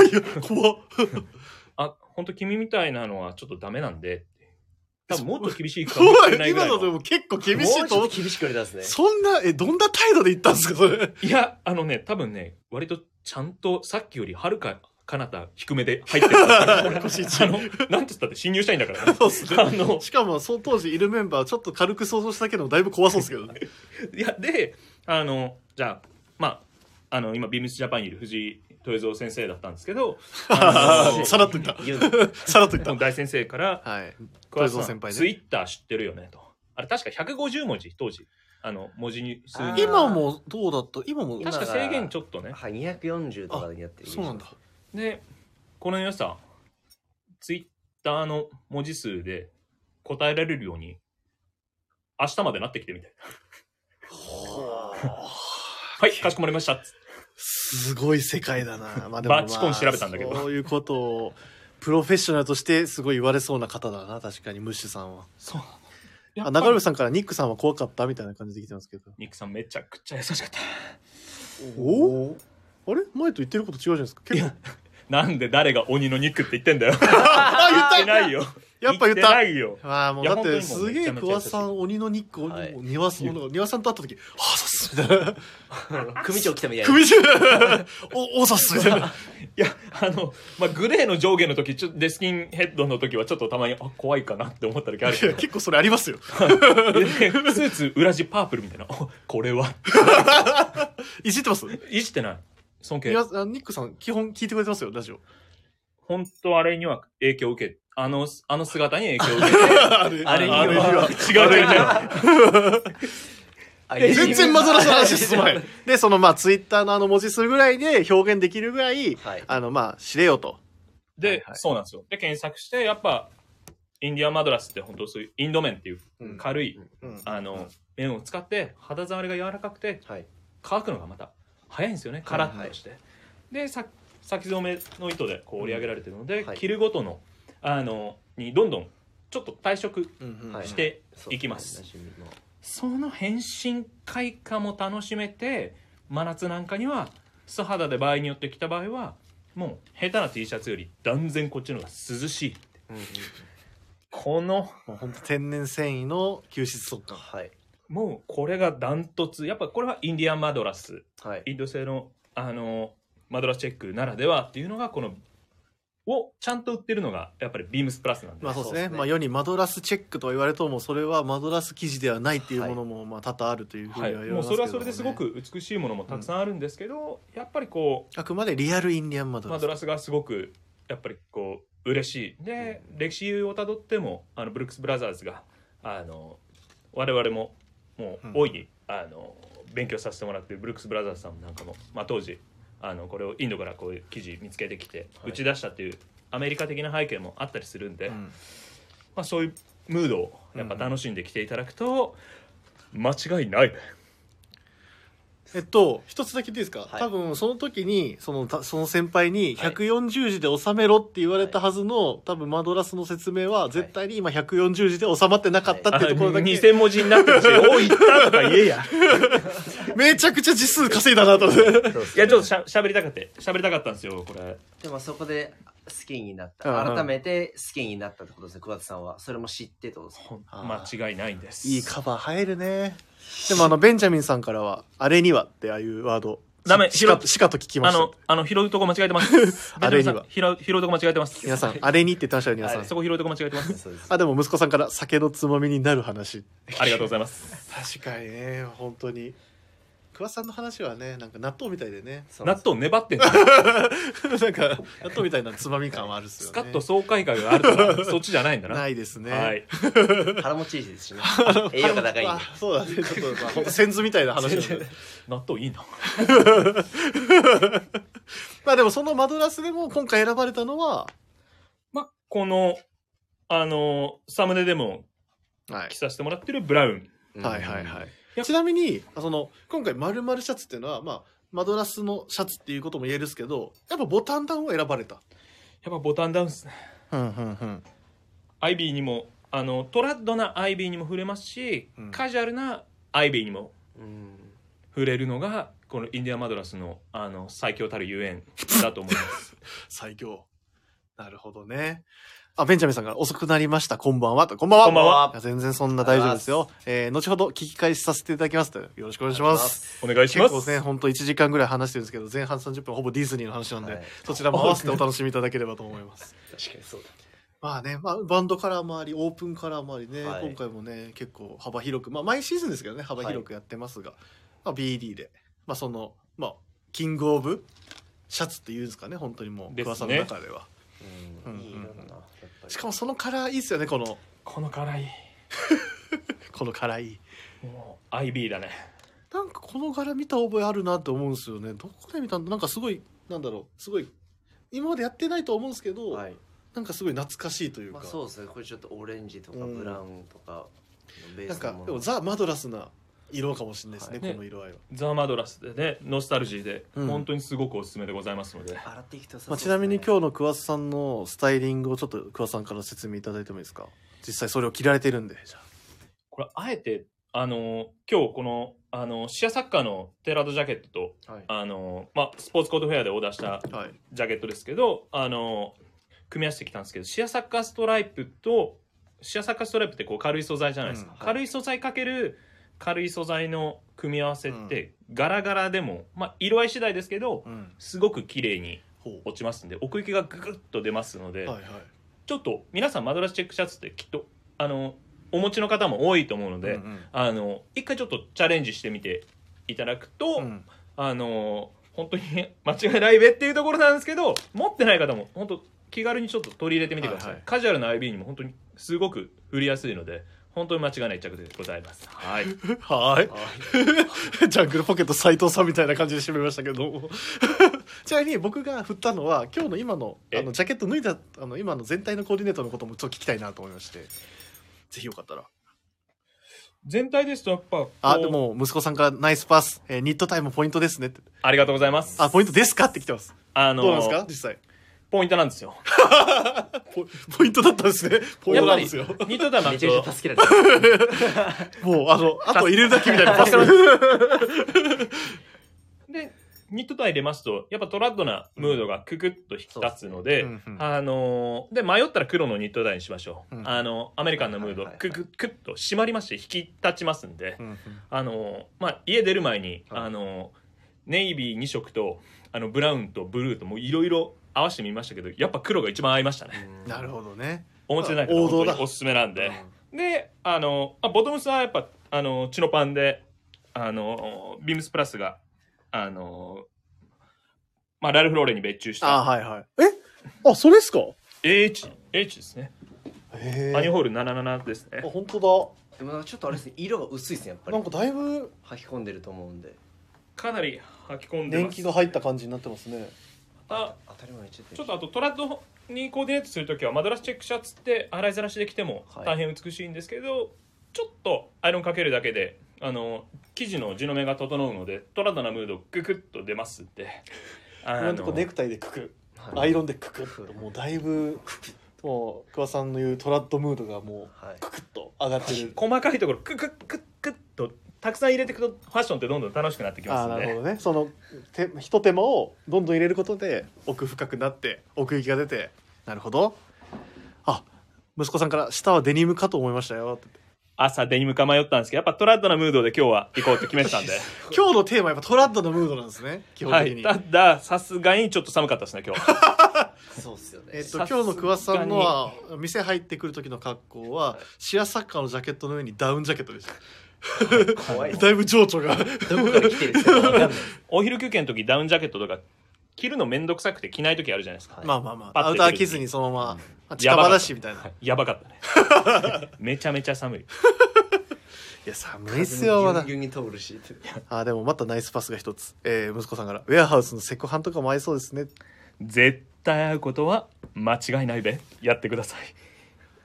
Speaker 2: いや、怖っ。
Speaker 1: あ本当君みたいなのはちょっとダメなんで多分もっと厳しいか もし
Speaker 2: 怖
Speaker 1: れない
Speaker 2: い。
Speaker 1: ぐら
Speaker 2: 今
Speaker 1: い
Speaker 2: ので
Speaker 1: の
Speaker 2: も結構厳しい
Speaker 3: も
Speaker 2: う
Speaker 3: ち
Speaker 2: と
Speaker 3: ょ
Speaker 2: 思
Speaker 3: っ
Speaker 2: っ
Speaker 3: と厳しく言われたんですね。
Speaker 2: そんな、え、どんな態度で言ったんですか、それ。
Speaker 1: いやあのね多分ね割とちゃんとさっきよりはるか彼方低めで入ってるあ
Speaker 2: 腰一
Speaker 1: のなんつったって新入社員だからね
Speaker 2: そうっすね
Speaker 1: あの
Speaker 2: しかも、そう当時いるメンバーはちょっと軽く想像しただけど、だいぶ怖そうですけどね。
Speaker 1: いやであのじゃあまああの今ビームスジャパンにいる藤井豊蔵先生だったんですけど あの
Speaker 2: さらっと言った。
Speaker 3: 言うの
Speaker 2: さらっと言っ
Speaker 1: もう大先生から
Speaker 2: た。はい。
Speaker 1: 「
Speaker 2: 豊蔵先輩
Speaker 1: ツ
Speaker 2: ね。
Speaker 1: イッター知ってるよね」とあれ確か150文字当時あの文字に数
Speaker 3: あ
Speaker 1: 字
Speaker 3: ー
Speaker 2: 今もどうだった今も。
Speaker 1: 確か制限ちょっとね
Speaker 3: はい、240とかでやってる。
Speaker 2: そうなんだ。。
Speaker 1: でこの良さツイッターの文字数で答えられるように明日までなってきてみたいな「はいかしこまりました」つって
Speaker 2: すごい世界 だな。まあ
Speaker 1: バチコン調べたんだけど
Speaker 2: そういうことを、プロフェッショナルとしてすごい言われそうな方だな。確かに、ムッシュさんは。
Speaker 1: そう
Speaker 2: あ、中村さんからニックさんは怖かったみたいな感じで来てますけど。
Speaker 1: ニックさんめちゃくちゃ優しかった
Speaker 2: おあれ前と言ってること違うじゃないですか。結構
Speaker 1: なんで誰が鬼の肉って言ってんだよ。
Speaker 2: あ、
Speaker 1: 言
Speaker 2: 言
Speaker 1: っ
Speaker 2: ってた
Speaker 1: ないよ。
Speaker 2: やっぱ
Speaker 1: 言っ
Speaker 2: 言っ
Speaker 1: てな
Speaker 2: た
Speaker 1: いよ。
Speaker 2: ああ、もう
Speaker 1: いや
Speaker 2: だっ
Speaker 1: 本当
Speaker 2: て、
Speaker 1: にもう
Speaker 2: すげえ
Speaker 1: めちゃめちゃ
Speaker 2: 桑さん、鬼の日光、
Speaker 3: はい
Speaker 2: 鬼庭さんの、庭さんと会った時、あ、そうっす、みたいな。
Speaker 3: 組長来たみたいな。
Speaker 2: 首中お、おさっす、みたいな。
Speaker 1: いや、あの、まあ、グレーの上下の時、ちょデスキンヘッドの時はちょっとたまに、あ、怖いかなって思った時ある
Speaker 2: い
Speaker 1: け
Speaker 2: や
Speaker 1: ど。
Speaker 2: 結構それありますよ。
Speaker 1: でスーツ裏地パープルみたいな。あこれは。
Speaker 2: いじってます
Speaker 1: いじってない。尊敬
Speaker 2: 庭。あニックさん、基本聞いてくれてますよ、ラジオ。
Speaker 1: 本当あれには影響を受け、あの、あの姿に影響を受
Speaker 2: あれ
Speaker 3: あれには
Speaker 2: あれには
Speaker 1: け、違う違う違う。
Speaker 3: あ
Speaker 1: いや
Speaker 2: 全然マゾラスの話進まへ
Speaker 3: は
Speaker 2: ん。 で、そのまあ、ツイッターのあの文字数ぐらいで表現できるぐらい、
Speaker 3: はい
Speaker 2: あのまあ、知れよと。
Speaker 1: で、
Speaker 3: はいはい
Speaker 1: そうなんですよ。で、検索して、やっぱ、インディアンマドラスって本当そういうインド麺っていう
Speaker 3: うん
Speaker 1: 軽い、
Speaker 2: うん
Speaker 1: あの、麺を使って、肌触りが柔らかくて、
Speaker 3: はい。
Speaker 1: 乾くのがまた早いんですよね。カラッとして。で、さ先染めの糸でこう織り上げられてるので、
Speaker 3: うんはい
Speaker 1: 着るごとの、あの、にどんどんちょっと退色
Speaker 3: はい
Speaker 1: していきます。その変身開花も楽しめて真夏なんかには素肌で場合によって着た場合はもう下手な T シャツより断然こっちの方が涼しいこの
Speaker 2: もうほんと天然繊維の吸湿速乾。
Speaker 3: はい。
Speaker 1: もうこれがダントツやっぱこれはインディアンマドラス
Speaker 3: はい。
Speaker 1: インド製のあのマドラスチェックならではっていうのがこのをちゃんと売ってるのがやっぱりビームスプラスなんで、
Speaker 2: まあそうですね
Speaker 3: そうですね
Speaker 2: まあ世にマドラスチェックとは言われてもそれはマドラス生地ではないっていうものもまあ多々あるというふうに
Speaker 1: は、
Speaker 2: はい言われ
Speaker 1: も
Speaker 2: ま
Speaker 1: う
Speaker 2: す
Speaker 1: そ
Speaker 2: けど、ね
Speaker 1: れはそれですごく美しいものもたくさんあるんですけど、やっぱりこう
Speaker 2: あくまでリアルインディアンマド
Speaker 1: まあ、
Speaker 2: ラ
Speaker 1: ド
Speaker 2: ス
Speaker 1: ラスがすごくやっぱりこう嬉しいで、歴史をたどってもあのブルックス・ブラザーズがあの我々ももう
Speaker 2: うん
Speaker 1: 大いに、あの勉強させてもらってるブルックス・ブラザーズさんなんかも、まあ、当時あのこれをインドからこういう記事見つけてきて、
Speaker 3: はい
Speaker 1: 打ち出したっていうアメリカ的な背景もあったりするんで、
Speaker 2: うん
Speaker 1: まあ、そういうムードをやっぱ楽しんできていただくと、間違いない
Speaker 2: えっと一つだけ言っていいですか、
Speaker 3: はい
Speaker 2: 多分その時にそのたその先輩に140字で収めろって言われたはずの、多分マドラスの説明は絶対に今140字で収まってなかったっていうところだけ、
Speaker 1: 2000文字になってるし「おい行った!」とか言え や。
Speaker 2: めちゃくちゃ字数稼いだなと思って
Speaker 1: いやちょっとしゃしゃべりたかってしゃべりたかったんですよこれ。
Speaker 3: でもそこで好きになっ
Speaker 2: うんう
Speaker 3: た。
Speaker 2: ん
Speaker 3: 改めて好きになったってことですね、桑田さんは。それも知ってってことですね。
Speaker 2: あー
Speaker 1: 間違いないんです
Speaker 2: いいカバー入るねでもあのベンジャミンさんからは「あれには」ってああいうワード
Speaker 1: ダメ
Speaker 2: しかしかと聞きま
Speaker 1: あ
Speaker 2: した
Speaker 1: のあの拾うとこ間違えてます
Speaker 2: あれには
Speaker 1: ベンジャミンさん拾う拾うとこ間違えてます
Speaker 2: 皆さん、あれにって言ってましたよ、皆さん。
Speaker 1: そこ拾うとこ間違えて ます
Speaker 3: そうです。
Speaker 2: あ、でも息子さんから酒のつまみになる話。
Speaker 1: ありがとうございます
Speaker 2: 確かにね、本当に。桑さんの話はね、なんか納豆みたいでね。
Speaker 3: そうで
Speaker 1: 納
Speaker 3: す
Speaker 1: 豆粘ってんの
Speaker 2: なんか、納豆みたいなつまみ感はあるっすよ
Speaker 1: ス
Speaker 2: ね。
Speaker 1: カッと爽快感があると かそっちじゃないんだな
Speaker 2: ないですね。
Speaker 1: はい
Speaker 3: 腹持ちいいですしね。栄養が高いん
Speaker 2: あ
Speaker 3: で。。
Speaker 2: そうだね。ちょっと、まあ、ほんと、センみたいな話なんで。
Speaker 1: 納豆いいな
Speaker 2: まあでも、そのマドラスでも今回選ばれたのは、
Speaker 1: まあこのあのサムネでも
Speaker 2: はい
Speaker 1: 着。させてもらってるブラウン
Speaker 2: はいはいはいいや。ちなみに、その、今回、丸々シャツっていうのは、まあ、マドラスのシャツっていうことも言えるんですけど、やっぱボタンダウンを選ばれた。
Speaker 1: やっぱボタンダウンですね
Speaker 2: うん、うん、うん。
Speaker 1: アイビーにもあのトラッドなアイビーにも触れますし、
Speaker 2: うん
Speaker 1: カジュアルなアイビーにも
Speaker 3: うん
Speaker 1: 触れるのがこのインディアンマドラスのあの最強たるゆえんだと思い ます。
Speaker 2: 最強。なるほどね。あ、ベンジャミンさんから遅くなりました。こんばんはと。こんばんは。
Speaker 1: こんばんはい
Speaker 2: や全然そんな大丈夫ですよ。えー、後ほど聞き返しさせていただきますと。よろしくお願いします。
Speaker 1: お願いしま
Speaker 2: 結構
Speaker 1: す。
Speaker 2: ね、ほんと1時間ぐらい話してるんですけど、前半30分ほぼディズニーの話なんで、
Speaker 3: はい
Speaker 2: そちらも合わせてお楽しみいただければと思 います。
Speaker 3: 確かにそうだ。
Speaker 2: まあね、まあ、バンドカラーもあり、オープンカラーもありね、
Speaker 3: はい
Speaker 2: 今回もね、結構幅広く、まあ毎シーズンですけどね、幅広くやってますが、まあ BD で、まあその、まあ、キングオブシャツっていうんですかね、本当にもう、
Speaker 1: ですね
Speaker 2: 桑さんの中では。
Speaker 3: う
Speaker 2: うんん
Speaker 3: いい色だな。やっぱり
Speaker 2: しかもそのカラーいいっすよねこの
Speaker 1: この辛い
Speaker 2: このカラーいい
Speaker 1: もう IB だね
Speaker 2: なんかこの柄見た覚えあるなって思うんですよねどこで見たんだなんかすごいなんだろうすごい今までやってないとは思うんですけど、
Speaker 3: はい。
Speaker 2: なんかすごい懐かしいという
Speaker 3: ま
Speaker 2: か、
Speaker 3: あそうですね。これちょっとオレンジとか
Speaker 2: うん
Speaker 3: ブラウンとかのベー
Speaker 2: なん
Speaker 3: スの
Speaker 2: か
Speaker 3: も
Speaker 2: で
Speaker 3: の
Speaker 2: もザ・マドラスな色かもしれないですね、
Speaker 1: はい
Speaker 2: この色合いは、
Speaker 1: ザ・マドラスでねノスタルジーで、
Speaker 2: うん
Speaker 1: 本当にすごくおすすめでございますので
Speaker 3: 洗っていくとさ
Speaker 2: まあ、ちなみに今日の桑田さんのスタイリングをちょっと桑田さんから説明いただいてもいいですか実際それを着られてるんでじゃ
Speaker 1: これあえてあの今日このあのシアサッカーのテーラードジャケットと
Speaker 2: はい。
Speaker 1: あの、まあ、スポーツコートフェアでオーダーした
Speaker 2: はい。
Speaker 1: ジャケットですけどあの組み合わせてきたんですけどシアサッカーストライプとシアサッカーストライプってこう軽い素材じゃないですか、
Speaker 2: うんはい
Speaker 1: 軽い素材かける軽い素材の組み合わせって、ガラガラでも、まあ、色合い次第ですけど
Speaker 2: うん。
Speaker 1: すごく綺麗に
Speaker 2: ほう。
Speaker 1: 落ちますんで奥行きがググッと出ますので、
Speaker 2: はいはい。
Speaker 1: ちょっと皆さんマドラスチェックシャツってきっとあのお持ちの方も多いと思うので、
Speaker 2: うんうん
Speaker 1: あの一回ちょっとチャレンジしてみていただくと、
Speaker 2: うん
Speaker 1: あの本当に間違いないべっていうところなんですけど持ってない方も本当気軽にちょっと取り入れてみてください、
Speaker 2: はいはい
Speaker 1: カジュアルな IB にも本当にすごく振りやすいので本当に間違いない一着でございますはい
Speaker 2: はーい。 ジャングルポケット斉藤さんみたいな感じで締めましたけど もちなみに僕が振ったのは今日の今の
Speaker 1: え
Speaker 2: あのジャケット脱いだあの今の全体のコーディネートのこともちょっと聞きたいなと思いましてぜひよかったら
Speaker 1: 全体ですとやっぱこう
Speaker 2: あでも息子さんからナイスパス、えーニットタイムポイントですねって
Speaker 1: ありがとうございます
Speaker 2: あポイントですかって来てます
Speaker 1: あ
Speaker 2: ど
Speaker 1: の
Speaker 2: うなんですか実際
Speaker 1: ポイントなんですよ
Speaker 2: ポポイントだったんですねポイン
Speaker 1: や
Speaker 2: ト
Speaker 1: っ
Speaker 2: な
Speaker 1: ぱ
Speaker 2: ん
Speaker 1: り
Speaker 2: ですよ
Speaker 1: ニトタマ
Speaker 3: め
Speaker 1: ン
Speaker 3: ちゃめ
Speaker 1: と
Speaker 3: ちゃ助けられ
Speaker 2: もうあのあと入れるだけみたいなパス
Speaker 1: でニットタイ入れますとやっぱトラッドなムードがククッと引き立つので、
Speaker 2: うんうん
Speaker 1: あのーで迷ったら黒のニットタイにしましょう、
Speaker 2: うん
Speaker 1: あのアメリカンのムード
Speaker 3: はいはいは
Speaker 1: ク
Speaker 3: い
Speaker 1: ククッと締まりまして引き立ちますんで、
Speaker 2: うんうん
Speaker 1: あのーまあ、家出る前に、
Speaker 2: はい
Speaker 1: あのーネイビー2色とあのブラウンとブルーともういろいろ合わせてみましたけどやっぱ黒が一番合いましたね、
Speaker 3: た
Speaker 2: なるほどね
Speaker 1: お持ちでないから
Speaker 2: 王道
Speaker 1: 本
Speaker 2: だ
Speaker 1: 当におすすめなんで、
Speaker 2: う
Speaker 1: であのあボトムスはやっぱあのチノパンであのビームスプラスがあのまあラルフローレンに別注し
Speaker 2: あ
Speaker 1: た
Speaker 2: はいはいえあそれですか
Speaker 1: H H ですね
Speaker 2: へ
Speaker 1: アニ
Speaker 2: え
Speaker 1: ホール77ですね
Speaker 2: あ本当
Speaker 3: でもなんかちょっとあれですね色が薄いですねやっぱ
Speaker 2: だ
Speaker 3: り
Speaker 2: なんかだいぶ
Speaker 3: 履き込んでると思うんで
Speaker 1: かなり履き込んで
Speaker 2: 年
Speaker 1: ます
Speaker 2: 季が入った感じになってますね
Speaker 1: あ
Speaker 3: 当たり前にちょっと
Speaker 1: ちょっとあとトラッドにコーディネートするときはマドラスチェックシャツって洗いざらしで着ても
Speaker 3: はい
Speaker 1: 大変美しいんですけど、ちょっとアイロンかけるだけであの生地の地の目が整うのでトラッドなムードグクッと出ますってあ
Speaker 2: 今んとこネクタイでくく
Speaker 3: は
Speaker 2: ア
Speaker 3: い
Speaker 2: イロンでくくっともうだいぶもう桑さんの言うトラッドムードがも
Speaker 3: はいう
Speaker 2: くくっと上がってる
Speaker 1: 細かいところクックックックッとたくさん入れていくとファッションってどんどん楽しくなってき
Speaker 2: あ
Speaker 1: ま
Speaker 2: あ
Speaker 1: す
Speaker 2: な
Speaker 1: の
Speaker 2: る
Speaker 1: で
Speaker 2: ほどねその手ひと手間をどんどん入れることで奥深くなって奥行きが出てなるほどあ息子さんから「下はデニムかと思いましたよ」って
Speaker 1: 朝デニムか迷ったんですけどやっぱトラッドなムードで今日は行こうって決めてたん で
Speaker 2: 今日のテーマはやっぱトラッドのムードなんですね基本
Speaker 1: はい
Speaker 2: 的に、
Speaker 1: たださすがにちょっと寒かったですね今日
Speaker 3: そうっすよね
Speaker 2: えっと、
Speaker 1: さ
Speaker 2: 今
Speaker 1: す
Speaker 2: 日
Speaker 1: がに
Speaker 2: の桑さんのは店入ってくる時の格好はシアサッカーのジャケットの上にダウンジャケットでした
Speaker 3: 怖い
Speaker 2: だいぶ情緒 が
Speaker 3: どこから来てるかわかんないです
Speaker 1: お昼休憩の時ダウンジャケットとか着るのめんどくさくて着ない時あるじゃないですか
Speaker 3: はい
Speaker 2: まあまあま
Speaker 1: パッ
Speaker 2: あ、
Speaker 1: と
Speaker 2: アウ
Speaker 1: 出てくる
Speaker 2: ター着ずにそのまま、あ近
Speaker 1: やばか
Speaker 2: 場
Speaker 1: った
Speaker 2: だしみたいな。い
Speaker 1: やばかったね めちゃめちゃ寒い
Speaker 2: や、寒いっすよ、まだ
Speaker 3: ギ。ュンギュンに通るし
Speaker 2: あ、でもまたナイスパスが一つ。えー息子さんから、ウェアハウスのセコハンとかも合いそうですね。
Speaker 1: 絶対会うことは間違いないべやってください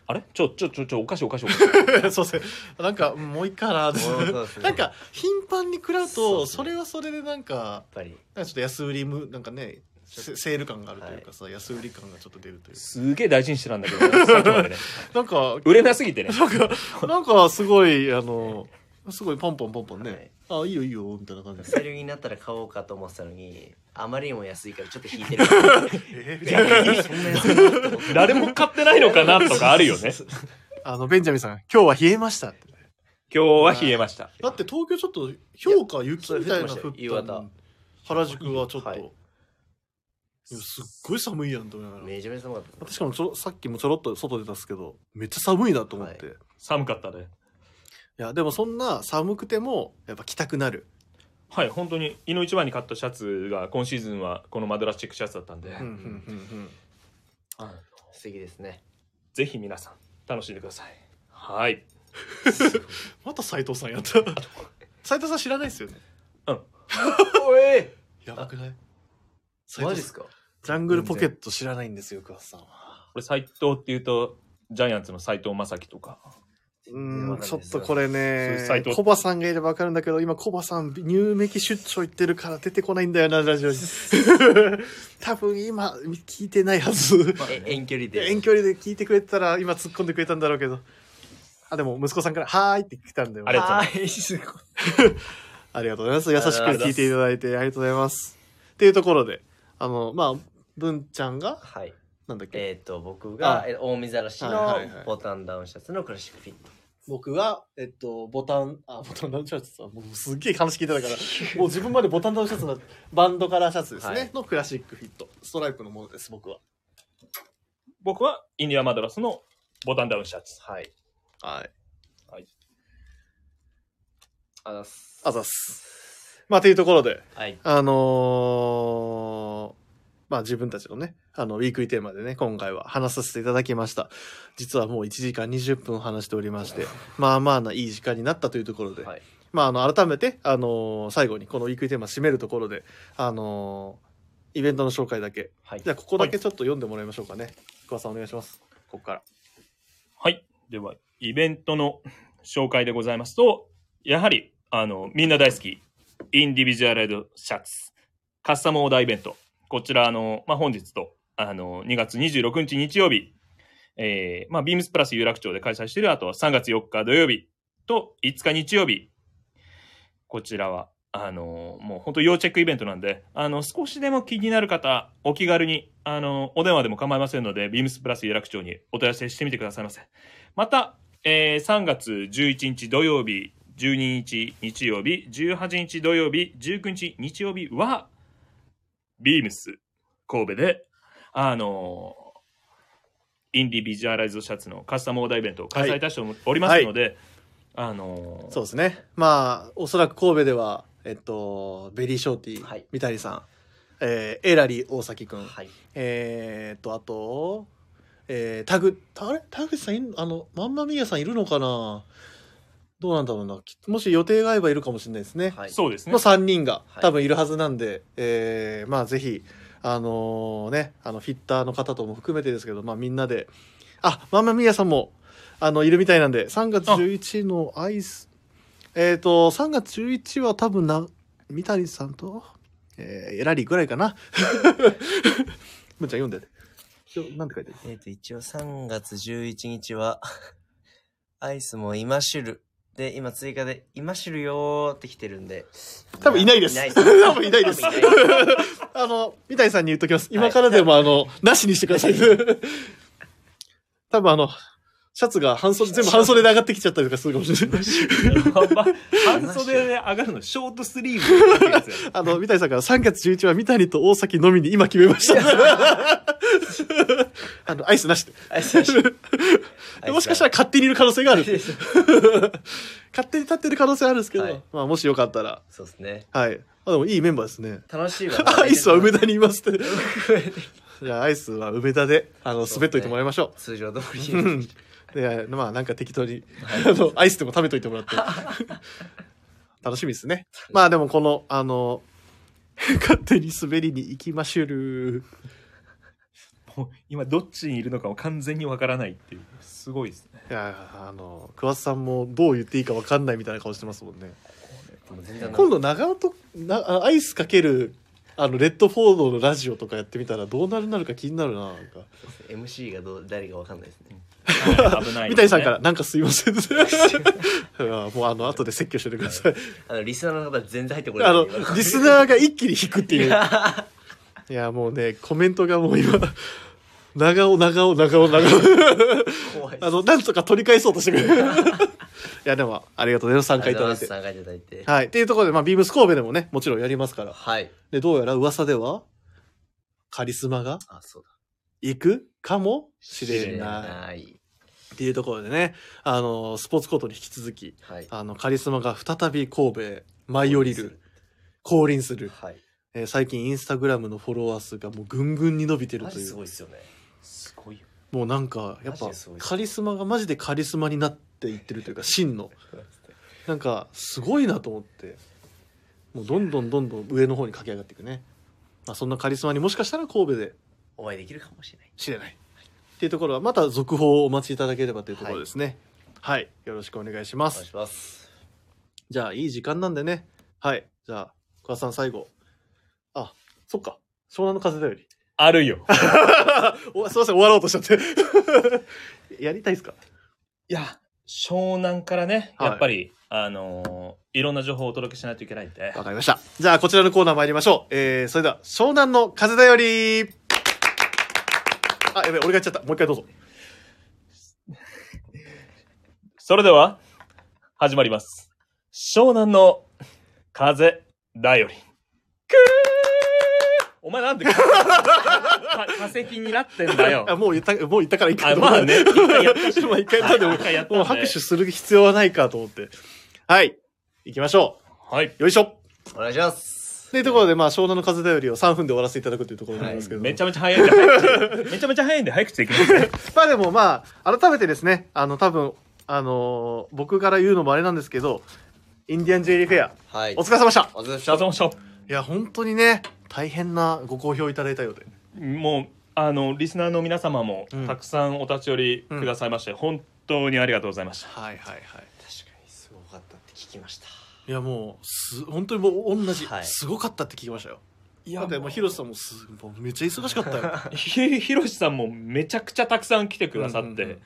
Speaker 1: あれちょちょちょちょおかしいおかしいおかしい
Speaker 2: そうですね。なんか、もういいかなって
Speaker 3: もうそうですね
Speaker 2: なんか、頻繁に食らう
Speaker 3: そう
Speaker 2: と、
Speaker 3: です
Speaker 2: そ
Speaker 3: ね
Speaker 2: れはそれでなんか、
Speaker 3: やっぱり
Speaker 2: なんかちょっと安売りむ、なんかね、セセール感があるというかさ、安売り感がちょっと出るというか。
Speaker 1: すげえ大事にしてたんだけどねさっきまでね
Speaker 2: なんか、
Speaker 1: 売れなすぎてね
Speaker 2: なんか、なんかすごい、あの、すごいポンポンポンポンね。あ、いいよいいよ、みたいな感じで。
Speaker 3: セールになったら買おうかと思ってたのにあまりにも安いからちょっと引いてる
Speaker 2: えーみたいな
Speaker 3: えそんな安いのって思って
Speaker 1: 誰も買ってないのかなとかあるよね
Speaker 2: あの、ベンジャミンさん、今日は冷えましたって。
Speaker 1: 今日は冷えました
Speaker 2: だって東京ちょっと氷河雪みたいなの
Speaker 3: それ
Speaker 2: 降
Speaker 3: 降
Speaker 2: っ
Speaker 3: ったてましたよ夕方
Speaker 2: 原宿はちょっと、
Speaker 3: はい
Speaker 2: いやすっごい寒いやんと思いながら
Speaker 3: めちゃめちゃ寒かった
Speaker 2: 確かもちょろさっきもちょろっと外出たんですけどめっちゃ寒いなと思って、、
Speaker 3: はい
Speaker 1: 寒かったね
Speaker 2: やでもそんな寒くてもやっぱ着たくなる、
Speaker 1: はい本当に胃の一番に買ったシャツが今シーズンはこのマドラスチェックシャツだったんで、
Speaker 2: うんうんうんうん
Speaker 1: あの
Speaker 3: 素敵ですね
Speaker 1: ぜひ皆さん楽しんでくださいはい
Speaker 2: また斉藤さんやった 斉藤さん知らないですよね
Speaker 3: おい
Speaker 2: やばくない斉
Speaker 3: マ
Speaker 2: 藤
Speaker 3: ジっ
Speaker 2: さ
Speaker 3: す
Speaker 2: ん
Speaker 3: か
Speaker 2: ジャングルポケット知らないんですよ桑田さんは
Speaker 1: これ斎藤っていうとジャイアンツの斎藤正樹とか
Speaker 2: うんちょっとこれね
Speaker 1: そういうサイト
Speaker 2: コバさんがいれば分かるんだけど今コバさんニューメキ出張行ってるから出てこないんだよなラジ オに多分今聞いてないはず
Speaker 3: え遠距離で
Speaker 2: 遠距離で聞いてくれてたら今突っ込んでくれたんだろうけどあでも息子さんから「はーい」って来たんだよ
Speaker 1: ありがとうございます
Speaker 3: はいすごい
Speaker 2: ありがとうございます。優しく聞いていただいてありがとうございます。っていうところで、あの、まあ、文ちゃんが、
Speaker 3: はい。
Speaker 2: なんだっけ、
Speaker 3: えっ、と、僕が
Speaker 2: あ
Speaker 3: えー大見ざらしの
Speaker 2: はいはいはい
Speaker 3: ボタンダウンシャツのクラシックフィット。
Speaker 2: 僕は、えっと、ボタン、あ、ボタンダウンシャツさ、もうすっげえ話聞いてたから、もう自分までボタンダウンシャツのバンドカラーシャツですね、
Speaker 3: はい
Speaker 2: のクラシックフィット、ストライプのものです、僕は。
Speaker 1: 僕はインディアマドラスのボタンダウンシャツ。
Speaker 3: はい。
Speaker 2: はい。
Speaker 3: あざっす。
Speaker 2: あざっす。まあ、というところで、
Speaker 3: はい。
Speaker 2: あのーまあ自分たちのね、あの、ウィークリーテーマでね、今回は話させていただきました。実はもう1時間20分話しておりまして、 まあまあないい時間になったというところで、
Speaker 3: はい。
Speaker 2: まああの、改めて、あのー最後にこのウィークリーテーマ締めるところで、あのーイベントの紹介だけ。
Speaker 3: はい
Speaker 2: じゃあ、ここだけちょっと読んでもらいましょうかね。福和さんお願いします。ここから。
Speaker 1: はい。では、イベントの紹介でございますと、やはり、あの、みんな大好き、インディビジュアルシャツ、カスタムオーダーイベント。こちら、あの、まあ、本日と、あの、2月26日日曜日、えー、まあ、ビームスプラス有楽町で開催している、あとは3月4日土曜日と5日日曜日。こちらは、あの、もう本当要チェックイベントなんで、あの、少しでも気になる方、お気軽に、あの、お電話でも構いませんので、ビームスプラス有楽町にお問い合わせしてみてくださいませ。また、えー3月11日土曜日、12日日曜日、18日土曜日、19日日曜日は、ビームス神戸で、あのーインディビジュアライズドシャツのカスタムオーダーイベントを開催いたしておりますので、あのー
Speaker 2: そうですね。まあ、おそらく神戸では、えっと、ベリーショーティー、
Speaker 3: はい
Speaker 2: 三谷さん、えーエラリー大崎くん、
Speaker 3: はい。
Speaker 2: えー、っと、あと、えー、タグ、あれタグさんいん、あの、まんまみやさんいるのかなどうなんだろうな。きもし予定が合えばいるかもしれないですね。
Speaker 3: はい。
Speaker 1: そうですね
Speaker 2: の。3人 が
Speaker 3: はい
Speaker 2: 多分いるはずなんで、えーまあぜひ、あのーね、あのフィッターの方とも含めてですけど、まあみんなで、あ、まんまみやさんも、あの、いるみたいなんで、3月11のアイス、えっ、と、3月11は多分な、三谷さんと、えー、エラリーぐらいかな。 むーちゃん読んでて。ちょなんて書いてある
Speaker 3: えっ、と、一応3月11日は、 アイスも今知る。で、今追加で、今知るよーって来てるんで。
Speaker 2: 多分いないです。
Speaker 3: いないで す
Speaker 2: 多分いないです。
Speaker 3: 多分いな
Speaker 2: あの、三谷さんに言っときます。今からでも、あの、なしにしてください。 多分あの、シャツが半袖、全部半袖で上がってきちゃったりとかするかもしれない。
Speaker 1: 半袖で上がるの、ショートスリーブのやつや。
Speaker 2: あの、三谷さんから3月11は三谷と大崎のみに今決めました。 あの、アイスなしで。
Speaker 3: アイスなし
Speaker 2: でもしかしたら勝手にいる可能性がある。勝手に立ってる可能性あるんですけど、
Speaker 3: はい
Speaker 2: まあもしよかったら。
Speaker 3: そうですね。
Speaker 2: はい。あ、でもいいメンバーですね。
Speaker 3: 楽しいわ。
Speaker 2: アイスは梅田にいますって。
Speaker 3: 梅田。
Speaker 2: じゃあアイスは梅田で、あの、
Speaker 3: そうですね
Speaker 2: 滑っといてもらいましょ
Speaker 3: 通常通り
Speaker 2: う。うん
Speaker 3: に。
Speaker 2: で、まあなんか適当に、あの、アイスでも食べといてもらって。 楽しみですね。まあでもこの、あの、 勝手に滑りに行きましゅる。
Speaker 1: もう今どっちにいるのかも完全にわからないっていう、すごいですね。
Speaker 2: いや、あの、桑田さんもどう言っていいかわかんないみたいな顔してますもんね。
Speaker 3: もう全然
Speaker 2: 今度長尾と、なあのアイスかける、あの、レッドフォードのラジオとかやってみたらどうなるなるか気になるな、なんか。
Speaker 3: MC がどう誰かわかんないですね。
Speaker 1: はい危ない、
Speaker 2: 三谷さんから、。なんかすいません。い やもうあの、後で説教しててください。
Speaker 3: あのリスナーの方全然入ってこな
Speaker 2: あ
Speaker 3: い。
Speaker 2: の、リスナーが一気に引くっていう。
Speaker 3: ー。
Speaker 2: いや、もうね、コメントがもう今、長尾、長尾、長尾、長尾。
Speaker 3: 怖い。
Speaker 2: あの、なんとか取り返そうとしてく る。いや、でも、ありがとうございます。参加いただいて。
Speaker 3: 参加いただいて。
Speaker 2: はい。っていうところで、まあ、ビームス神戸でもね、もちろんやりますから。
Speaker 3: はい。
Speaker 2: で、どうやら噂では、カリスマが
Speaker 3: あ、そうだ。。
Speaker 2: 行くかもしれないい。っていうところでね、あの、スポーツコートに引き続き、
Speaker 3: はい。
Speaker 2: あの、カリスマが再び神戸へ舞い降りる、。降臨する。
Speaker 3: はい。
Speaker 2: えー最近インスタグラムのフォロワー数がもうぐんぐんに伸びてる
Speaker 3: マ
Speaker 2: と
Speaker 3: ジ
Speaker 2: い
Speaker 3: す
Speaker 2: う
Speaker 3: ごいですよね。
Speaker 1: すごいよ。
Speaker 2: もうなんかやっぱ
Speaker 3: マジですごいです
Speaker 2: カリスマがマジでカリスマになっていってるという か真のなんかすごいなと思ってもうどんどんどんどん上の方に駆け上がっていくね、まあ、そんなカリスマにもしかしたら神戸で
Speaker 3: お会いできるかもしれない。
Speaker 2: 知れないっていうところはまた続報をお待ちいただければというところですねはい、よろしくお願いしま
Speaker 3: お願
Speaker 2: す
Speaker 3: いします。
Speaker 2: じゃあいい時間なんでねはいじゃあ桑田さん最後あそっか湘南の風だより
Speaker 1: あるよ。
Speaker 2: おすいません、終わろうとしちゃって。 やりたいですか
Speaker 1: いや、湘南からね、
Speaker 2: はい
Speaker 1: やっぱり、あのいろんな情報をお届けしないといけないんで
Speaker 2: わかりました。じゃあ、こちらのコーナー参りましょう。えー、それでは、湘南の風だより。あ、やべえ、俺が言っちゃった。もう一回どうぞ。
Speaker 1: それでは始まります湘南の風だよりくーお前なんでか 化石になってんだよ
Speaker 2: あ、もう言った、もう言ったからいいか
Speaker 1: あまあ ね一回やったし
Speaker 2: まあ一回やったんで
Speaker 1: はい一回やったんで
Speaker 2: もう拍手する必要はないかと思って。はい。行きましょ
Speaker 1: はい。
Speaker 2: う。よいしょ。
Speaker 3: お願いします。
Speaker 2: というところで、まあ、湘南の風だよりを3分で終わらせていただくというところなんですけども、
Speaker 1: めちゃめちゃ早いんで早口で。めちゃめちゃ早いんで早口でいきますね。
Speaker 2: まあでもまあ、改めてですね、あの、多分、あのー僕から言うのもあれなんですけど、インディアンジュエリーフェア、
Speaker 3: はい。
Speaker 2: お疲れ様でした。
Speaker 3: お疲れ様でし
Speaker 1: お疲れ
Speaker 3: た。
Speaker 1: 様でした
Speaker 2: いや、本当にね、大変なご好評いただいたようで。
Speaker 1: もう、あの、リスナーの皆様も
Speaker 2: うん
Speaker 1: たくさんお立ち寄りくださいまして、本当にありがとうございました。
Speaker 2: はいはいはい。
Speaker 3: 確かにすごかったって聞きました。
Speaker 2: いや、もう、す、本当にもう同じ、
Speaker 3: はい
Speaker 2: すごかったって聞きましたよ。
Speaker 1: い
Speaker 2: だってもう、ヒロシさんもす、もうめっちゃ忙しかったよ。
Speaker 1: ひひろしさんもめちゃくちゃたくさん来てくださって、
Speaker 2: うんうんうん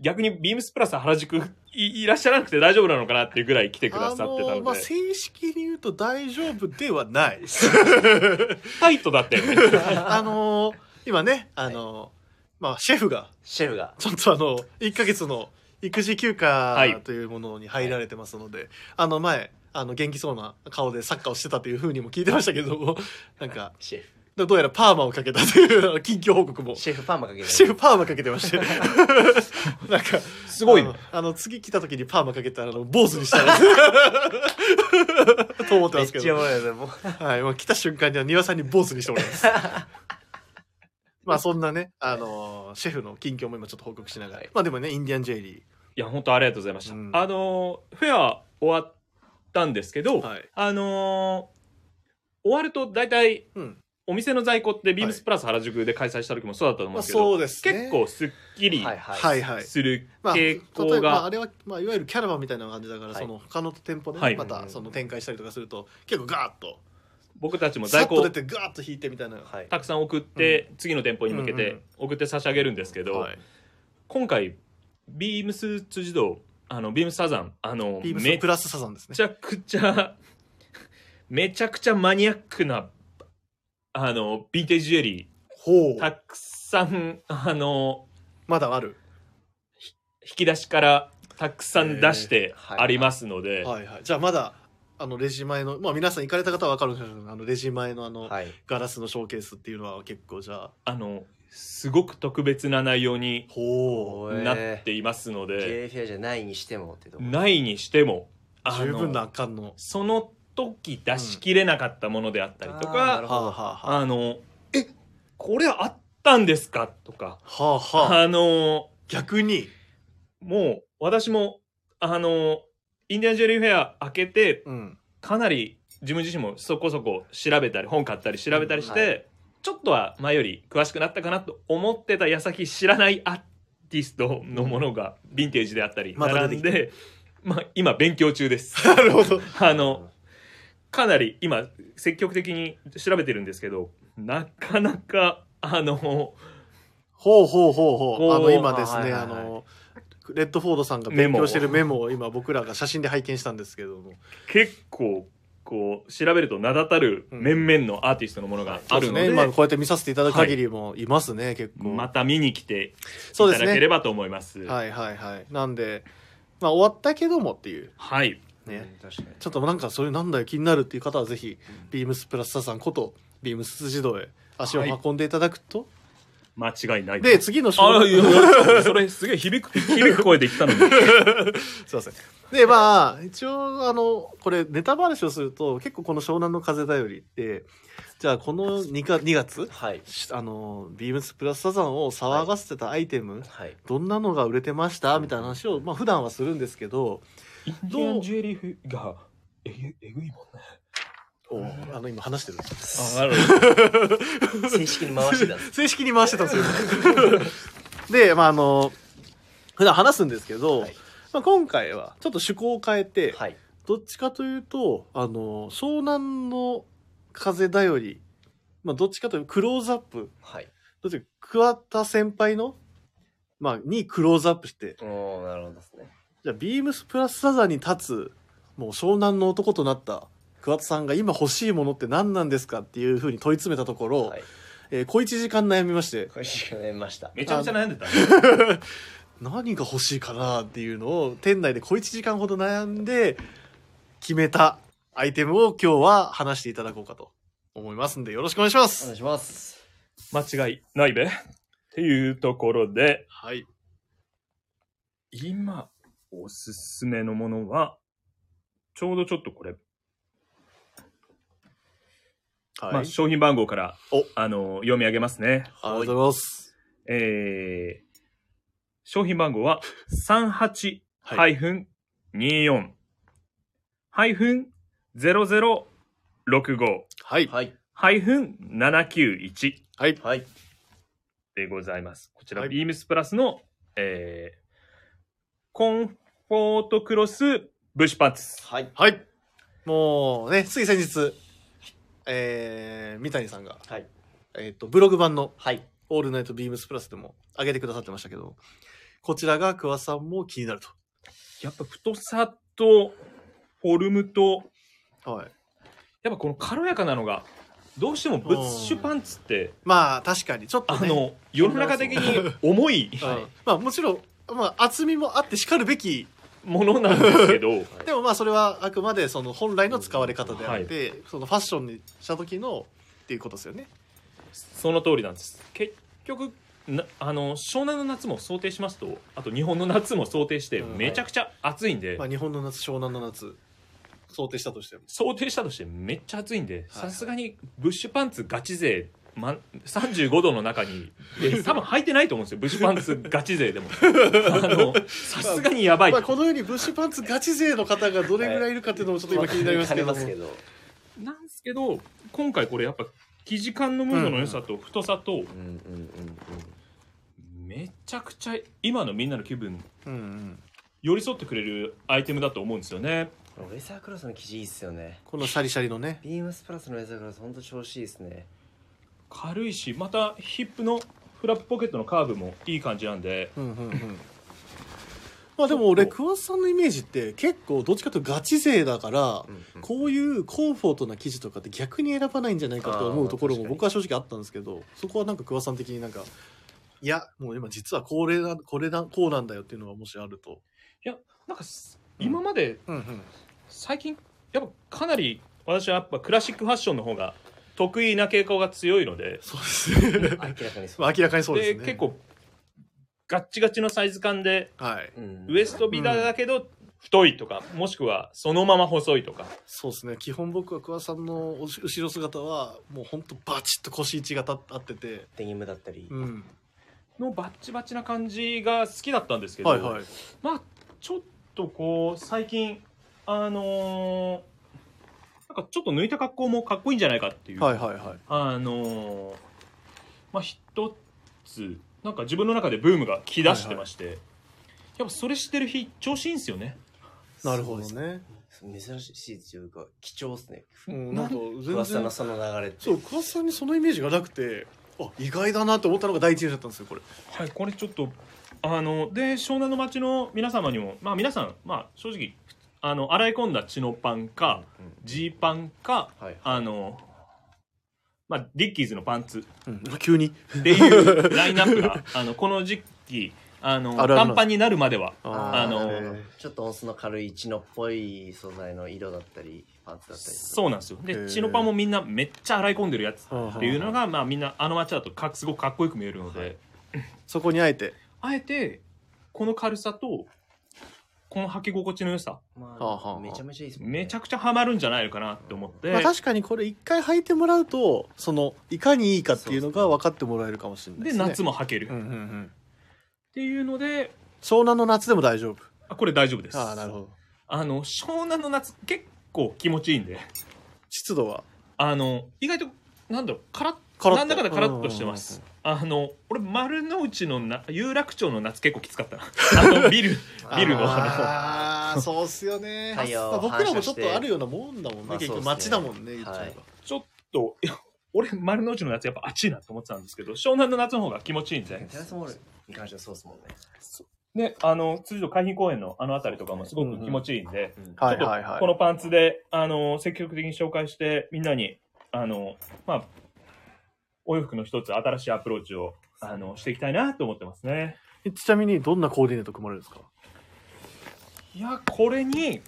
Speaker 1: 逆にビームスプラス原宿いいらっしゃらなくて大丈夫なのかなっていうぐらい来てくださってたので、
Speaker 2: あのーまあ、正式に言うと大丈夫ではない。
Speaker 1: タイトだったよね
Speaker 2: あのー今ね、あのーまあ、シェフが、
Speaker 3: シェフが。
Speaker 2: ちょっとあの、1ヶ月の育児休
Speaker 1: は
Speaker 2: 暇
Speaker 1: い
Speaker 2: というものに入られてますので、あの前、あの、元気そうな顔でサッカーをしてたというふうにも聞いてましたけども、なんか、
Speaker 3: シェフ。
Speaker 2: どうやらパーマをかけたという、近況報 告も。
Speaker 3: シェフパーマかけて
Speaker 2: シェフパーマかけてまして。なんか、
Speaker 1: すごいね
Speaker 2: あの。あの、次来た時にパーマかけたら、あの、坊主にしたら。 と思って
Speaker 3: め
Speaker 2: ま
Speaker 3: っ
Speaker 2: すけ
Speaker 3: ちゃ
Speaker 2: ど。
Speaker 3: 思います。もう
Speaker 2: はい。もう来た瞬間には庭さんに坊主にしてお ります。まあ、そんなね、あの、シェフの近況も今ちょっと報告しながら。まあでもね、インディアンジェリー。
Speaker 1: いや本当ありがとうございました、
Speaker 2: うん
Speaker 1: あのーフェア終わったんですけど、
Speaker 2: はい
Speaker 1: あのー終わると大体
Speaker 2: うん。
Speaker 1: お店の在庫ってビームスプラス原宿で開催した時もそうだったと思うん
Speaker 2: まあ
Speaker 1: ですけど、
Speaker 2: そうですね。
Speaker 1: 結構すっきり
Speaker 3: はいはい。
Speaker 2: はいはい。
Speaker 1: する
Speaker 2: まあ、例え
Speaker 1: 傾向が、
Speaker 2: ばまああれは、まあ、いわゆるキャラバンみたいな感じだから、
Speaker 3: はい
Speaker 2: その他の店舗でね、
Speaker 1: はい
Speaker 2: またその展開したりとかすると結構ガーッと
Speaker 1: 僕たちも
Speaker 2: さ
Speaker 1: 在
Speaker 2: っ
Speaker 1: 庫
Speaker 2: と
Speaker 1: を
Speaker 2: 出てガーッと引いてみたいな、は
Speaker 3: はい。
Speaker 1: たくさん送って、次の店舗に向け
Speaker 2: うん
Speaker 1: て送って差し上げるんですけど、
Speaker 2: い
Speaker 1: 今回ビームス辻堂あのビームスサザンあの
Speaker 2: ビーム
Speaker 1: め
Speaker 2: スプラスサザンですね。
Speaker 1: ちゃくちゃ めちゃくちゃマニアックなあのヴィンテージジュエリ
Speaker 2: ほ
Speaker 1: ーたくさんあの
Speaker 2: まだある。
Speaker 1: 引き出しからたくさん出して
Speaker 3: えーはい
Speaker 1: ありますので、
Speaker 2: はいはい。じゃあまだあのレジ前のまあ皆さん行かれた方は分かるんですけど、あのレジ前のあの、
Speaker 3: はい。
Speaker 2: ガラスのショーケースっていうのは結構じゃあ
Speaker 1: あのすごく特別な内容に
Speaker 2: ほ
Speaker 3: う
Speaker 1: なっていますので、
Speaker 3: ゲイフェアじゃないにしてもってとこ。
Speaker 1: ないにしてもあの
Speaker 2: 十分な圧巻の。
Speaker 1: その時出しきれなかったものであったりと
Speaker 3: あーな
Speaker 1: か、
Speaker 3: る
Speaker 2: は
Speaker 3: ほど
Speaker 2: あ、はあは
Speaker 1: あの「えこれあったんですか?」とか、
Speaker 2: あ、はあはあ、
Speaker 1: あの
Speaker 2: 逆に、
Speaker 1: もう私もあのインディアンジュエリーフェア開けて
Speaker 2: うん、
Speaker 1: かなり自分自身もそこそこ調べたり本買ったり調べたりして、
Speaker 3: うんは
Speaker 1: ちょっとは前より詳しくなったかなと思ってた矢先知らないアーティストのものがヴィンテージであったり
Speaker 2: また出
Speaker 1: 並
Speaker 2: て
Speaker 1: ん
Speaker 2: きた
Speaker 1: で、まあ、今勉強中です。
Speaker 2: なるほど。
Speaker 1: あのかなり今積極的に調べてるんですけどなかなかあの
Speaker 2: ほうほうほうほう。
Speaker 1: ほう
Speaker 2: あの、今です
Speaker 3: はい
Speaker 2: ね、
Speaker 3: はい
Speaker 2: あ
Speaker 3: はい
Speaker 2: の、レッドフォードさんが
Speaker 1: メ
Speaker 2: 勉
Speaker 1: モ
Speaker 2: 強してるメモを今僕らが写真で拝見したんですけども。
Speaker 1: 結構こう調べると名だたる面々のアーティストのものがあるので,、
Speaker 2: そうすね、今こうやって見させていただく限りもいますね、結構。
Speaker 1: また見に来てい
Speaker 2: そう
Speaker 1: ただ
Speaker 2: で
Speaker 1: け
Speaker 2: すね
Speaker 1: れ。ばと思います。
Speaker 2: はいはいはい。なんで、まあ終わったけどもっていう。
Speaker 1: はい、
Speaker 3: うん
Speaker 2: ね。
Speaker 3: 確かに。
Speaker 2: ちょっとなんかそういうなんだよ気になるっていう方はぜひ、ビームスプラスタさんこと、ビームス辻堂へ足を運んでいただくと。
Speaker 1: 間違いない
Speaker 2: で、次の商
Speaker 1: あい
Speaker 2: 品。
Speaker 1: やそれすげえ響く響く声で言ったのに
Speaker 2: すいません。で、まあ、一応、あの、これ、ネタバレをすると、結構この湘南の風だよりって、じゃあ、この 2, か2月、
Speaker 3: はい。
Speaker 2: しあの、ビームスプラスサザンを騒がせてたアイテム、
Speaker 3: はい。
Speaker 2: どんなのが売れてましたみたいな話を、まあ、普段はするんですけど、
Speaker 1: インデ
Speaker 2: ィアン
Speaker 1: ジュエリーがえぐえぐいもんね
Speaker 2: あの、今話してる。
Speaker 1: あなるほど
Speaker 3: 正式に回してたんです。
Speaker 2: 正式に回してたんですよ。 で、まあ、あの、普段話すんですけど、
Speaker 3: はい
Speaker 2: まあ、今回はちょっと趣向を変えて、
Speaker 3: はい。
Speaker 2: どっちかというと、あの、湘南の風だより、まあ、どっちかというと、クローズアップ。
Speaker 3: はい。
Speaker 2: どっちか、桑田先輩の、まあ、にクローズアップして、
Speaker 3: おー、なるほどですね。
Speaker 2: じゃあ、ビームスプラスサザンに立つ、もう湘南の男となった桑田さんが今欲しいものって何なんですかっていうふうに問い詰めたところ、
Speaker 3: はい。
Speaker 2: えー小一時間悩みまして、
Speaker 3: これしかねました。
Speaker 1: めちゃめちゃ悩んでたね
Speaker 2: 何が欲しいかなっていうのを店内で小1時間ほど悩んで決めたアイテムを今日は話していただこうかと思いますんでよろしくお願いしま
Speaker 3: お
Speaker 2: す、
Speaker 3: 願いします。
Speaker 1: 間違いないべっていうところで
Speaker 2: はい
Speaker 1: 今おすすめのものはちょうどちょっとこれ、
Speaker 2: はい、
Speaker 1: まあ、商品番号から
Speaker 2: お
Speaker 1: あの読み上げますね
Speaker 2: ありがとうございます
Speaker 1: えー、商品番号は
Speaker 2: は
Speaker 1: 38-24-0065-791
Speaker 2: はい
Speaker 3: はい。
Speaker 2: はい
Speaker 3: はい。
Speaker 1: でございます。こちら、
Speaker 2: はい
Speaker 1: ビームスプラスの、えー、コンフォートクロスブッシュパンツ。
Speaker 3: はい。
Speaker 2: はいもうねつい先日えー、三谷さんが、
Speaker 3: はい。
Speaker 2: えー、とブログ版の
Speaker 3: はい。
Speaker 2: 「オールナイトビームスプラス」でも上げてくださってましたけどこちらが桑さんも気になる
Speaker 1: やっぱ太さとフォルムと、
Speaker 2: とはい
Speaker 1: やっぱこの軽やかなのが、どうしてもブッシュパンツって、
Speaker 2: まあ確かにちょっと、
Speaker 1: あ
Speaker 2: ね、
Speaker 1: の、世の中的に重い
Speaker 2: うんまあもちろん、まあ、厚みもあってしかるべき
Speaker 1: ものなんですけど、
Speaker 2: でもまあそれはあくまでその本来の使われ方であって、そのファッションにした時のっていうことですよね。
Speaker 1: その通りなんです。結局、なあの湘南の夏も想定しますとあと日本の夏も想定して
Speaker 2: うん
Speaker 1: めちゃくちゃ暑いんで、
Speaker 2: まあ、日本の夏湘南の夏想定したとしても。
Speaker 1: 想定したとしてめっちゃ暑いんで
Speaker 2: はい
Speaker 1: さすがにブッシュパンツガチ勢、ま、35度の中に で多分履いてないと思うんですよブッシュパンツガチ勢でもあのさすがにやばい
Speaker 2: まあ、このようにブッシュパンツガチ勢の方がどれぐらいいるかっていうのもちょっと今気になりますけど も、
Speaker 3: わかります
Speaker 1: なんですけど今回これやっぱ生地感のムードの良さと太さと
Speaker 3: けど。うんうんうん
Speaker 1: めちゃくちゃ今のみんなの気分
Speaker 2: うんうん、
Speaker 1: 寄り添ってくれるアイテムだと思うんですよね
Speaker 3: うん。ウェザークロスの生地いいっすよね。
Speaker 2: このシャリシャリのね
Speaker 3: ビームスプラスのウェザークロス本当調子いいですね。
Speaker 1: 軽いしまたヒップのフラップポケットのカーブもいい感じなんで
Speaker 2: うんうんうんまあでも俺桑田さんのイメージって結構どっちかというとガチ勢だから
Speaker 3: うんうん
Speaker 2: こういうコンフォートな記事とかって逆に選ばないんじゃないかと思うところも
Speaker 3: あー
Speaker 2: 僕は正直あったんですけどそこはなんか桑さん的になんかいやもう今実はこれなこれなこうなんだよっていうのがもしあると、
Speaker 1: なんかす今まで
Speaker 2: うんうん、
Speaker 1: 最近やっぱかなり私はやっぱクラシックファッションの方が得意な傾向が強いので
Speaker 2: そうですね
Speaker 3: 明らかにそう。
Speaker 2: まあ明らかにそうですね
Speaker 1: 結構ガッチガチのサイズ感で
Speaker 2: はい
Speaker 3: うん
Speaker 1: ウエストビダだけど太いとか、もしくはそのまま細いとか
Speaker 2: そうですね基本僕は桑さんのおし後ろ姿はもうほんとバチッと腰位置が立合ってて
Speaker 3: デニムだったり
Speaker 2: う。ん
Speaker 1: のバッチバチな感じが好きだったんですけど、
Speaker 2: はいはい
Speaker 1: まあちょっとこう最近あのーなんかちょっと抜いた格好もかっこいいんじゃないかっていう、
Speaker 2: はいはいはい
Speaker 1: あのーまあ一つなんか自分の中でブームが来だしてまして、やっぱそれしてる日調子いいんですよね
Speaker 2: なるほど
Speaker 3: そうで
Speaker 2: ね
Speaker 3: すね。珍しいというか貴重ですね。
Speaker 2: うんなんか
Speaker 3: ク
Speaker 2: 全
Speaker 3: ワスタ
Speaker 2: 然
Speaker 3: のその流れって。
Speaker 2: そう桑田さんにそのイメージがなくてあ意外だなと思ったのが第一印象だったんですよこれ
Speaker 1: はいこれちょっとあので湘南の町の皆様にもまあ皆さんまあ正直あの洗い込んだチノパンか
Speaker 3: うん
Speaker 1: ジーパンか
Speaker 3: はい。
Speaker 1: あのまあディッキーズのパンツ
Speaker 2: うん、急に
Speaker 1: っていうラインナップがあのこの時期あの
Speaker 2: あるある
Speaker 1: 短パンになるまでは
Speaker 3: あ
Speaker 1: あの
Speaker 3: のちょっと音数の軽いチノっぽい素材の色だったりパンツだったり
Speaker 1: そうなんですよ
Speaker 2: へー
Speaker 1: でチノパンもみんなめっちゃ洗い込んでるやつ
Speaker 2: っ
Speaker 1: っていうのがまあみんなあの街だとかすごくかっこよく見えるので、
Speaker 3: はい
Speaker 2: そこにあえて
Speaker 1: あえてこの軽さとこの履き心地の良さ
Speaker 3: ま
Speaker 2: はあはあは
Speaker 3: あ
Speaker 2: あ
Speaker 3: めちゃめちゃいいですもんね
Speaker 1: めちゃくちゃハマるんじゃないのかなって思って、
Speaker 2: まあ、確かにこれ一回履いてもらうとそのいかにいいかっていうのが分かってもらえるかもしれないで、
Speaker 1: です
Speaker 2: ね、
Speaker 1: 夏も履ける
Speaker 2: う
Speaker 1: っ
Speaker 2: んうんうん
Speaker 1: ていうので
Speaker 2: 湘南の夏でも大丈夫
Speaker 1: あこれ大丈夫です
Speaker 2: ああなるほど
Speaker 1: あの湘南の夏結構気持ちいいんで
Speaker 2: 湿度は
Speaker 1: あの意外となんだろうカラッ
Speaker 2: カラッ
Speaker 1: な
Speaker 2: と
Speaker 1: んだかんだカラッとしてますあの俺丸の内のな有楽町の夏結構きつかった なあのビルビルの
Speaker 2: ああ そうっす よね
Speaker 3: 太陽
Speaker 2: まあ僕らもちょっ
Speaker 3: 反射して
Speaker 2: とあるようなもんだもんね、
Speaker 3: まあ
Speaker 2: 結局
Speaker 3: そうっ
Speaker 2: 街
Speaker 3: すね
Speaker 2: だもんね言っちゃえば、
Speaker 3: はい
Speaker 1: ちょっといや俺丸の内の夏やっぱ暑いなと思ってたんですけど湘南の夏の方が気持ちいいんで
Speaker 3: テラスモールに関してはそうですもんね
Speaker 1: そで、あの、通常海浜公園のあの辺りとかもすごく気持ちいいんで、
Speaker 3: うん
Speaker 2: はい
Speaker 1: ちょ
Speaker 2: はい
Speaker 1: っ
Speaker 2: は
Speaker 1: と
Speaker 2: い
Speaker 1: このパンツで、あの、積極的に紹介して、みんなに、あの、まあ、お洋服の一つ、新しいアプローチを、あの、していきたいなと思ってますね。
Speaker 2: えちなみにどんなコーディネート組まれるんですか
Speaker 1: いや、これに、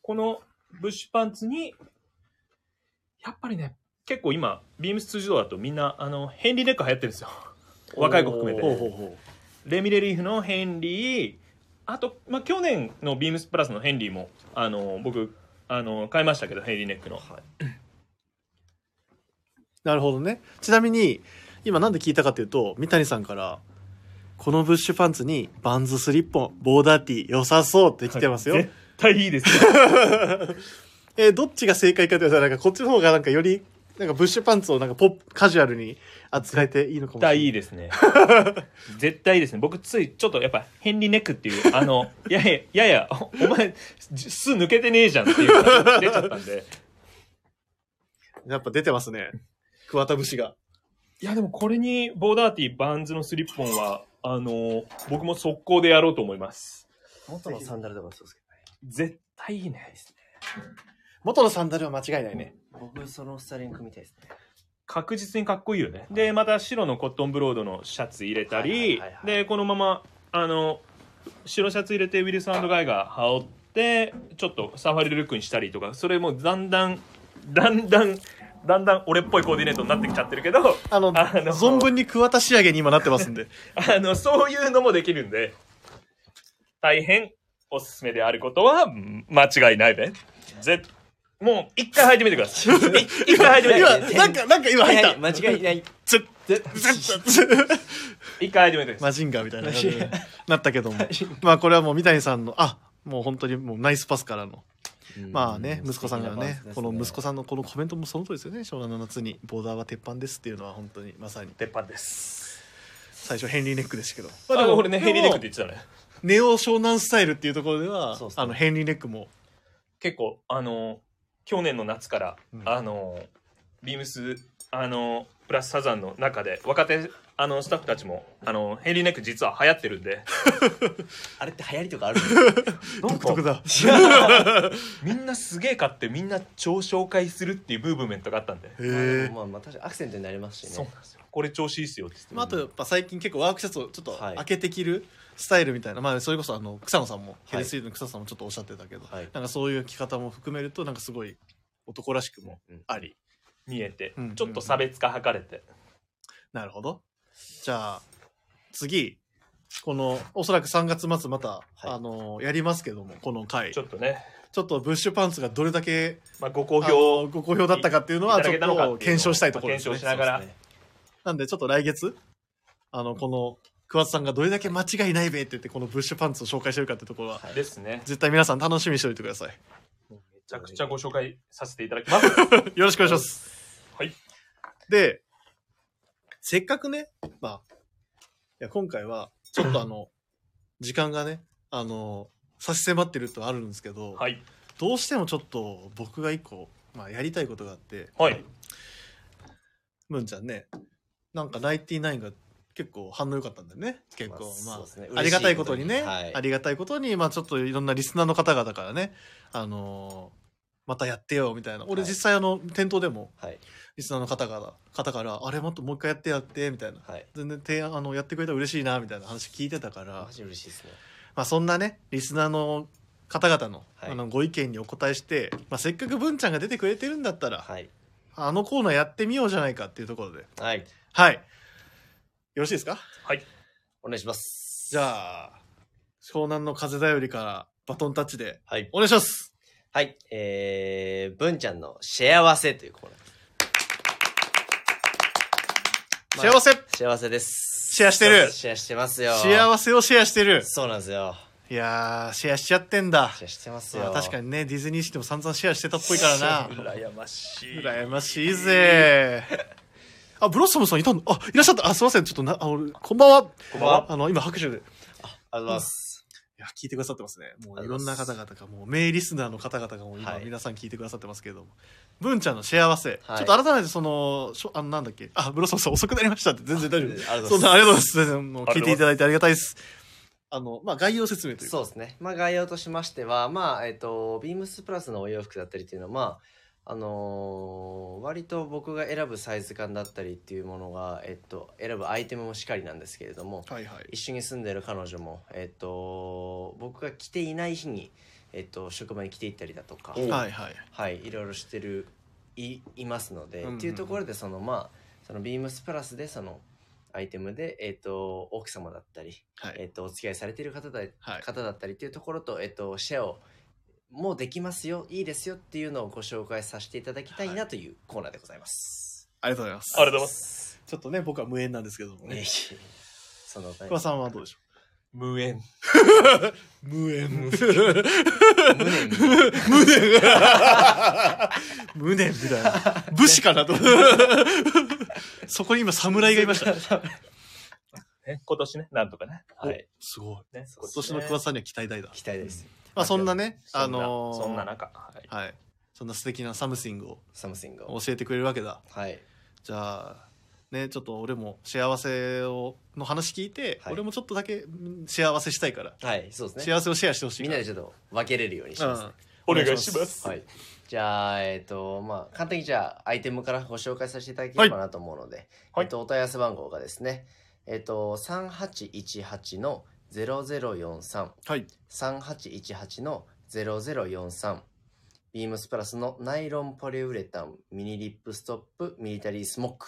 Speaker 1: このブッシュパンツに、やっぱりね、結構今、ビームス通常だとみんな、あの、ヘンリーネック流行ってるんですよ。若い子含め
Speaker 3: おー
Speaker 1: て。
Speaker 2: ほうほう
Speaker 1: レミレリーフのヘンリー、あと、まあ、去年のビームスプラスのヘンリーも、あの、僕、あの、買いましたけど、ヘンリーネックの。
Speaker 2: なるほどねちなみに今なんで聞いたかというと三谷さんからこのブッシュパンツにバンズスリッポンボーダーティー良さそうって来てますよ、
Speaker 1: 絶対いいですよ。
Speaker 2: えーどっちが正解かというとなんかこっちの方がなんかよりなんかブッシュパンツをなんかポップカジュアルに扱えていいのか
Speaker 1: 絶
Speaker 2: もしれない
Speaker 1: 対いい ですね。絶対いいですね。僕、つい、ちょっとやっぱ、ヘンリーネックっていう、あの、 やや、やや、おお前、す抜けてねえじゃんっていう感じ出ちゃったんで。
Speaker 2: やっぱ出てますね桑田節が
Speaker 1: いや、でもこれに、ボーダーティー、バンズのスリッポンは、あの、僕も速攻でやろうと思います。
Speaker 3: 元のサンダルとかそうですけどね。
Speaker 1: 絶対いいね。
Speaker 2: 元のサンダルは間違いないね
Speaker 3: 僕、そのスタイリングみたいですね。
Speaker 1: 確実にかっこいいよね。で、また白のコットンブロードのシャツ入れた
Speaker 3: はい
Speaker 1: り
Speaker 3: はいはいは、い
Speaker 1: で、このまま、あの、白シャツ入れてウィルスガイが羽織って、ちょっとサファリルックにしたりとか、それもだんだん、だんだん、だんだん俺っぽいコーディネートになってきちゃってるけど、
Speaker 2: あの
Speaker 1: あの
Speaker 2: 存分に桑田仕上げに今なってますんで
Speaker 1: あの、そういうのもできるんで、大変おすすめであることはん間違いないで。ぜもう一回履いてみてくださ い。一回履 いてみてください。
Speaker 2: 今なんかなんか今入 った、
Speaker 3: 間違いない。
Speaker 2: つっ
Speaker 3: ぜ
Speaker 2: つっつっ
Speaker 1: 一回履いてみてください。
Speaker 2: マジンガーみたいな感じになったけどもまあこれはもう三谷さんのあもう本当にもうナイスパスからのまあね息子さんがねこの息子
Speaker 3: さ
Speaker 2: さんのこのコメントもその通りですよね湘南の夏にボーダーは鉄板ですっていうのは本当にまさに
Speaker 1: 鉄板です。
Speaker 2: 最初ヘンリーネックでしたけど
Speaker 1: あ、でも俺ね、ヘンリーネックっ
Speaker 2: で
Speaker 1: て言ってたね。
Speaker 2: もネオ湘南スタイルっていうところでは
Speaker 3: そうっすね
Speaker 2: あのヘンリーネックも
Speaker 1: 結構、あの、去年の夏から、
Speaker 2: うん
Speaker 1: あの、ビームス、あの、プラスサザンの中で、若手、あの、スタッフたちも、あの、ヘンリーネック実は流行ってるん で、
Speaker 3: ん。あれって流行りとかある
Speaker 1: なん
Speaker 2: 独特
Speaker 1: か、
Speaker 2: だ
Speaker 1: みんなすげえ買って、みんな超紹介するっていうムーブメントがあったんで。
Speaker 2: へ え
Speaker 3: まあまあ確かにアクセントになりますし
Speaker 1: そう
Speaker 3: ね
Speaker 1: なん。ですよ。これ調子いいっすよって言って。
Speaker 2: まあ、あとやっぱ最近結構ワークシャツをちょっと
Speaker 3: はい
Speaker 2: 開けて着るスタイルみたいな、まあそれこそあの草野さんも、ヘ
Speaker 3: はい
Speaker 2: ルスイートの草野さんもちょっとおっしゃってたけど、
Speaker 3: はい
Speaker 2: なんかそういう着方も含めるとなんかすごい男らしくも
Speaker 3: うん
Speaker 2: あり、
Speaker 1: 見えて
Speaker 2: うん、
Speaker 1: ちょっと差別化図れて。
Speaker 2: なるほどじゃあ次このおそらく3月末また、
Speaker 3: い
Speaker 2: あのやりますけどもこの回
Speaker 1: ち
Speaker 2: ち
Speaker 1: ょ
Speaker 2: ょ
Speaker 1: っとね、
Speaker 2: っとブッシュパンツがどれだけ
Speaker 1: まあ、ご好
Speaker 2: あの
Speaker 1: 評
Speaker 2: ご好評だったかっていうの
Speaker 1: い
Speaker 2: は
Speaker 1: ただ
Speaker 2: ちょっ
Speaker 1: けたのかっていうのを
Speaker 2: と検証したいところです
Speaker 1: まあ
Speaker 2: ね
Speaker 1: 検証しながら
Speaker 3: そうですね
Speaker 2: なんでちょっと来月あのこの桑田さんがどれだけ間違いないべって言ってこのブッシュパンツを紹介してるかってところは
Speaker 1: ですね。
Speaker 2: 絶対皆さん楽しみにしておいてください。
Speaker 1: めちゃくちゃご紹介させていただきます。
Speaker 2: よろしくお願いします。
Speaker 1: はい。
Speaker 2: で、せっかくね、まあ、いや今回は、ちょっとあの、時間がね、あの、差し迫ってるとあるんですけど、
Speaker 1: はい。
Speaker 2: どうしてもちょっと僕が一個、まあ、やりたいことがあって、
Speaker 1: はい。
Speaker 2: ムンちゃんね、なんかナインティナインが結構反応良かったんだよね。結構、まあ、
Speaker 3: そうですね
Speaker 2: ありがたいことにね、
Speaker 3: 嬉しはい
Speaker 2: ありがたいことに、まあちょっといろんなリスナーの方々からね、あのーまたやってよみたいな。俺
Speaker 3: はい
Speaker 2: 実際あの、店頭でも
Speaker 3: はい
Speaker 2: リスナーの方から、方から、あれもっともう一回やってやって、みたいな。
Speaker 3: はい。
Speaker 2: 全然提案、あの、やってくれたら嬉しいな、みたいな話聞いてたから、
Speaker 3: マジ嬉しいですね。
Speaker 2: まあそんなね、リスナーの方々の,、
Speaker 3: はい
Speaker 2: あのご意見にお答えして、まあせっかく文ちゃんが出てくれてるんだったら、
Speaker 3: はい
Speaker 2: あのコーナーやってみようじゃないかっていうところで。
Speaker 3: はい
Speaker 2: はい。よろしいですか
Speaker 1: はい。
Speaker 3: お願いします。
Speaker 2: じゃあ、湘南の風だよりからバトンタッチで、
Speaker 3: はい
Speaker 2: お願いします
Speaker 3: はいえー文ちゃんの幸せというコーナーです。
Speaker 2: 幸せ
Speaker 3: 幸せです。
Speaker 2: シェアしてる
Speaker 3: シェアしてますよ。
Speaker 2: 幸せをシェアしてる
Speaker 3: そうなんですよ。
Speaker 2: いやー、シェアしちゃってんだ。
Speaker 3: シェアしてます
Speaker 2: ま
Speaker 3: よ。
Speaker 2: あ確か
Speaker 3: に。
Speaker 2: にね、ディズニーシーでも散々シェアしてたっぽいから な。
Speaker 1: 羨ましい。
Speaker 2: 羨ましいぜ。あ、ブロッサムさんいたのあ、いらっしゃった。あ、すいません。ちょっとな、あ、俺、こんばんは。
Speaker 1: こんばんは。
Speaker 2: あの、今拍手で。
Speaker 3: ありがとうございます。
Speaker 2: いや、聞いてくださってますね。もう
Speaker 3: あ
Speaker 2: い
Speaker 3: り
Speaker 2: ろ
Speaker 3: がと
Speaker 2: ん
Speaker 3: うござい
Speaker 2: な
Speaker 3: ま
Speaker 2: 方
Speaker 3: す
Speaker 2: 々が、もう名リスナーの方々がもう今、
Speaker 3: はい
Speaker 2: 皆さん聞いてくださってますけれども。文ちゃんの幸せ。
Speaker 3: はい
Speaker 2: ちょっと改めて、その、しょあの、なんだっけ。あ、ブロッサムさん遅くなりましたって、全然大丈夫です。
Speaker 3: ありがと
Speaker 2: そ
Speaker 3: うんござい
Speaker 2: な、
Speaker 3: ま
Speaker 2: ありがとうございます全然。もう
Speaker 1: あ
Speaker 2: 聞
Speaker 1: りが
Speaker 2: いて
Speaker 1: とうございます
Speaker 2: いただいてありがたいです。あの、まあ、概要説明とい
Speaker 3: す。
Speaker 2: うか。
Speaker 3: そうですね。まあ概要としましては、まあ、えっと、ビームスプラスのお洋服だったりっていうのは、まあ、あのー割と僕が選ぶサイズ感だったりっていうものが、えっと、選ぶアイテムもしっかりなんですけれども、
Speaker 2: はいはい。
Speaker 3: 一緒に住んでる彼女も、えっと、僕が着ていない日に、えっと、職場に着ていったりだとか、
Speaker 1: おう
Speaker 2: はいはい。
Speaker 3: はい、いろいろしてるいいますの
Speaker 2: う
Speaker 3: で、
Speaker 2: んうんうん
Speaker 3: っていうところでそのまあそのビームスプラスでそのアイテムで、えー、と奥様だったり、
Speaker 2: はい
Speaker 3: えー、とお付き合いされている方だ,、
Speaker 2: はい
Speaker 3: 方だったりっていうところと,、えー、とシェアをもうできますよいいですよっていうのをご紹介させていただきたいなというコーナーでございます。
Speaker 2: ありがとうございます。
Speaker 1: ありがとうございます
Speaker 3: す。
Speaker 2: ちょっとね、僕は無縁なんですけども
Speaker 3: いえいえ
Speaker 2: ね。
Speaker 3: その
Speaker 2: 桑さんはどうでしょ
Speaker 1: 無縁
Speaker 2: う無縁。
Speaker 3: 無念に
Speaker 2: 無念無念みたいな武士かなとそこに今侍がいました、
Speaker 1: ね今年ねなんとかね
Speaker 3: はい、
Speaker 2: すごい
Speaker 1: ね
Speaker 3: そう
Speaker 2: 今年の桑田さんには期待大だ、
Speaker 3: 期待です。
Speaker 2: まあそんなねあ
Speaker 1: そんな
Speaker 2: のー
Speaker 1: そんな中はい
Speaker 2: はいそんな素敵なサムシングを
Speaker 3: サムシングを。
Speaker 2: 教えてくれるわけだ
Speaker 3: はい。
Speaker 2: じゃあねちょっと俺も幸せをの話聞いて、
Speaker 3: はい
Speaker 2: 俺もちょっとだけうん幸せしたいから、
Speaker 3: はい、そうですね。
Speaker 2: 幸せをシェアしてほしい
Speaker 3: みん
Speaker 2: か
Speaker 3: な
Speaker 2: ら
Speaker 3: でちょっと分けれるようにします、
Speaker 2: う
Speaker 3: ね
Speaker 2: ん
Speaker 1: お願いします
Speaker 3: はい。じゃあ、えっ、と、まあ、簡単にじゃあ、アイテムからご紹介させていただければなと思うので、
Speaker 1: はい
Speaker 3: えっ、と、お問い合わせ番号がですね、えっ、と、3818の0043、
Speaker 2: はい
Speaker 3: 3818の0043、ビームスプラスのナイロンポリウレタンミニリップストップミリタリースモック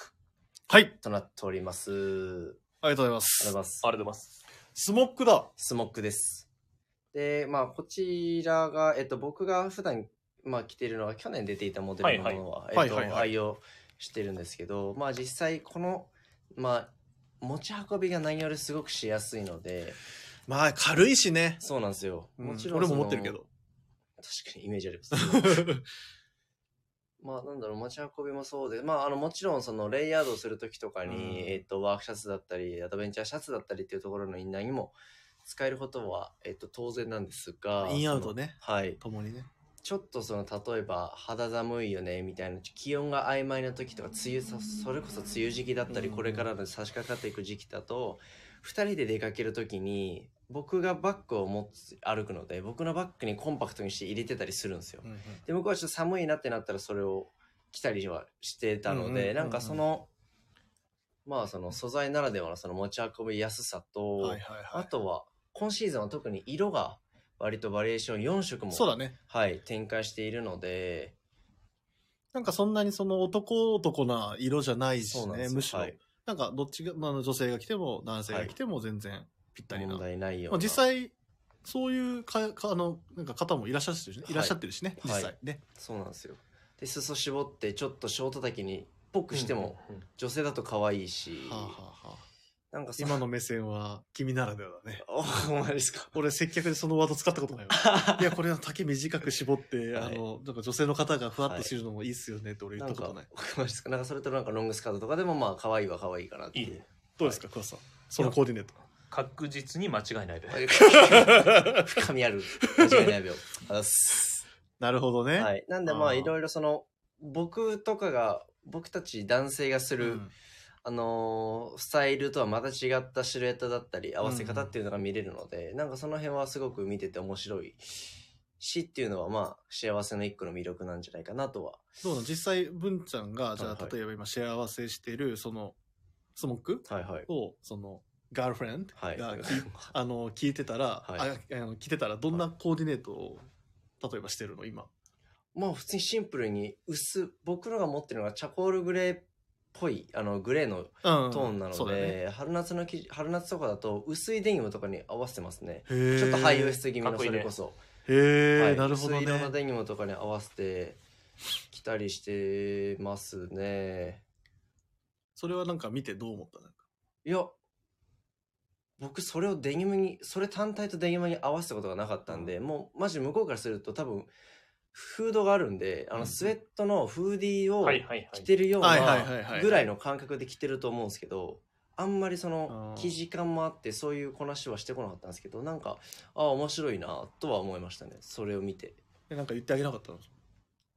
Speaker 2: はいあり
Speaker 3: となっております。あ
Speaker 2: が
Speaker 3: り
Speaker 2: とうございま
Speaker 3: がとうござい
Speaker 2: す
Speaker 3: ます
Speaker 1: あ。りがとうございます
Speaker 2: スモックだ
Speaker 3: スモックです。で、まあ、こちらが、えっと、僕が普段、まあ、着ているのが、去年出ていたモデルのものは、
Speaker 2: はい
Speaker 3: えっと、
Speaker 2: はいはい
Speaker 3: 愛用してるんですけど、まあ、実際、この、まあ、持ち運びが何よりすごくしやすいので、
Speaker 2: まあ軽いしね
Speaker 3: そうなんですよ。もちろ
Speaker 2: う
Speaker 3: ん、
Speaker 2: ん俺
Speaker 3: その
Speaker 2: も持ってるけ。ど
Speaker 3: 確かにイメージあります。 まあ、なんだろう、持ち運びもそうで、まあ、あの、もちろん、その、レイヤードをするときとかに、
Speaker 2: うん
Speaker 3: えっと、ワークシャツだったり、アドベンチャーシャツだったりっていうところのインナーにも、使えることは、えっと、当然なんですが。
Speaker 2: インアウトね
Speaker 3: その。はい。
Speaker 2: 共にね
Speaker 3: ちょっとその例えば肌寒いよねみたいな気温が曖昧な時とか梅雨さそれこそ梅雨時期だったり
Speaker 2: うん
Speaker 3: これからの差し掛かっていく時期だと2人で出かける時に僕がバッグを持つ歩くので僕のバッグにコンパクトにして入れてたりするんですよ。で向こうはちょっと寒いなってなったらそれを着たりはしてた
Speaker 2: うんう
Speaker 3: の
Speaker 2: んうんう
Speaker 3: で
Speaker 2: ん
Speaker 3: なんかそのまあその素材ならではのその持ち運びやすさと
Speaker 2: はいはいは
Speaker 3: あ
Speaker 2: い
Speaker 3: とは今シーズンは特に色が割とバリエーション4色も
Speaker 2: そうだね
Speaker 3: はい、展開しているので、
Speaker 2: なんかそんなにその男男な色じゃない
Speaker 3: そ
Speaker 2: し
Speaker 3: うなんで
Speaker 2: ね
Speaker 3: すよ
Speaker 2: むしろ、
Speaker 3: はい
Speaker 2: なんかどっちが、まあ、女性が来ても男性が来ても全然ぴったりな、
Speaker 3: 問題ないよう
Speaker 2: まあ、
Speaker 3: な。
Speaker 2: 実際そういうかかあのなんか方もいらっしゃってるし、ね
Speaker 3: はい
Speaker 2: い、らっしゃってるしね、
Speaker 3: はい
Speaker 2: 実際ね
Speaker 3: そうなんですよ。で、裾絞って、ちょっとショート丈に、ぽくしても、
Speaker 1: うんうんうん
Speaker 3: 女性だと可愛いし、
Speaker 2: はあ、はあはあ、
Speaker 3: なんかさ、
Speaker 2: 今の目線は君ならではだね
Speaker 3: お、お前ですか。
Speaker 2: 俺接客でそのワード使ったことないわ いやこれは丈短く絞って、
Speaker 3: はい
Speaker 2: あのなんか女性の方がふわっとするのもいいっすよねって俺言
Speaker 3: な
Speaker 2: っ
Speaker 3: ん
Speaker 2: たこと
Speaker 3: か、
Speaker 2: ない
Speaker 3: 僕マジですか。なんかそれとなんかロングスカートとかでも、まあ、可愛いは可愛いかなっていう。
Speaker 1: いいね
Speaker 2: どうですか桑さんそのコーディネート
Speaker 1: 確実に間違いないで
Speaker 3: はい 深みある。間違いない秒。あざっす
Speaker 2: なるほどね、
Speaker 3: はい。なんで、ま
Speaker 2: あ
Speaker 3: あ、
Speaker 2: ー
Speaker 3: いろいろその、僕とかが、僕たち男性がす
Speaker 2: う
Speaker 3: る、
Speaker 2: ん
Speaker 3: あのースタイルとはまた違ったシルエットだったり合わせ方っていうのが見れるので、なんかその辺はすごく見てて面白いしっていうのはまあ幸せの一個の魅力なんじゃないかなとは
Speaker 2: どうなの実際文ちゃんがじゃ
Speaker 3: はい
Speaker 2: あ
Speaker 3: はい
Speaker 2: 例えば今幸せしてるそのスモック
Speaker 3: はいはい
Speaker 2: をそのガールフレンド
Speaker 3: はい
Speaker 2: が、きあの聞いてたら、
Speaker 3: はい
Speaker 2: ああの聞いてたらどんなコーディネートを例えばしてるの今
Speaker 3: まあ普通にシンプルに薄僕のが持ってるのがチャコールグレーっぽいあのグレー
Speaker 2: う
Speaker 3: の
Speaker 2: ん
Speaker 3: トーンなの
Speaker 2: そうだね
Speaker 3: で、春夏の生地春夏とかだと薄いデニムとかに合わせてますね
Speaker 2: へー
Speaker 3: ちょっとハイウエスト気味
Speaker 1: か
Speaker 3: の
Speaker 1: っこい
Speaker 3: そ
Speaker 1: いね
Speaker 3: れこそ
Speaker 2: へえ、
Speaker 3: はい、
Speaker 2: なるほど
Speaker 3: 薄い色の
Speaker 2: ね
Speaker 3: デニムとかに合わせて着たりしてますね。
Speaker 2: それはなんか見てどう思ったの
Speaker 3: いや、僕それをデニムに、それ単体とデニムに合わせたことがなかったんで、もうマジ向こうからすると多分、フードがあるんで、あ
Speaker 2: うん
Speaker 3: のスウェットのフーディーを
Speaker 1: はいはいはい
Speaker 3: 着てるよう
Speaker 2: はいはいはいはいは
Speaker 3: ないぐらいの感覚で着てると思うんですけど、あんまりそ
Speaker 2: あ
Speaker 3: の
Speaker 2: ー
Speaker 3: 生地感もあってそういうこなしはしてこなかったんですけどなんかああ面白いなとは思いましたねそれを見て
Speaker 2: えなんか言ってあげなかったの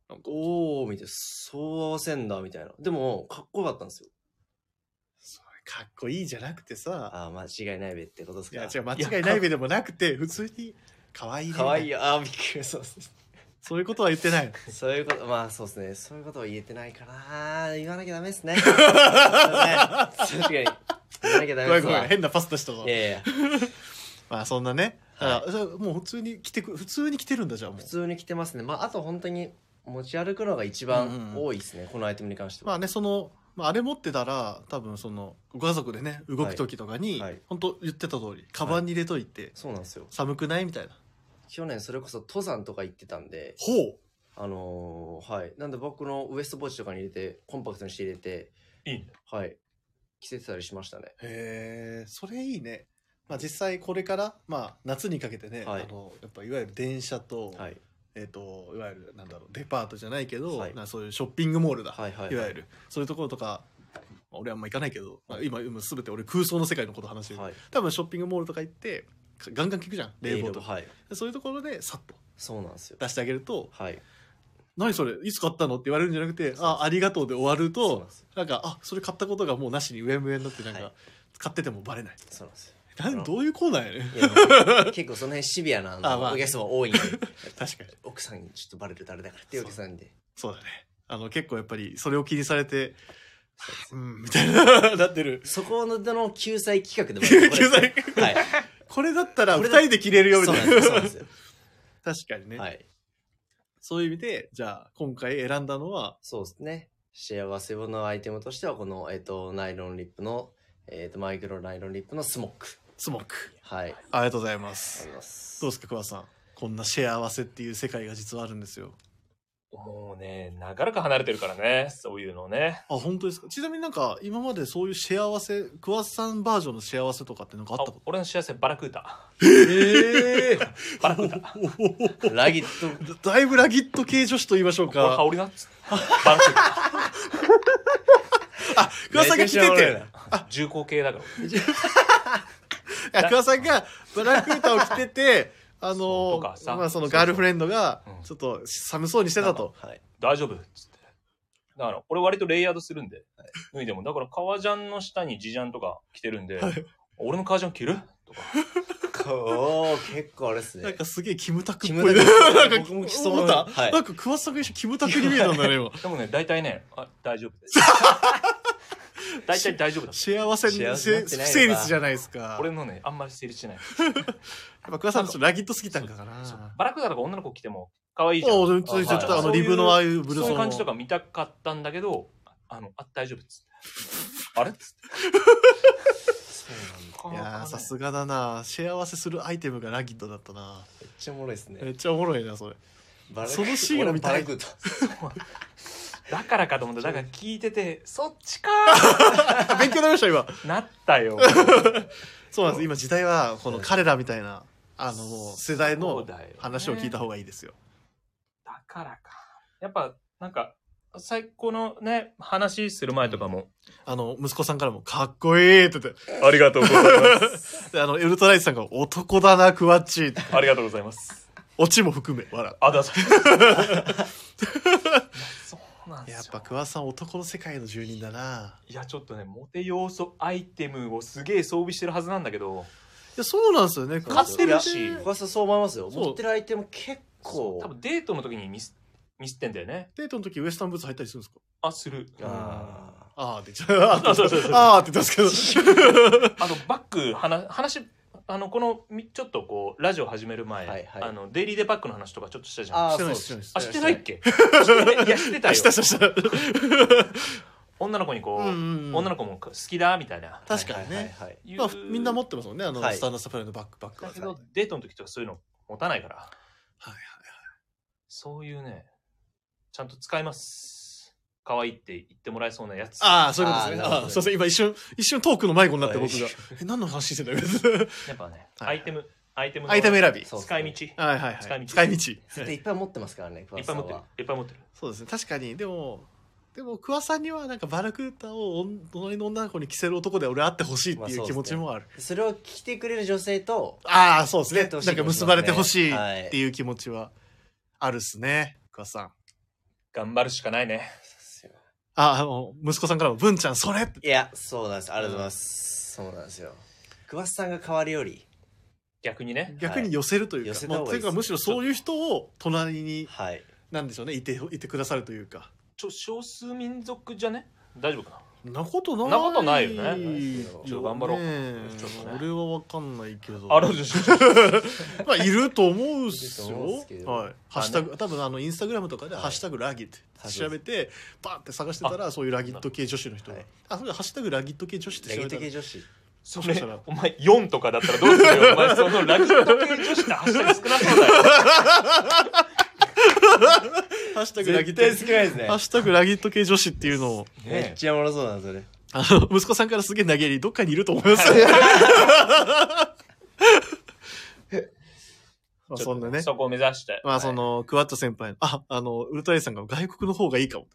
Speaker 2: なんか、お
Speaker 3: おおみたいなそう合わせんだみたいなでもかっこよかったんですよ
Speaker 2: それかっこいいじゃなくてさ、
Speaker 3: ああ間違いないべってことです
Speaker 2: い
Speaker 3: か
Speaker 2: や、違う、間違いない目でもなくて、普通に、可愛いね。
Speaker 3: かわいいよああびっくりそうそうそ
Speaker 2: そういうことは言って ないの。
Speaker 3: うそういうことまあそうですねそういうことを言えてないから言わなきゃダメですねそうですね確かに言わなきゃダ
Speaker 2: ごめ
Speaker 3: メで
Speaker 2: ん
Speaker 3: す
Speaker 2: ごめん、
Speaker 3: わ
Speaker 2: 変なパス出したぞ
Speaker 3: い。やいや
Speaker 2: まあ、そんなね。
Speaker 3: はい
Speaker 2: あそれもう普通に来てく、普通に来てるんだじゃあ、もう
Speaker 3: 普。通に着てますねまああと本当に持ち歩くのが一
Speaker 2: うん
Speaker 3: 番
Speaker 2: うん
Speaker 3: 多いですね、このアイテムに関しては
Speaker 2: まあね、その、まあ、あれ持ってたら、多分その、ご家族でね、動く時とかに、
Speaker 3: はいはい
Speaker 2: 本当言ってた通り、カバンに入れといて、
Speaker 3: そうなんですよ
Speaker 2: 寒くないみたいな。
Speaker 3: 去年それこそ登山とか行ってたんで
Speaker 2: ほう
Speaker 3: あのーはいなんで僕のウエストポーチとかに入れてコンパクトにして入れて
Speaker 1: いいね
Speaker 3: はい着せてたりしましたね
Speaker 2: へえ、それいいね。まあ実際これから、まあ夏にかけてね、
Speaker 3: はい
Speaker 2: あの、やっぱいわゆる電車と、
Speaker 3: はい
Speaker 2: えっ、と、いわゆるなんだろう、デパートじゃないけど、
Speaker 3: はい
Speaker 2: なそういうショッピングモールだ。
Speaker 3: はいはい
Speaker 2: いわゆ
Speaker 3: る
Speaker 2: る、そういうところとか、まあ俺あんま行かないけど、まあ、今、今全て俺空想の世界のこと話してる。
Speaker 3: はい
Speaker 2: 多分ショッピングモールとか行って、かガンガン聞くじゃん、冷房とか。
Speaker 3: はい
Speaker 2: でそういうところでさっと
Speaker 3: そうなんですよ
Speaker 2: 出してあげると、
Speaker 3: はい
Speaker 2: 何それいつ買ったのって言われるんじゃなくて、あ、ありがとうで終わる
Speaker 3: そうな
Speaker 2: と
Speaker 3: ん、ですよ
Speaker 2: なんか、あ、それ買ったことがもうなしにうやむやになって、なんか、
Speaker 3: はい
Speaker 2: 買っててもバレない。
Speaker 3: そうなんですよ
Speaker 2: なん
Speaker 3: の
Speaker 2: どういうコーナーやねん
Speaker 3: いや でも結構その辺シビアな
Speaker 2: あまあ
Speaker 3: お客様多いんで
Speaker 2: 確かに
Speaker 3: 奥さんにちょっとバレる誰だからっていうお客さんで
Speaker 2: そうだねあの結構やっぱりそれを気にされてうんみたいななってる
Speaker 3: そこのの救済企画でもある
Speaker 2: 救済
Speaker 3: はい
Speaker 2: これだったら
Speaker 3: こ
Speaker 2: 2
Speaker 3: れだ
Speaker 2: 人で着れるよみ
Speaker 3: そう
Speaker 2: た
Speaker 3: ないんで
Speaker 2: な
Speaker 3: すよそうなんですよ
Speaker 2: 確か にね、
Speaker 3: はい
Speaker 2: そういう意味でじゃあ今回選んだのは
Speaker 3: そうですね。幸せのアイテムとしては、この、えっ、と、ナイロンリップの、えっ、と、マイクロナイロンリップのスモック。
Speaker 2: スモーク
Speaker 3: はい。
Speaker 2: ありがとうございま
Speaker 3: あ
Speaker 2: す
Speaker 3: ります
Speaker 2: どうですか桑田さんこんなシェア合わせっていう世界が実はあるんですよ
Speaker 1: もうねなかなか離れてるからねそういうのね
Speaker 2: あ本当ですかちなみになんか今までそういうシェア合わせ桑田さんバージョンのシェア合わせとかってなんかあ
Speaker 1: あ
Speaker 2: ったこ
Speaker 1: 俺の幸せバラクータ
Speaker 2: とええ
Speaker 1: バラクータ
Speaker 3: ラギット、
Speaker 2: だいぶラギット系女子と言いましょう
Speaker 1: これ
Speaker 2: か
Speaker 1: 羽織なっつってバラクータ
Speaker 2: あ 桑田さんが来て
Speaker 3: めちゃくちゃおもろい
Speaker 2: て
Speaker 3: な
Speaker 1: 重厚系だから
Speaker 2: あ桑さんがブラックウーターを着てて
Speaker 1: そ
Speaker 2: あ
Speaker 1: う
Speaker 2: の
Speaker 1: とかさ
Speaker 2: まあ、そのガールフレンドが
Speaker 1: そうそううん
Speaker 2: ちょっと寒そうにしてたと、
Speaker 3: はい。
Speaker 1: 大丈夫っつって。だから、俺割とレイヤードするんで、脱いでも、だから革ジャンの下に地ジャンとか着てるんで、俺の革ジャン着るとか、
Speaker 3: おー、結構あれです
Speaker 2: なん
Speaker 3: ね。
Speaker 2: かすげえキムタクっぽい
Speaker 3: キム
Speaker 2: な
Speaker 3: タ
Speaker 2: ん
Speaker 3: ク
Speaker 2: か
Speaker 3: 僕も着そう
Speaker 2: 思った、
Speaker 3: はい
Speaker 2: なんか桑田さんが一緒にキムタクに見えたんだね今
Speaker 1: でもね、大体ね、あ大丈夫 です。大体大丈夫だ。
Speaker 2: 幸せに
Speaker 3: 幸せになって
Speaker 2: せ
Speaker 3: ないわ
Speaker 2: 不成立じゃないですか
Speaker 1: 俺のね、あんまり成立しない。
Speaker 2: やっぱ桑田さんちょっとラギットすぎたんかな
Speaker 1: そうバラクダとか女の子着ても可愛いじゃん。
Speaker 2: おうちょっとちょっと
Speaker 1: はい
Speaker 2: あのリブのああいうブルゾン
Speaker 1: そういう感じとか見たかったんだけど、あの、あ、大丈夫っつって。あれっつって。
Speaker 3: そうなんだ。
Speaker 2: いやーさすがだな幸せするアイテムがラギットだったな
Speaker 3: めっちゃおもろいです
Speaker 2: め
Speaker 3: ね。
Speaker 2: っちゃおもろいなそれ
Speaker 3: バラ
Speaker 2: そのシーンを見たい
Speaker 3: 俺バラグー
Speaker 1: だからかと思った。だから聞いてて、そっちか
Speaker 2: あ 勉強になりました今
Speaker 1: ーなったよ。
Speaker 2: そうなんです今時代はこの彼らみたいなあのもう 世代
Speaker 1: そ
Speaker 2: の
Speaker 1: うだよね
Speaker 2: 話を聞いた方がいいですよ
Speaker 1: だからか。やっぱ、なんか、最高のね、話する前とかも。
Speaker 2: あの息子さんからも「かっこいい」って言っ
Speaker 1: ありがとうござい ます。
Speaker 2: てであのウルトライズさんが「男だなクワッチー」って
Speaker 1: ありがとうございます。
Speaker 2: オチも含め笑
Speaker 1: あ、だそうです。そうなん
Speaker 2: う
Speaker 1: で
Speaker 2: やっ
Speaker 1: す
Speaker 2: ぱ
Speaker 1: よ。
Speaker 2: クワさん男の世界の住人だない
Speaker 1: や、ちょっとね、モテ要素アイテムをすげえ装備してるはずなんだけど、
Speaker 2: いやそうなんですよね
Speaker 3: ト
Speaker 1: 買ってるし
Speaker 3: いや僕はそう思いますよ。
Speaker 2: そう
Speaker 3: 持ってるアイテム結構。
Speaker 1: 多分デートの時にミス、ミスってんだよね。
Speaker 2: デートの時ウエスタンブーツ入ったりするんですか
Speaker 1: あ、する。あ
Speaker 3: あ
Speaker 2: あーって言っちゃうあーって
Speaker 1: そうそう そう
Speaker 2: あーって言ってますけど
Speaker 1: の、バック、話、話、あの、この、みちょっとこう、ラジオ始める前、
Speaker 3: はいはい
Speaker 1: あの、デイリーデバッグの話とかちょっとしたじ
Speaker 3: ー
Speaker 1: ゃん。あ、
Speaker 3: あー、
Speaker 2: してない
Speaker 3: そ
Speaker 2: してな
Speaker 3: う
Speaker 2: い
Speaker 1: あしてないっ
Speaker 3: け
Speaker 1: け してないいや、してた
Speaker 2: あ
Speaker 1: よ。
Speaker 2: したしたした
Speaker 1: 女の子にこう、
Speaker 2: うんうんうん
Speaker 1: 女の子も好きだみたいな
Speaker 2: 確かにね。
Speaker 3: はいはいはいはい
Speaker 1: 言う
Speaker 2: まあみんな持ってますもんねあの
Speaker 3: はい
Speaker 2: スタンダードサプライのバックバックは
Speaker 1: だ
Speaker 2: は
Speaker 1: け
Speaker 2: い
Speaker 1: どデートの時とかそういうの持たないから
Speaker 2: はい
Speaker 1: そういうねちゃんと使います可愛いって言ってもらえそうなやつ
Speaker 2: ああ、そういうことですね。
Speaker 3: あーなるほ
Speaker 2: あ
Speaker 3: ど
Speaker 2: あー、そうそう、今一瞬、一瞬トークの迷子になって僕が
Speaker 3: はい。
Speaker 2: え、何の話してんだよ。
Speaker 1: やっぱね
Speaker 2: は
Speaker 1: ア
Speaker 2: い
Speaker 1: イテムアイテムの
Speaker 2: アイテム選び。
Speaker 3: そう
Speaker 1: 使い道いっ
Speaker 2: はいはいは
Speaker 1: 使い
Speaker 2: い。
Speaker 1: 道
Speaker 2: 使い道。
Speaker 3: でいっぱい持ってますからね、桑田
Speaker 1: ぱ
Speaker 3: さ
Speaker 1: い
Speaker 3: ん
Speaker 1: 持
Speaker 3: は
Speaker 1: ってるいっぱい持ってる
Speaker 2: そうですね。確かに、でも、でも、桑さんにはなんかバラクータをお隣の女の子に着せる男で俺あってほしいっていう気持ちもある。
Speaker 3: それを聞いてくれる女性と
Speaker 2: ああ、そうですね。
Speaker 3: 付き合ってほしい
Speaker 2: なんか結ばれてほしい
Speaker 3: はい
Speaker 2: っていう気持ちはあるっすね。桑さん。
Speaker 1: 頑張るしかないね。
Speaker 2: あ、あの、息子さんからも、文ちゃんそれって。
Speaker 3: いやそうなんですありがとうございます、そうなんですよ桑田さんが変わるより
Speaker 1: 逆にね。
Speaker 2: 逆に寄せるという
Speaker 3: 寄
Speaker 2: か、
Speaker 3: せた
Speaker 2: ま
Speaker 3: 方
Speaker 2: あ、
Speaker 3: が
Speaker 2: とい
Speaker 3: いいうっす
Speaker 2: かむしろそういう人を隣に、
Speaker 3: はい
Speaker 2: なんでしょうね、いて、いてくださるというか。
Speaker 1: ちょ少数民族じゃね大丈夫か
Speaker 2: そんなことな
Speaker 1: そん
Speaker 2: い。
Speaker 1: なことないよね
Speaker 3: ち
Speaker 1: ょっと頑張ろう
Speaker 2: ねえ
Speaker 1: ちょっとね
Speaker 2: 俺はわかんないけど。
Speaker 1: なあら、じゃあ
Speaker 2: まあ、いると思うっす
Speaker 3: いると
Speaker 2: よ
Speaker 3: 思うんすけ。ど
Speaker 2: はい。ハッシュタグ、多分あの、インスタグラムとかで、
Speaker 3: はい
Speaker 2: ハッシュタグラギットって調べて、バーって探してたら、そういうラギット系女子の人が
Speaker 3: はい。
Speaker 2: あ、それハッシュタグラギット系女子って
Speaker 3: ラ
Speaker 2: 調べ
Speaker 3: ゲ
Speaker 2: た
Speaker 3: ット
Speaker 2: ら
Speaker 3: 系女子
Speaker 1: そ
Speaker 2: もしかした
Speaker 1: れ
Speaker 2: ら、
Speaker 1: お前4とかだったらどうするよ。お前、そのラキット系女子ってハッシュタグ少な そうだよ。
Speaker 2: ハッシュタグラギ
Speaker 3: 絶
Speaker 2: ット
Speaker 3: 対好きないですね
Speaker 2: ハッシュタグラギット系女子っていうのを、
Speaker 3: めっちゃおもろそうだなそれ
Speaker 2: あの、 息子さんからすげえ投げ入り、どっかにいると思い ます。まあそんなね。
Speaker 1: そこを目指して。
Speaker 2: まあその、クワット先輩の、あ、あの、ウルトライツさんが外国の方がいいかも。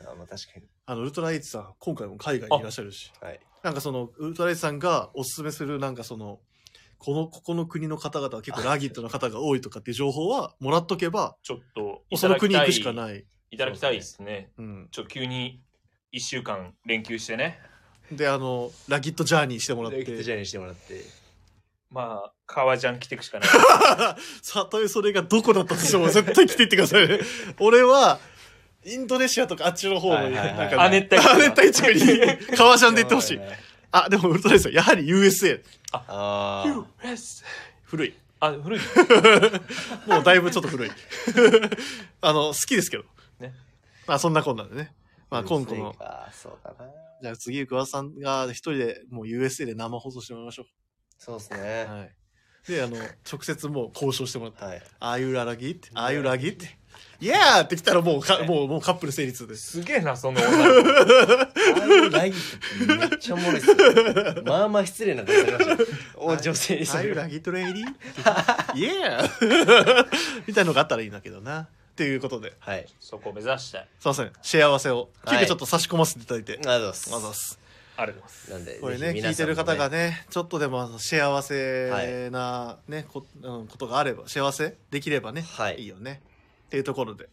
Speaker 3: あまあ確かに
Speaker 2: あの、ウルトライツさん、今回も海外にいらっしゃるし、
Speaker 3: はい
Speaker 2: なんかその、ウルトライツさんがおすすめする、なんかその、この、ここの国の方々は結構ラギットの方が多いとかっていう情報はもらっとけば、
Speaker 1: ちょっと
Speaker 2: もう、その国行くしか
Speaker 1: い。
Speaker 2: ない。
Speaker 1: いただきたいですね。
Speaker 2: うん。
Speaker 1: ちょっと急に1週間連休してね。
Speaker 2: で、あの、ラギットジャーニーしてもらっ
Speaker 3: ラゲットジャ
Speaker 2: て、
Speaker 3: ーニーしてもらって
Speaker 1: まあ、革ジャン着てくし かない。
Speaker 2: さとえそれがどこだったとしても 絶対来ていってくださいね。俺は、インドネシアとかあっちの方の、
Speaker 3: はいはいはい
Speaker 2: なん
Speaker 1: 亜
Speaker 2: か、
Speaker 1: 熱帯
Speaker 2: アネッタ一部に、 革ジャンで行ってほしい
Speaker 3: そう。だよね
Speaker 2: あ、でもウルトライツさん、やはり USA。
Speaker 3: あ ー
Speaker 1: US
Speaker 2: 古い。
Speaker 1: あ、古い。
Speaker 2: もうだいぶちょっと古い。 あの、好きですけど。
Speaker 1: ね
Speaker 2: まあそんなこんなんでね。まあ今後の
Speaker 3: そう。かそうだな
Speaker 2: じゃあ次、桑田さんが一人でもう USA で生放送してもらいましょ
Speaker 3: そうです
Speaker 2: う。
Speaker 3: ね
Speaker 2: はい。で、あの、直接もう交渉してもらって。
Speaker 3: はい
Speaker 2: ああいうラギって、ああいうラギって。イヤーって来たらもうか、
Speaker 1: ね
Speaker 2: もう、もうカップル成立です。
Speaker 1: すげえな、その女 の子。
Speaker 3: ああいうラギってめっちゃおもろいっすよまあまあ失礼なこと言われましたお女性に
Speaker 2: あ
Speaker 3: そ
Speaker 2: あい
Speaker 3: れ
Speaker 2: う
Speaker 3: は
Speaker 2: ラギットレ イリーイエー みたいのがあったらいいんだけどな。っていうことで、
Speaker 3: はい
Speaker 1: そこを目指して。
Speaker 2: すいません。幸せを。
Speaker 3: はい
Speaker 2: 急遽ちょっと差し込ませていただいて。あ
Speaker 3: あ
Speaker 2: りが
Speaker 3: りがとうご
Speaker 2: とうござい
Speaker 3: ざいま
Speaker 2: ますす。
Speaker 1: ありがとうございます。
Speaker 3: なんで
Speaker 2: これ
Speaker 3: ぜ
Speaker 2: ね
Speaker 3: ひ
Speaker 2: 聞
Speaker 3: 皆
Speaker 2: い
Speaker 3: さ
Speaker 2: て
Speaker 3: んも
Speaker 2: る方がねちょっとでもあの幸せな、ねこうんことがあれば幸せできればね、
Speaker 3: はい
Speaker 2: いよねっていうところで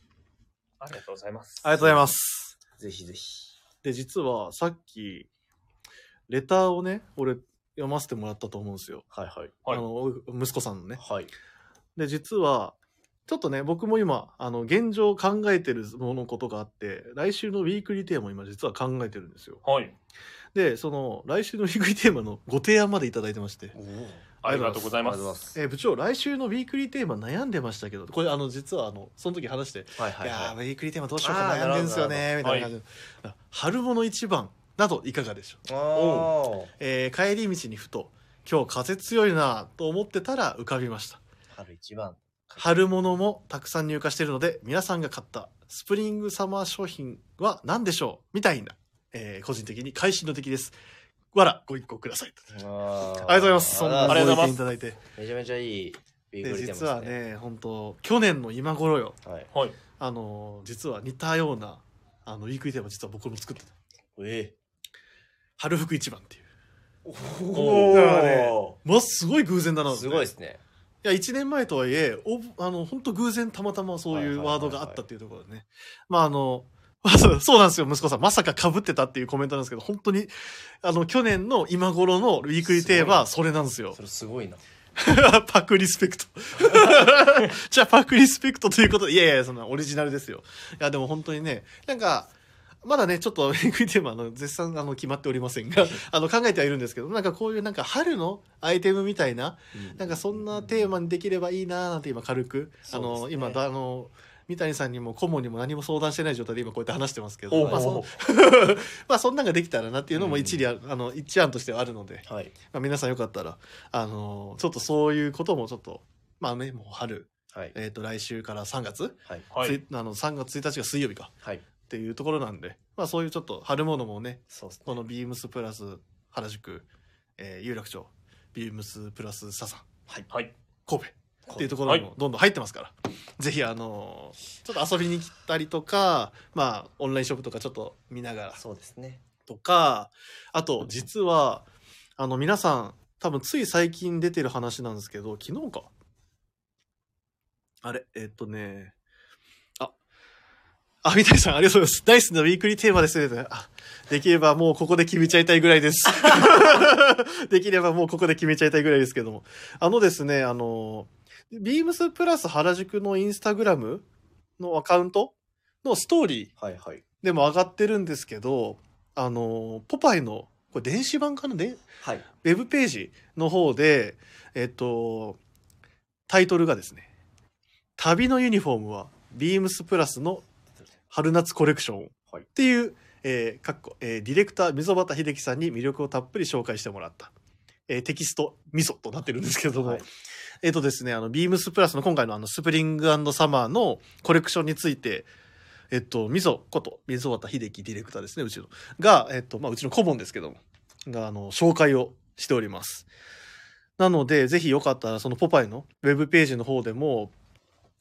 Speaker 1: ありがとうございます。
Speaker 2: ありがとうございます
Speaker 3: ぜひぜひ
Speaker 2: で実はさっきレターをね俺読ませてもらったと思うんですよ、
Speaker 3: はいはい
Speaker 1: はい
Speaker 2: あの息子さんのね
Speaker 3: はい
Speaker 2: で実はちょっとね僕も今あの現状考えてるものことがあって来週のウィークリーテーマを今実は考えてるんですよ
Speaker 1: はい。
Speaker 2: でその来週のウィークリーテーマのご提案までいただいてまして
Speaker 3: おお
Speaker 1: ありがとうございます。
Speaker 3: す
Speaker 2: えー部長来週のウィークリーテーマ悩んでましたけどこれあの実はあのその時話して「
Speaker 3: はい
Speaker 2: い
Speaker 3: はい
Speaker 2: や
Speaker 3: は
Speaker 2: ー
Speaker 3: い
Speaker 2: ウィークリーテーマどうしようか
Speaker 3: あー
Speaker 2: 悩んでんすよね」み
Speaker 1: な
Speaker 2: た
Speaker 1: る
Speaker 2: いな
Speaker 1: ほど
Speaker 2: 感じで「春物一番」などいかがでしょう、
Speaker 3: おー
Speaker 2: えー帰り道にふと「今日風強いな」と思ってたら浮かびました
Speaker 3: 春一番
Speaker 2: 春物もたくさん入荷しているので皆さんが買ったスプリングサマー商品は何でしょうみたいな、えー個人的に会心の敵ですわらご一個ください
Speaker 3: ありがと
Speaker 2: ありがとうございますそんな
Speaker 1: ありがとうございます
Speaker 2: ご意見いただいて
Speaker 3: めちゃめちゃいいビー
Speaker 2: で
Speaker 3: グルテー
Speaker 2: 実
Speaker 3: マ
Speaker 2: は
Speaker 3: ですね
Speaker 2: ね本当去年の今頃よ
Speaker 3: はい
Speaker 1: はい。
Speaker 2: あの実は似たようなあのウィークリーテーマ実は僕も作ってた
Speaker 3: え
Speaker 2: 「春服一番」っていう
Speaker 3: お
Speaker 1: お
Speaker 2: だからね
Speaker 3: お
Speaker 2: まあすごい偶然だな
Speaker 3: すごいで
Speaker 2: い
Speaker 3: すね
Speaker 2: や1年前とはいえおあの本当偶然たまたまそういう
Speaker 3: はいはいはいはい
Speaker 2: ワードがあったっていうところでねまああの まあそうそうなんですよ息子さんまさか被ってたっていうコメントなんですけど本当にあの去年の今頃のウィークリーテーマはそれなんですよ
Speaker 3: それすごいな
Speaker 2: パクリスペクト。じゃあパクリスペクトということで、いやいや、そんなオリジナルですよ。いや、でも本当にね、なんか、まだね、ちょっと、ウィークリーテーマ、あの、絶賛、あの、決まっておりませんが、あの、考えてはいるんですけど、なんかこういう、なんか、春のアイテムみたいな、なんかそんなテーマにできればいいなーなんて今軽く、あ
Speaker 3: そう
Speaker 2: の、
Speaker 3: ですね
Speaker 2: 今、だあの、三谷さんにも顧問にも何も相談してない状態で今こうやって話してますけ
Speaker 1: お
Speaker 2: ど、
Speaker 1: う
Speaker 2: まあ、そ
Speaker 1: おうおう
Speaker 2: のまあそんなんができたらなっていうのも一理ある、あの一案としてはあるので、
Speaker 3: はい
Speaker 2: まあ、皆さんよかったら、あのーちょっとそういうこともちょっと、まあね、もう春、
Speaker 3: はい
Speaker 2: えっ、と、来週から3月、
Speaker 3: はい
Speaker 1: は
Speaker 2: つ
Speaker 1: い。
Speaker 2: いあの3月1日が水曜日か
Speaker 3: はい
Speaker 2: っていうところなんで、まあそういうちょっと春物もね、
Speaker 3: そうですね
Speaker 2: このビームスプラス原宿、えー有楽町、ビームスプラス笹さん、
Speaker 1: はい。
Speaker 2: 神戸、っていうところに
Speaker 1: は
Speaker 2: もどんどん入ってますから、ぜひあのちょっと遊びに来たりとかまあオンラインショップとかちょっと見ながら
Speaker 3: そうですね。
Speaker 2: とかあと実はあの皆さん多分つい最近出てる話なんですけど昨日かあれえっとねああ三谷さんありがとうございますダイスのウィークリーテーマですねあできればもうここで決めちゃいたいぐらいです できればもうここで決めちゃいたいぐらいですけどもあのですねあのビームスプラス原宿のインスタグラムのアカウントのストーリー
Speaker 3: はいはい。
Speaker 2: でも上がってるんですけど、あの、ポパイの、これ電子版かなで
Speaker 3: はい。
Speaker 2: ウェブページの方で、えっと、タイトルがですね、旅のユニフォームは、ビームスプラスの春夏コレクション
Speaker 3: はい
Speaker 2: っていう、えーかっこえーディレクター溝端秀樹さんに魅力をたっぷり紹介してもらった、えーテキスト「みそ」となってるんですけども、
Speaker 3: はい
Speaker 2: えっ、とですねあのビームスプラスの今回のあのスプリングサマーのコレクションについてえっと、みそこと溝端秀樹ディレクターですねうちのが、えっとまあ、うちの顧問ですけどもがあの紹介をしておりますなのでぜひよかったらそのポパイのウェブページの方でも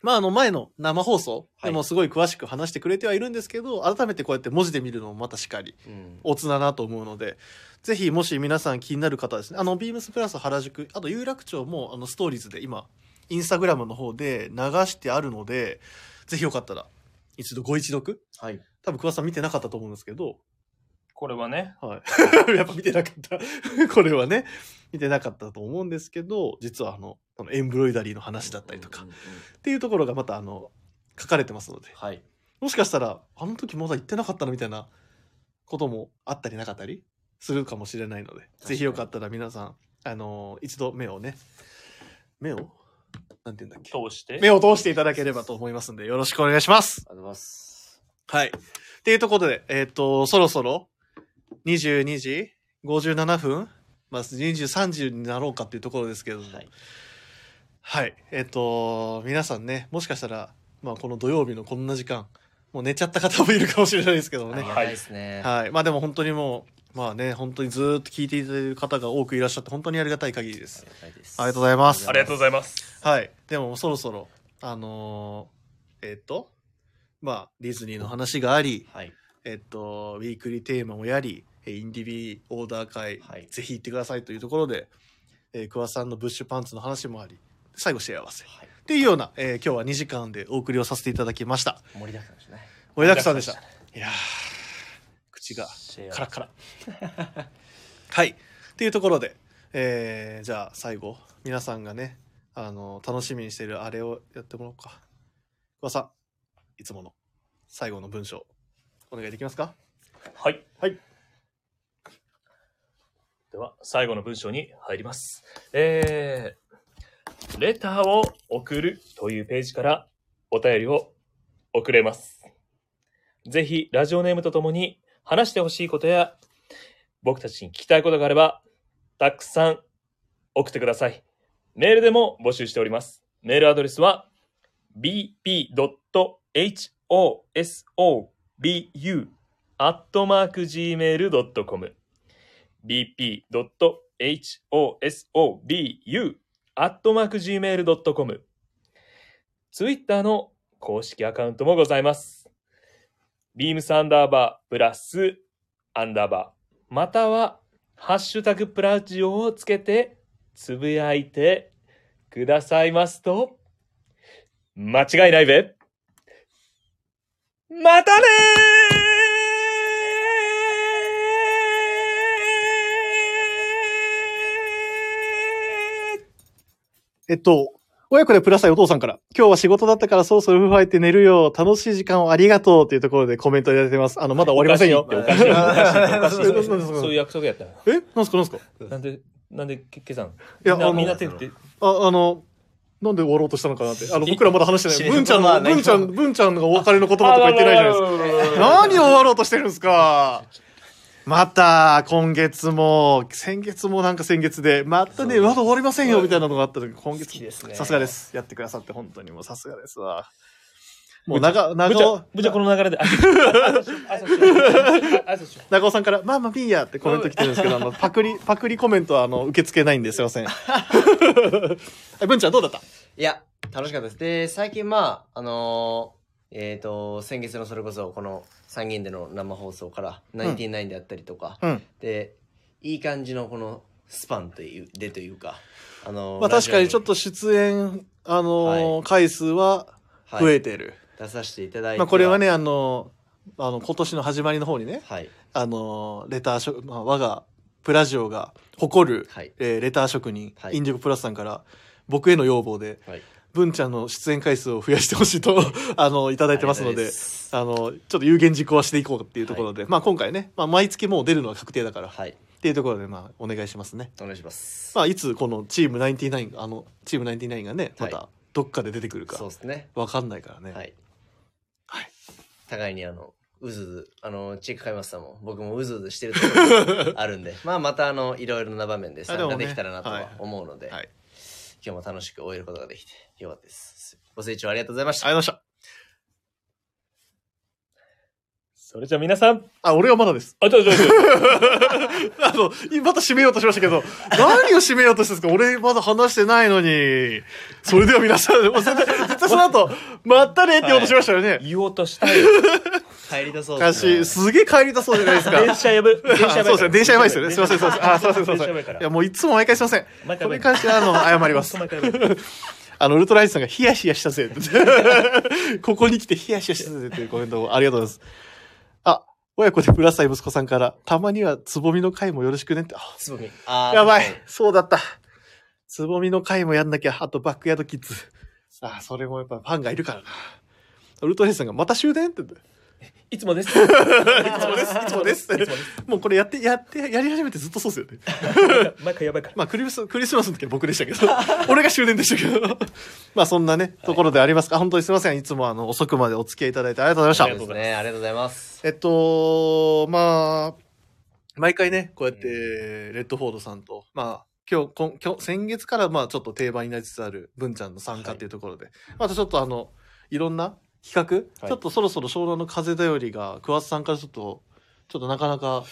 Speaker 2: まああの前の生放送でもすごい詳しく話してくれてはいるんですけど、改めてこうやって文字で見るのもまたしかり
Speaker 3: うん。
Speaker 2: おつだなと思うのでぜひもし皆さん気になる方はですねあのビームスプラス原宿あと有楽町もあのストーリーズで今インスタグラムの方で流してあるのでぜひよかったら一度ご一読
Speaker 3: はい。
Speaker 2: 多分桑田さん見てなかったと思うんですけど、
Speaker 1: これはね
Speaker 2: はい、やっぱ見てなかった これはね見てなかったと思うんですけど実はあのあのエンブロイダリーの話だったりとか
Speaker 3: うんうんうん
Speaker 2: っていうところがまたあの書かれてますので
Speaker 3: はい。
Speaker 2: もしかしたらあの時まだ言ってなかったなみたいなこともあったりなかったりするかもしれないので
Speaker 3: に
Speaker 2: ぜひよかったら皆さんあの一度目をね目をなんて言うんだっけ
Speaker 1: 通して
Speaker 2: 目を通していただければと思いますんでよろしくお願いします
Speaker 3: ありがとうございます。
Speaker 2: はい。っていうところで、えっ、と、そろそろ22時57分、まあ、23時になろうかっていうところですけれども、は
Speaker 3: はいい。。
Speaker 2: えっ、と、皆さんね、もしかしたら、まあ、この土曜日のこんな時間、もう寝ちゃった方もいるかもしれないですけども
Speaker 3: あり
Speaker 2: ね。
Speaker 3: がたいですね。
Speaker 2: はい。まあ、でも本当にもう、まあね、本当にずーっと聞いていただいている方が多くいらっしゃって、本当にありがたい限りです。
Speaker 3: ありがたいです。
Speaker 2: ありがとうございます
Speaker 1: ありがとうござい
Speaker 3: ま
Speaker 1: ます
Speaker 2: はい。でももうそろそろ、あのーえっ、と、まあ、ディズニーの話があり、
Speaker 3: す。はい。
Speaker 2: えっと、ウィークリーテーマもやり、えーインディビーオーダー会、
Speaker 3: はい
Speaker 2: ぜひ行ってくださいというところで、えー、桑さんのブッシュパンツの話もあり、最後幸せ。っ
Speaker 3: はい。
Speaker 2: ていうような、えー今日は2時間でお送りをさせていただきました。
Speaker 3: 盛りだくさんですね。
Speaker 2: 盛りだくさんでした。いやー口が
Speaker 3: シェア
Speaker 2: カラッカラ。 はい。っていうところで、えーじゃあ最後、皆さんがね、あの、楽しみにしているあれをやってもらおうか。桑さん、いつもの最後の文章、お願いできますか
Speaker 1: はい
Speaker 2: はい
Speaker 1: では最後の文章に入りますえー、レターを送るというページからお便りを送れますぜひラジオネームとともに話してほしいことや僕たちに聞きたいことがあればたくさん送ってくださいメールでも募集しておりますメールアドレスは bp.hosobu アットマーク gmail.com bp.hosobu アットマーク gmail.com ツイッターの公式アカウントもございます。ビームスアンダーバープラスアンダーバーまたはハッシュタグプラジオをつけてつぶやいてくださいますと間違いないべまたねー
Speaker 2: えっと、親子でプラスイお父さんから、今日は仕事だったからそろそろ夫婦入って寝るよ、楽しい時間をありがとうというところでコメントいただいてます。あの、まだ終わりませんよ。
Speaker 1: おかしいっておかしいっておかしいって
Speaker 2: そうそうそうそ
Speaker 1: そ
Speaker 2: う
Speaker 1: ういう約束やったの
Speaker 2: えなんすかなんすか
Speaker 1: なんでなんでけけさん
Speaker 2: いや、
Speaker 1: みんな
Speaker 2: あ
Speaker 1: みんな
Speaker 2: の、
Speaker 1: 手振って
Speaker 2: ああの、なんで終わろうとしたのかなって。あの、
Speaker 3: し
Speaker 2: 僕らまだ話してない。
Speaker 3: し
Speaker 2: 文ちゃん
Speaker 3: ま
Speaker 2: の、
Speaker 3: あない
Speaker 2: 文ちゃん、文ちゃんがお別れの言葉とか言ってないじゃないですか。
Speaker 1: か
Speaker 2: 何を終わろうとしてるんですかまた、今月も、先月もなんか先月で、またね、まだ終わりませんよ、みたいなのがあった時、今
Speaker 3: 好き
Speaker 2: 月
Speaker 3: ですね
Speaker 2: さすがです。やってくださって、本当にもうさすがですわ。もう、長、
Speaker 1: ぶち
Speaker 2: 長
Speaker 1: ゃ
Speaker 2: 尾、
Speaker 1: ぶちゃこの流れであそうしようあそうしようあそうしよう
Speaker 2: 長尾さんから、まあまあ、ピーヤってコメント来てるんですけど、あの、 パクリ、パクリコメントは、あの、受け付けないんですいません。え、文ちゃんどうだった
Speaker 3: いや、楽しかったです。で、最近まあ、あのーえっ、と、先月のそれこそこの3人での生放送から、ナインティナインであったりとか、
Speaker 2: うん。
Speaker 3: で、いい感じのこのスパンという、でというか、あのー
Speaker 2: まあ
Speaker 3: ラジ
Speaker 2: 確
Speaker 3: オ
Speaker 2: かにちょっと出演、あのー
Speaker 3: は
Speaker 2: 回数は
Speaker 3: はい
Speaker 2: 増えてる。
Speaker 3: 出させていただいて、
Speaker 2: まあこれはね、あのーあの、今年の始まりの方にね、
Speaker 3: はい、
Speaker 2: あのーレターしょ、まあ、我がプラジオが誇る、
Speaker 3: はい、
Speaker 2: えーレター職人、
Speaker 3: はい
Speaker 2: インディゴプラスさんから、僕への要望で、
Speaker 3: はい。
Speaker 2: 文ちゃんの出演回数を増やしてほしいと、 あの、いただいてますの
Speaker 3: ありがた
Speaker 2: で
Speaker 3: いで、す
Speaker 2: あの、ちょっと有言実行はしていこうっていうところで、まあ今回ね、まあ毎月もう出るのは確定だから、
Speaker 3: はい、
Speaker 2: っていうところで、まあお願いしますね。
Speaker 3: お願いします。
Speaker 2: まあいつこのチーム99が、あの、チーム99がね、ま
Speaker 3: はい
Speaker 2: たどっかで出てくる
Speaker 3: そう
Speaker 2: か、
Speaker 3: ですね。
Speaker 2: わかんないからね。
Speaker 3: はい。
Speaker 2: はい。
Speaker 3: 互いにあの、うずうず、あの、チェック買いましたもん。僕もうずうずしてるところがあるん で、まあ、またあの、いろいろな場面で参
Speaker 2: あでも
Speaker 3: 加
Speaker 2: ね
Speaker 3: できたらなと
Speaker 2: はい
Speaker 3: は思うので、
Speaker 2: はい
Speaker 3: 今日も楽しく終えることができてよかったです。ご清聴ありがとうございました。
Speaker 2: ありがとうございました。
Speaker 1: それじゃあ皆さん、
Speaker 2: あ、俺はまだです。
Speaker 1: あ、ちょちょちょ。
Speaker 2: あの、いまた締めようとしましたけど、何を締めようとしたんですか俺まだ話してないのに。それでは皆さん、もう絶対、絶対その後、まったねって言おうとしましたよね。
Speaker 1: 言おうとしたよ。
Speaker 3: 帰りだそう
Speaker 2: かし、すげえ帰りたそうじゃないですか。
Speaker 1: 電車やぶ。電車やばいから。
Speaker 2: あそうですね、電車やばいですよね。すいません、すいません。あ、すいません、すい
Speaker 1: 電
Speaker 2: ま
Speaker 1: 車
Speaker 2: せ
Speaker 1: や
Speaker 2: ん。
Speaker 1: ばい
Speaker 2: い
Speaker 1: から。
Speaker 2: や、もういつも毎回すいません。
Speaker 1: 毎回
Speaker 2: こ
Speaker 1: 毎
Speaker 2: れに
Speaker 1: 回
Speaker 2: 関しては、あの、謝ります。
Speaker 1: 毎回毎回
Speaker 2: あの、ウルトラアイスさんがヒヤヒヤしたぜ って。ここに来てヒヤヒヤしたぜっていうコメントをありがとうございます。あ、親子でプラスい息子さんから、たまにはつぼみの会もよろしくねって。あ
Speaker 3: つぼみ。あー
Speaker 2: やばい。そうだった。つぼみの会もやんなきゃ。あと、バックヤードキッズ。あ、それもやっぱファンがいるからな。ウルトラアイスさんが、また終電って言って。
Speaker 1: いつもです。
Speaker 2: いつもです、いつもです。もうこれやって、やって、やり始めてずっとそうですよね。
Speaker 1: 毎回やばいから。
Speaker 2: まあクリス、クリスマスの時は僕で したけど、俺が終電でしたけど。まあそんなね、ところでありますか。本当にすいません。いつもあの、遅くまでお付き合いいただいてありがとうござ
Speaker 3: そう
Speaker 2: いま
Speaker 3: で
Speaker 2: し
Speaker 3: す
Speaker 2: た。
Speaker 3: ね。ありがとうございます。
Speaker 2: えっと、まあ、毎回ね、こうやって、レッドフォードさんと、まあ、今日、今今日、先月からまあちょっと定番になりつつある文ちゃんの参加っていうところで、またちょっとあの、いろんな企画、
Speaker 1: はい
Speaker 2: ちょっとそろそろ湘南の風だよりが、桑田さんからちょっと、ちょっとなかなか、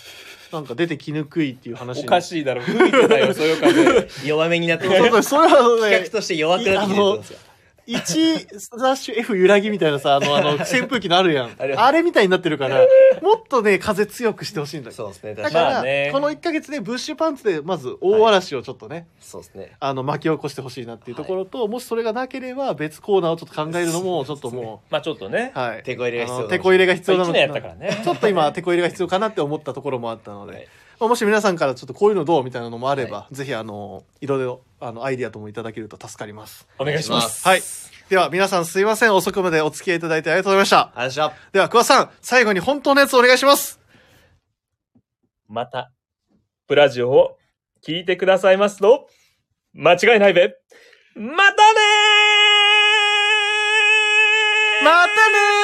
Speaker 2: なんか出てきにくいっていう話
Speaker 1: お
Speaker 2: に
Speaker 1: かしいだろ。吹いてたよ、そういう感じ。
Speaker 3: 弱めになって
Speaker 2: ちょっとそれは
Speaker 3: 企
Speaker 2: ね
Speaker 3: 画、として弱くなってきてるんですよ。
Speaker 2: 1スラッシュ F 揺らぎみたいなさ、あの、あの、扇風機のあるやん。
Speaker 3: あれ
Speaker 2: あれみたいになってるから、もっとね、風強くしてほしいんだよ
Speaker 3: そうですね。
Speaker 2: だ
Speaker 3: 確
Speaker 2: か
Speaker 3: かに。
Speaker 2: ら、
Speaker 1: まあね
Speaker 2: この1ヶ月でブッシュパンツで、まず大嵐をちょっとね、
Speaker 3: そうですね。
Speaker 2: あの、巻き起こしてほしいなっていうところと、もしそれがなければ別コーナーをちょっと考えるのも、ちょっとも
Speaker 1: まあちょっと
Speaker 2: う、
Speaker 1: ね。
Speaker 2: はい。
Speaker 3: 手こ入れが必要
Speaker 2: あ
Speaker 3: だ
Speaker 2: の手こ入れが必要な
Speaker 1: 1
Speaker 2: の
Speaker 1: 年やったからね。
Speaker 2: ちょっと今、手こ入れが必要かなって思ったところもあったので、
Speaker 1: はい
Speaker 2: まあ、もし皆さんからちょっとこういうのどうみたいなのもあれば、ぜひ、あの、いろいろ、あの、アイディアともいただけると助かります。
Speaker 1: お願いします。
Speaker 3: す
Speaker 2: はい。では、皆さんすいません。遅くまでお付き合いいただいてありがとうございました。
Speaker 3: ありがとうございました。
Speaker 2: では、桑さん、最後に本当のやつお願いします。
Speaker 1: また、プラジオを聞いてくださいますと、間違いないべ。またねー
Speaker 2: またねー